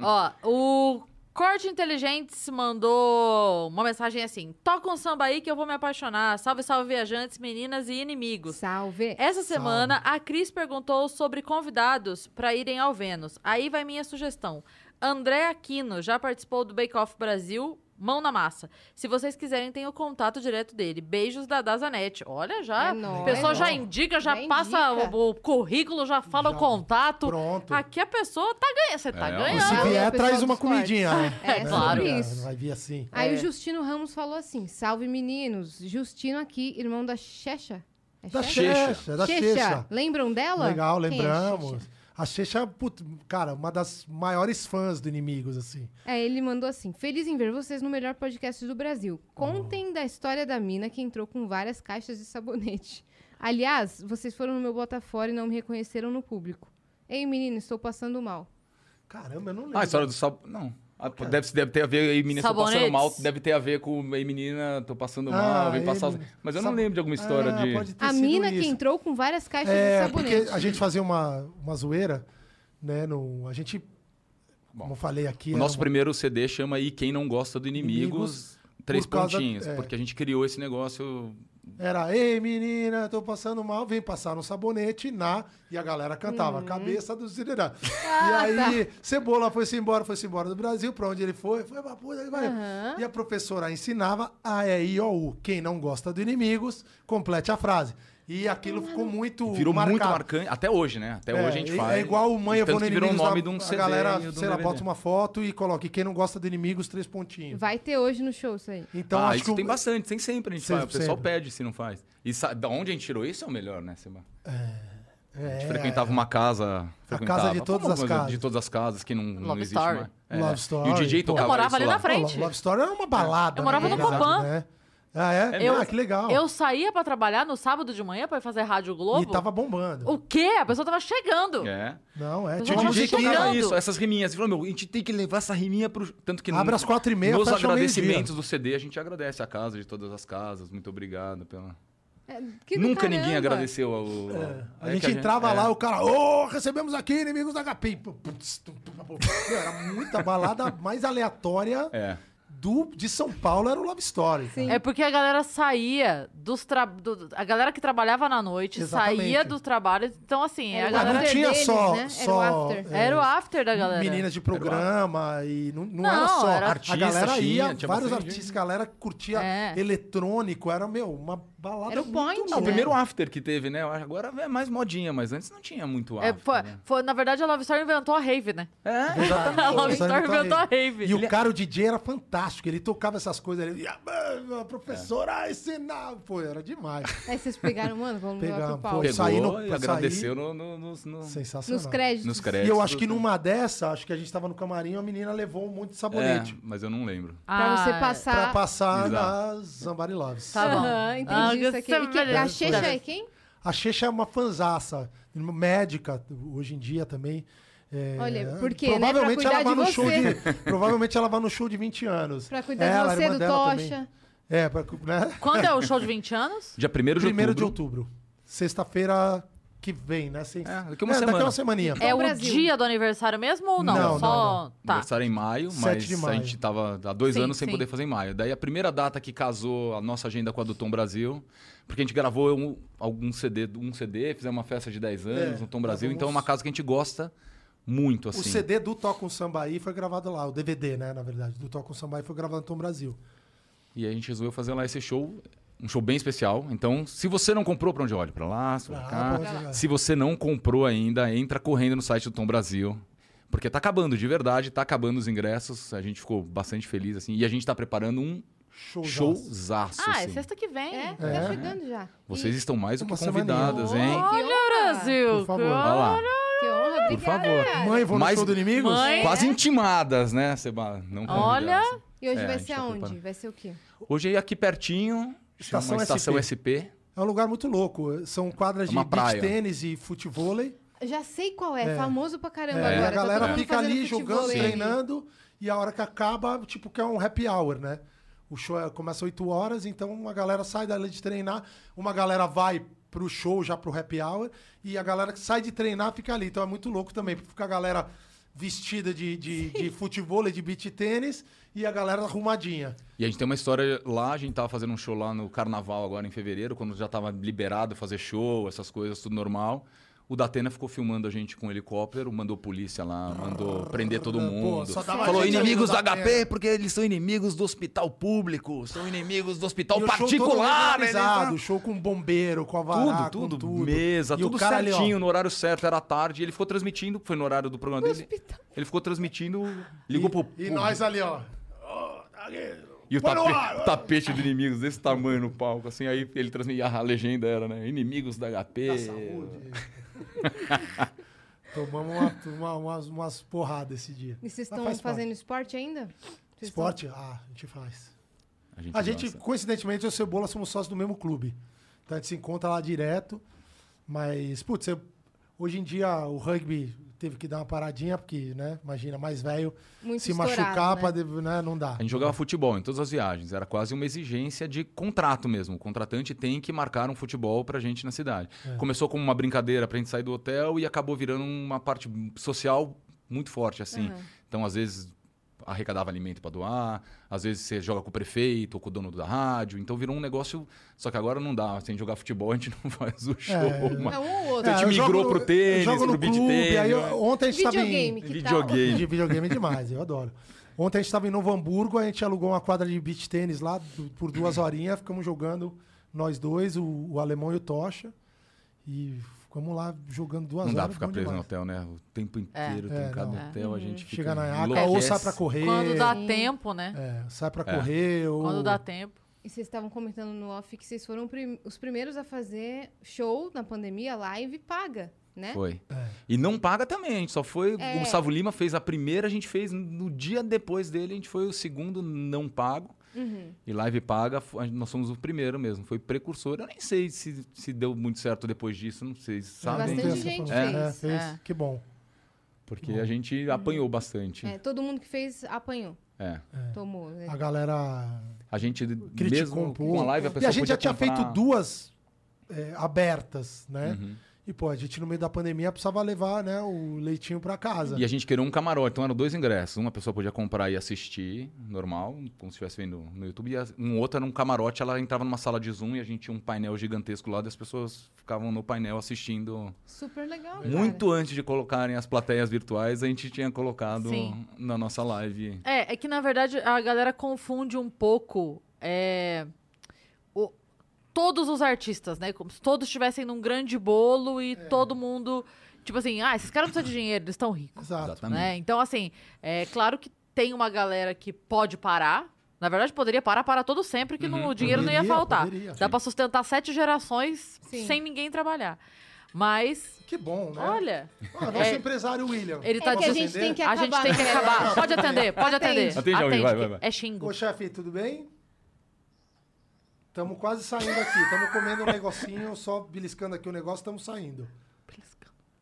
A: Ó, o Corte Inteligentes mandou uma mensagem assim: toca um samba aí que eu vou me apaixonar. Salve, salve, viajantes, meninas e inimigos.
B: Salve.
C: É,
A: Essa semana, a Cris perguntou sobre convidados para irem ao Vênus. Aí vai minha sugestão. André Aquino já participou do Bake Off Brasil. Mão na massa. Se vocês quiserem, tem o contato direto dele. Beijos da Dazanete. Olha, já.
B: É nóis.
A: a pessoa já
C: Ó,
A: indica, já,
B: já
A: passa
B: indica.
A: O, o currículo, já fala
C: Já.
A: o contato.
C: Pronto.
A: Aqui a pessoa tá ganhando. Você tá
D: É, ó.
C: Se
A: ganhando.
B: Esse-
C: vier,
B: Valeu,
C: traz
B: pessoal
C: uma
B: dos cortes.
C: comidinha, né?
B: É,
A: É,
B: sobre
A: claro.
B: isso.
C: Vai vir assim.
B: Aí
A: É.
B: o Justino Ramos falou assim: salve meninos, Justino aqui, irmão da Checha. É
C: Da
B: Checha?
C: Checha, da Checha.
B: Lembram dela?
C: Legal,
B: Quem é
C: lembramos.
B: Checha?
C: A Checha, put- cara, uma das maiores fãs do Inimigos, assim.
B: É, ele mandou assim: Feliz em ver vocês no melhor podcast do Brasil. Contem da história da mina que entrou com várias caixas de sabonete. Aliás, vocês foram no meu Botafogo e não me reconheceram no público. Ei, menino, estou passando mal.
C: Caramba, eu não lembro.
D: Ah, a história do sab... Não. Ah, pô, Deve, deve ter a ver, ei menina, tô passando
A: Sabonetes.
D: mal, deve ter a ver com, ei menina, tô passando
C: Ah,
D: mal, vem
C: ei,
D: passar... os-
C: menina.
D: Mas eu não
C: Sab-
D: lembro de alguma história
C: Ah,
D: de...
C: pode ter
B: A
C: sido
B: mina que
C: isso.
B: entrou com várias caixas de
C: É, porque
B: sabonete. né?
C: a gente fazia uma, uma zoeira, né? No, a gente, como eu falei aqui...
D: O
C: era
D: nosso
C: uma-
D: primeiro CD chama E Quem Não Gosta do Inimigos,
C: né? Inimigos,
D: três
C: por causa-
D: pontinhos,
C: é.
D: porque a gente criou esse negócio...
C: Era, ei menina, tô passando mal, vem passar no sabonete na. E a galera cantava, cabeça do Zirerá. e aí, Cebola foi-se embora, foi-se embora do Brasil, pra onde ele foi, foi pra puta que pariu. E a professora ensinava A, E, I, O, U. Quem não gosta do inimigos, complete a frase. E aquilo ficou muito.
D: Virou muito
C: marcado.
D: marcante, até hoje, né? Até hoje a gente
C: é,
D: faz.
C: É igual o Mãe,
D: E
C: eu vou
D: tanto
C: no
D: que virou o
C: Inimigos,
D: nome
C: a,
D: de um
C: a
D: CD e de
C: galera,
D: um
C: sei lá,
D: DVD.
C: bota uma foto e coloca, e quem não gosta do inimigos, três pontinhos.
B: Vai ter hoje no show isso aí.
C: Então,
D: ah,
C: acho
D: isso
C: que o-
D: tem bastante, tem sempre. A gente faz, o pessoal
C: Sempre.
D: pede se não faz. E sa- da onde a gente tirou isso é o melhor, né, Seba? A gente
C: é,
D: frequentava uma casa. frequentava-
C: casa de todas
D: Vamos
C: as
D: dizer,
C: casas.
D: De todas as casas que não, não
A: Love
D: existe
A: Story.
D: mais. É.
C: Love Story,
D: E o DJ
C: pô.
D: tocava
A: Eu morava
D: isso
A: ali
D: lá.
A: na frente.
C: Tá Love Story era uma balada.
A: Eu morava
C: na
A: no
C: verdade,
A: Copan.
C: Né? Ah, é?
D: Eu-
C: ah, que legal.
A: Eu saía pra trabalhar no sábado de manhã pra fazer Rádio Globo.
C: E tava bombando.
A: O quê? A pessoa tava chegando.
D: É.
C: Não, é.
A: Mas
D: Tinha
C: Tinha
A: eu
D: um
C: DJ que
D: DJ que
A: chegando.
D: tocava isso, essas riminhas. Ele falou, meu, a gente tem que levar essa riminha pro. Tanto que
C: Abre às quatro e meia,
D: Nos
C: fecha ao
D: agradecimentos do CD, a gente agradece a casa de todas as casas. Muito obrigado pela.
B: É, que do
D: Nunca ninguém
B: caramba.
D: agradeceu ao.
C: A
D: É
C: gente
D: que
C: entrava
D: é.
C: lá, o cara, ô, recebemos aqui inimigos da HP. Pô, putz, tum, tum, pum, pum. Meu, Era muita balada mais aleatória
D: É.
C: do, de São Paulo, era o Love Story. cara.
A: É porque a galera saía dos tra... do- A galera que trabalhava na noite
C: Exatamente.
A: saía do trabalho. Então, assim, a
B: Era o
C: Ah,
A: galera.
C: não
B: after
C: tinha
B: deles,
C: só,
B: né? Era o
C: só
B: after.
C: é,
A: Era o after da galera.
C: meninas de programa e não, não, era
A: Não,
C: só.
A: era-
C: a
D: Artista,
C: galera
D: tinha,
C: ia,
D: tinha
C: vários
D: bastante
C: artistas,
D: gente.
C: galera curtia
A: É.
C: eletrônico, era, meu, uma balada
B: Era o
C: muito
B: point,
C: louca.
D: Ah, o
B: né?
D: primeiro after que teve, né? Eu acho- Agora é mais modinha, mas antes não tinha muito
A: É,
D: after.
A: foi,
D: né?
A: foi- na verdade, a Love Story inventou a rave, né?
D: É,
C: Exatamente.
A: A Love Story
C: Inventou a
A: inventou a rave. é-
C: E o cara, o DJ, era fantástico. Ele tocava essas coisas. Ele, "Ah, mano, a professora ensinava. Pô, era demais.
B: Aí vocês pegaram, mano, vamos levar pro
C: Pegamos,
B: pau.
C: foi.
D: pegou
C: saí no-
D: e
C: saí-
D: agradeceu no, no- nos- no-
C: Sensacional.
B: Nos créditos.
D: nos
C: E
D: créditos.
C: eu acho que numa dessa, acho que a gente tava no camarim, a menina levou um monte de
D: É,
C: sabonete.
D: mas eu não lembro.
B: Pra você
A: Ah,
C: Pra
B: passar.
C: passar
D: É. Exato.
C: nas Zambari Loves.
A: Tá bom.
B: Aham,
A: Ah,
B: entendi isso aqui. E quem-
A: Gustavo,
B: a Checha é quem?
C: A Xexa é uma fanzaça, uma médica hoje em dia também. É,
B: Olha, por quê, né? Pra
C: Provavelmente
B: cuidar
C: ela vai
B: de
C: no
B: você.
C: show de. Provavelmente ela vai no show de 20 anos.
B: Pra cuidar
C: Ela,
B: de
C: a
B: você,
C: irmã
B: do
C: dela
B: Tocha.
C: também. É, pra, cu- né?
A: Quando é o show de 20 anos?
D: Dia 1 de
C: Primeiro de
D: outubro.
C: outubro. Sexta-feira que vem, né? Sem...
D: É, daqui uma
C: Daqui
D: semana.
C: uma semaninha.
A: É o
B: Brasil.
A: dia do aniversário mesmo ou não?
C: Não,
A: Só. Tá.
D: Aniversário em maio,
C: 7
D: mas
C: de
D: a
C: maio.
D: gente tava há dois
A: Sim,
D: anos sem
A: sim.
D: poder fazer em maio. Daí a primeira data que casou a nossa agenda com a do Tom Brasil, porque a gente gravou um, algum CD, um CD, fizemos uma festa de 10 anos
C: É,
D: no Tom Brasil,
C: gravamos-
D: então é uma casa que a gente gosta muito, assim.
C: O CD do Toca um Sambaí foi gravado lá, o DVD, né? Na verdade, do Toca um Sambaí foi gravado no Tom Brasil.
D: E aí a gente resolveu fazer lá esse show, um show bem especial. Então, se você não comprou, pra onde olha? Pra lá, pra
C: Ah,
D: cá.
C: pra
B: tá.
C: onde olha?
D: Se você não comprou ainda, entra correndo no site do Tom Brasil. Porque tá acabando, de verdade, tá acabando os ingressos. A gente ficou bastante feliz, assim. E a gente tá preparando um
C: Show.
D: showzaço,
A: Ah, é
D: assim.
A: sexta que vem.
B: É, tá chegando já.
D: Vocês
B: E-
D: estão mais do
C: Uma
D: que convidadas,
B: semaninha.
D: hein?
B: Oh,
A: Olha,
B: Que honra.
A: Brasil!
C: Por favor.
D: Olha lá.
B: Que honra,
D: Por
B: obrigada.
D: favor.
B: cara.
C: Mãe, vou no
D: Mas-
C: show do Inimigos?
A: Mãe.
D: Quase intimadas, né, Seba? Não convidadas.
A: Olha.
B: E hoje
D: É, a
B: vai
D: gente
B: ser
D: tá
B: aonde?
D: preparando.
B: Vai ser o quê?
D: Hoje é aqui pertinho,
C: Estação
D: estação uma estação SP.
C: É um lugar muito louco. São quadras
D: É uma
C: de beach
D: praia.
C: tênis e futevôlei.
B: Já sei qual é, famoso pra caramba
C: É,
B: agora.
C: e a
B: Tá todo
C: galera
B: mundo
C: fica
B: fazendo
C: ali
B: futebol
C: jogando,
B: aí.
C: treinando, e a hora que acaba, tipo, que é um happy hour, né? O show é- começa 8 horas, então a galera sai dali de treinar, uma galera vai pro show já pro happy hour, e a galera que sai de treinar fica ali. Então é muito louco também, porque fica a galera vestida de, de, de futebol e de beach tênis e a galera arrumadinha.
D: E a gente tem uma história lá, a gente tava fazendo um show lá no carnaval agora em fevereiro, quando já tava liberado fazer show, essas coisas, tudo normal. O Datena ficou filmando a gente com um helicóptero, mandou polícia lá, mandou prender todo
C: Ah, pô,
D: mundo.
C: só dava
D: Falou
C: gente ali
D: inimigos
C: no
D: do
C: Datena."
D: HP porque eles são inimigos do hospital público, são inimigos do hospital
C: E o show todo
D: Tá particular. né?
C: organizado, show com bombeiro, com avará,
D: tudo, tudo,
C: com tudo. E
D: mesa,
C: o
D: tudo
C: cara ali, ó,
D: certinho, no horário certo, era tarde. Ele ficou transmitindo, foi no horário do programa dele. Ele ficou transmitindo, ligou pro.
C: E
D: pro-
C: nós ali, ó.
D: e o
C: Põe no
D: tape-
C: ar!
D: tapete de inimigos desse tamanho no palco, assim. Aí ele transmitia, a legenda era, né? Inimigos da HP.
C: Saúde. Tomamos uma- uma- umas, umas porradas esse dia.
B: E vocês
C: Mas
B: estão
C: faz parte.
B: fazendo esporte ainda? Vocês estão-
C: Esporte? Ah, a gente faz.
D: A gente, assim.
C: A gente,
D: gosta.
C: coincidentemente, eu e o Cebola somos sócios do mesmo clube. Então a gente se encontra lá direto. Mas, putz, eu- hoje em dia o rugby teve que dar uma paradinha, porque, né? Imagina, mais velho,
B: Muito
C: se
B: estourado,
C: machucar,
B: né?
C: pra de- né, não dá.
D: A gente jogava futebol em todas as viagens. Era quase uma exigência de contrato mesmo. O contratante tem que marcar um futebol pra gente na cidade.
C: É.
D: Começou como uma brincadeira pra gente sair do hotel e acabou virando uma parte social muito forte, assim. Então, às vezes, arrecadava alimento pra doar. Às vezes, você joga com o prefeito ou com o dono da rádio. Então, virou um negócio... Só que agora não dá. Sem jogar futebol, a gente não faz o show. mas-
B: É um ou outro.
D: a gente
C: eu jogo
D: migrou
C: no-
D: pro
C: eu
D: tênis,
C: jogo no
D: pro beach
C: clube,
D: tênis,
C: aí eu-
D: né?
C: ontem a gente tá tava em-
B: Videogame, que tá tal?
D: Videogame.
C: De videogame é demais, eu adoro. Ontem a gente estava em Novo Hamburgo, a gente alugou uma quadra de beach tênis lá du- por duas horinhas, ficamos jogando nós dois, o, o alemão e o Tocha. E ficamos lá jogando duas
D: Não
C: horas.
D: dá pra ficar
C: bom
D: preso no
C: demais.
D: hotel, né? O tempo inteiro,
C: É,
D: trancado no
C: não.
D: hotel, a
B: Uhum.
D: gente fica...
C: Chega na Iaca, ou sai pra
D: enlouquece.
C: correr.
A: Quando dá tempo, né?
C: é, sai pra correr, ou.
A: Quando dá tempo.
B: E vocês estavam comentando no off que vocês foram prim- os primeiros a fazer show na pandemia, live paga, né?
D: É. Foi.
C: É.
D: E não paga também, a gente só foi.
B: É.
D: O Gustavo Lima fez a primeira, a gente fez no dia depois dele, a gente foi o segundo não pago.
B: Uhum.
D: E live paga, f- a gente- nós somos o primeiro mesmo. Foi precursor. Eu nem sei se, se deu muito certo depois disso, não sei se sabem.
B: Bastante gente
C: É,
B: fez.
C: é, fez.
A: É.
C: Que bom.
D: Porque a gente apanhou bastante.
B: Uhum. É,
D: É.
B: todo mundo que fez apanhou, tomou. né?
C: A galera
D: A gente
C: criticou
D: mesmo
C: um
D: com
C: pouco.
D: a live, a
C: e
D: pessoa
C: a gente
D: podia
C: já tinha
D: comprar- Uhum.
C: feito duas é, abertas, né? E, pô, a gente no meio da pandemia precisava levar né, o leitinho pra casa.
D: E a gente queria um camarote, então eram dois ingressos. Uma pessoa podia comprar e assistir, normal, como se estivesse vendo no YouTube. E as- um outro era um camarote, ela entrava numa sala de Zoom e a gente tinha um painel gigantesco lá e as pessoas ficavam no painel assistindo.
B: Super legal, cara.
D: Muito antes de colocarem as plateias virtuais, a gente tinha colocado
A: Sim.
D: na nossa live.
A: É, é que na verdade a galera confunde um pouco é, o- todos os artistas, né? Como se todos estivessem num grande bolo
D: É.
A: e todo mundo. Tipo assim, ah, esses caras não precisam de dinheiro, eles estão ricos.
C: Exato.
A: né? Então, assim, é claro que tem uma galera que pode parar. Na verdade, poderia parar para todo sempre, que
D: Uhum.
A: não- o dinheiro não ia
C: Poderia,
A: faltar.
C: poderia.
A: Dá para sustentar sete gerações
B: Sim.
A: sem ninguém trabalhar. Mas,
C: Que bom, né?
A: olha,
C: Ah, nosso
A: é-
C: empresário William.
A: ele tá
B: É que a
A: dizendo.
B: gente tem que
A: A
B: acabar.
A: gente tem que
B: né?
A: acabar. Pode atender, pode
B: Atende.
A: atender.
D: Atende, Almir, vai,
A: que
D: vai, vai.
A: É xingo.
C: Ô, chefe, tudo bem? Estamos quase saindo aqui. Estamos comendo um negocinho, só beliscando aqui o negócio, estamos saindo.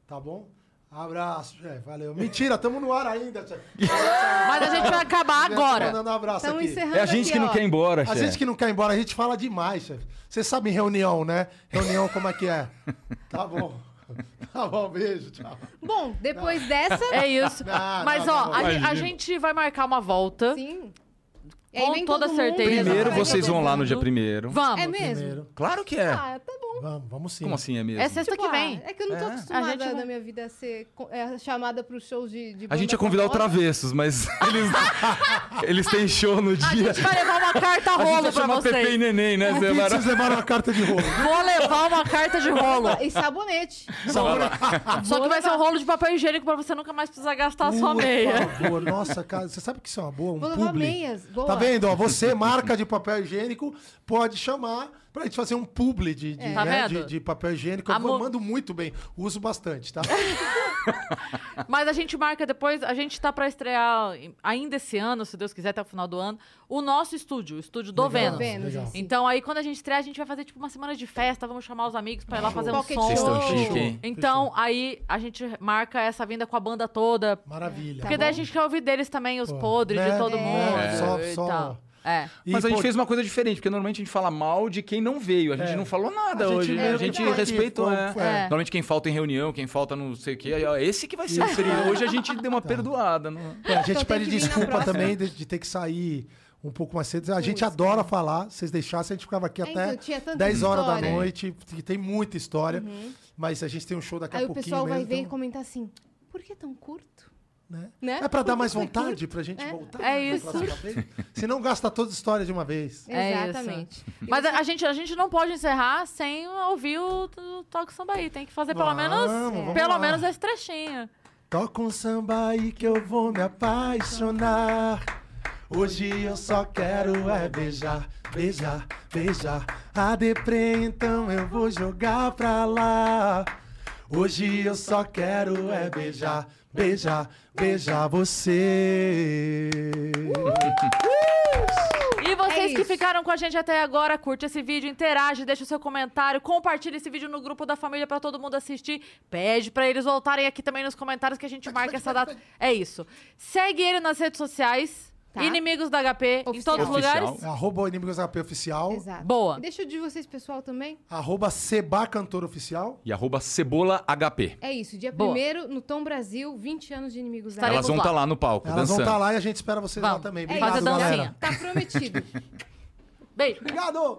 C: Tá bom? Abraço, chefe. Valeu. Mentira, estamos no ar ainda, chefe.
A: Mas a gente vai acabar
C: Tô
A: agora.
C: Mandando um abraço
B: Estamos
C: aqui.
B: encerrando
D: É a gente
B: então aqui,
D: que
B: ó.
D: não quer ir embora,
C: A gente
D: chefe.
C: que não quer ir embora, a gente fala demais, chefe. Você sabe em reunião, né? Reunião como é que é? Tá bom. Tá bom, beijo, tchau.
B: Bom, depois dessa,
A: É isso.
C: Não,
A: Mas,
C: não,
A: ó,
C: não,
A: a,
D: não.
A: gen- a gente vai marcar uma volta.
B: sim. E aí
A: Com
B: vem
A: toda
B: todo mundo,
A: certeza.
D: Primeiro
B: vai todo
D: vocês vão lá no
B: mundo.
D: dia primeiro.
A: Vamos.
B: É mesmo?
C: Primeiro.
D: Claro que é.
B: Ah, tá bom.
C: Vamos, vamos sim. né?
D: Como assim é mesmo?
A: É sexta
B: Tipo,
A: que
B: ah,
A: vem.
B: É que eu não tô
D: É.
B: acostumada
A: A gente vai-
B: na minha vida a ser co- é, chamada pro shows de, de
D: A gente
B: banda
C: é
D: ia convidar o
B: famosa.
D: Travessos, mas eles, eles têm show no
A: A
D: dia.
A: gente vai levar uma carta
D: A gente
A: rolo
D: ia
A: pra
D: chamar Pepe e
A: vocês.
D: Neném,
C: É,
D: né, Zé Mara?
C: Vocês levaram a carta de rolo.
D: né?
A: Vou levar uma carta de rolo.
B: E sabonete.
A: Só que vai ser um rolo de papel higiênico pra você nunca mais precisar gastar a sua
C: Por
A: Tá meia.
C: favor, nossa, cara, você sabe que isso é uma boa? Um
B: Vou levar
C: publi.
B: meias, boa.
C: Tá vendo? Ó, você, marca de papel higiênico, pode chamar pra gente fazer um publi de,
B: É.
C: de,
A: Tá
C: né,
A: vendo?
C: de- de papel higiênico. Eu
A: Amor-
C: vou- mando muito bem, uso bastante, tá?
A: Mas a gente marca depois, a gente tá pra estrear em- ainda esse ano, se Deus quiser, até o final do ano, o nosso estúdio, o estúdio do
C: Legal.
A: Vênus.
B: Vênus,
C: Legal.
B: isso.
A: Então aí quando a gente estrear, a gente vai fazer tipo uma semana de festa, vamos chamar os amigos pra ir lá fazer um
B: Pocket
A: som.
B: Vocês
D: estão chique, hein?
A: Então aí a gente marca essa vinda com a banda toda.
B: Tá
C: Maravilha.
A: Porque daí a gente quer ouvir deles também, os
C: Tá Pô,
A: podres
C: né?
A: de todo
C: É.
A: mundo.
C: É. Só-
A: e
C: só-
A: tal. É.
C: E,
D: Mas a gente
C: pô,
D: fez uma coisa diferente, porque normalmente a gente fala mal de quem não veio. A gente
C: É.
D: não falou nada
C: A gente
D: hoje. né?
C: meio
D: a
C: que
D: gente
C: foi aqui,
D: respeitou.
C: foi-
D: é.
C: foi-
A: É.
D: Normalmente quem falta em reunião, quem falta não sei o quê, aí, ó, esse que vai ser o
C: Isso. Tá.
D: seria. Hoje a gente deu uma perdoada. né? Não...
C: É, a gente
B: Então tem
C: pede
B: que vir na
C: desculpa
B: próxima.
C: também de, de ter que sair um pouco mais cedo. A gente adora falar, se vocês deixassem, a gente ficava aqui
B: É,
C: até
B: então, tinha tanta
C: 10 horas da
B: história. Uhum.
C: noite, que tem muita história. Mas a gente tem um show daqui
B: Aí
C: a
B: o
C: pouquinho.
B: pessoal vai
C: mesmo,
B: ver e
C: então,
B: comentar assim: por que tão curto?
C: né?
B: né?
C: É pra
B: Porque
C: dar mais
B: foi
C: vontade,
B: curto.
C: pra gente
B: É.
C: voltar.
A: É
C: né,
A: isso.
C: pra próxima vez. Se não gasta toda a história de uma vez.
A: É
B: Exatamente.
A: Mas a, a gente, a gente não pode encerrar sem ouvir o, o Toque Sambaí. Tem que fazer pelo
C: Vamos,
A: menos
C: vamos
A: pelo
C: lá.
A: menos esse trechinho.
C: Toca um samba aí que eu vou me apaixonar. Hoje eu só quero é beijar, beijar, beijar. A deprê então eu vou jogar pra lá. Hoje eu só quero é beijar, beijar, beijar você.
A: E
B: É
A: vocês
B: isso.
A: que ficaram com a gente até agora, curte esse vídeo, interage, deixa o seu comentário, compartilha esse vídeo no grupo da família pra todo mundo assistir. Pede pra eles voltarem aqui também nos comentários que a gente marca essa data. É isso. Segue ele nas redes sociais,
B: Tá.
A: Inimigos da HP, em
B: Oficial.
A: todos os lugares.
D: Oficial.
C: É Arroba o Inimigos HP Oficial.
B: Exato.
A: Boa.
B: E Deixa eu de vocês, pessoal, também.
C: Arroba Seba Cantor Oficial.
D: E arroba cebola HP.
B: É isso, dia
A: Boa.
B: 1 no Tom Brasil, 20 anos de inimigos da
A: Estaremos
D: Elas vão estar
A: lá.
D: lá no palco,
C: Elas vão tá
D: dançando.
C: estar lá e a gente espera vocês lá
A: Vamos.
C: também.
B: É
C: Obrigado,
B: isso,
A: dancinha.
C: galera.
B: Tá prometido.
A: Beijo.
C: Obrigado!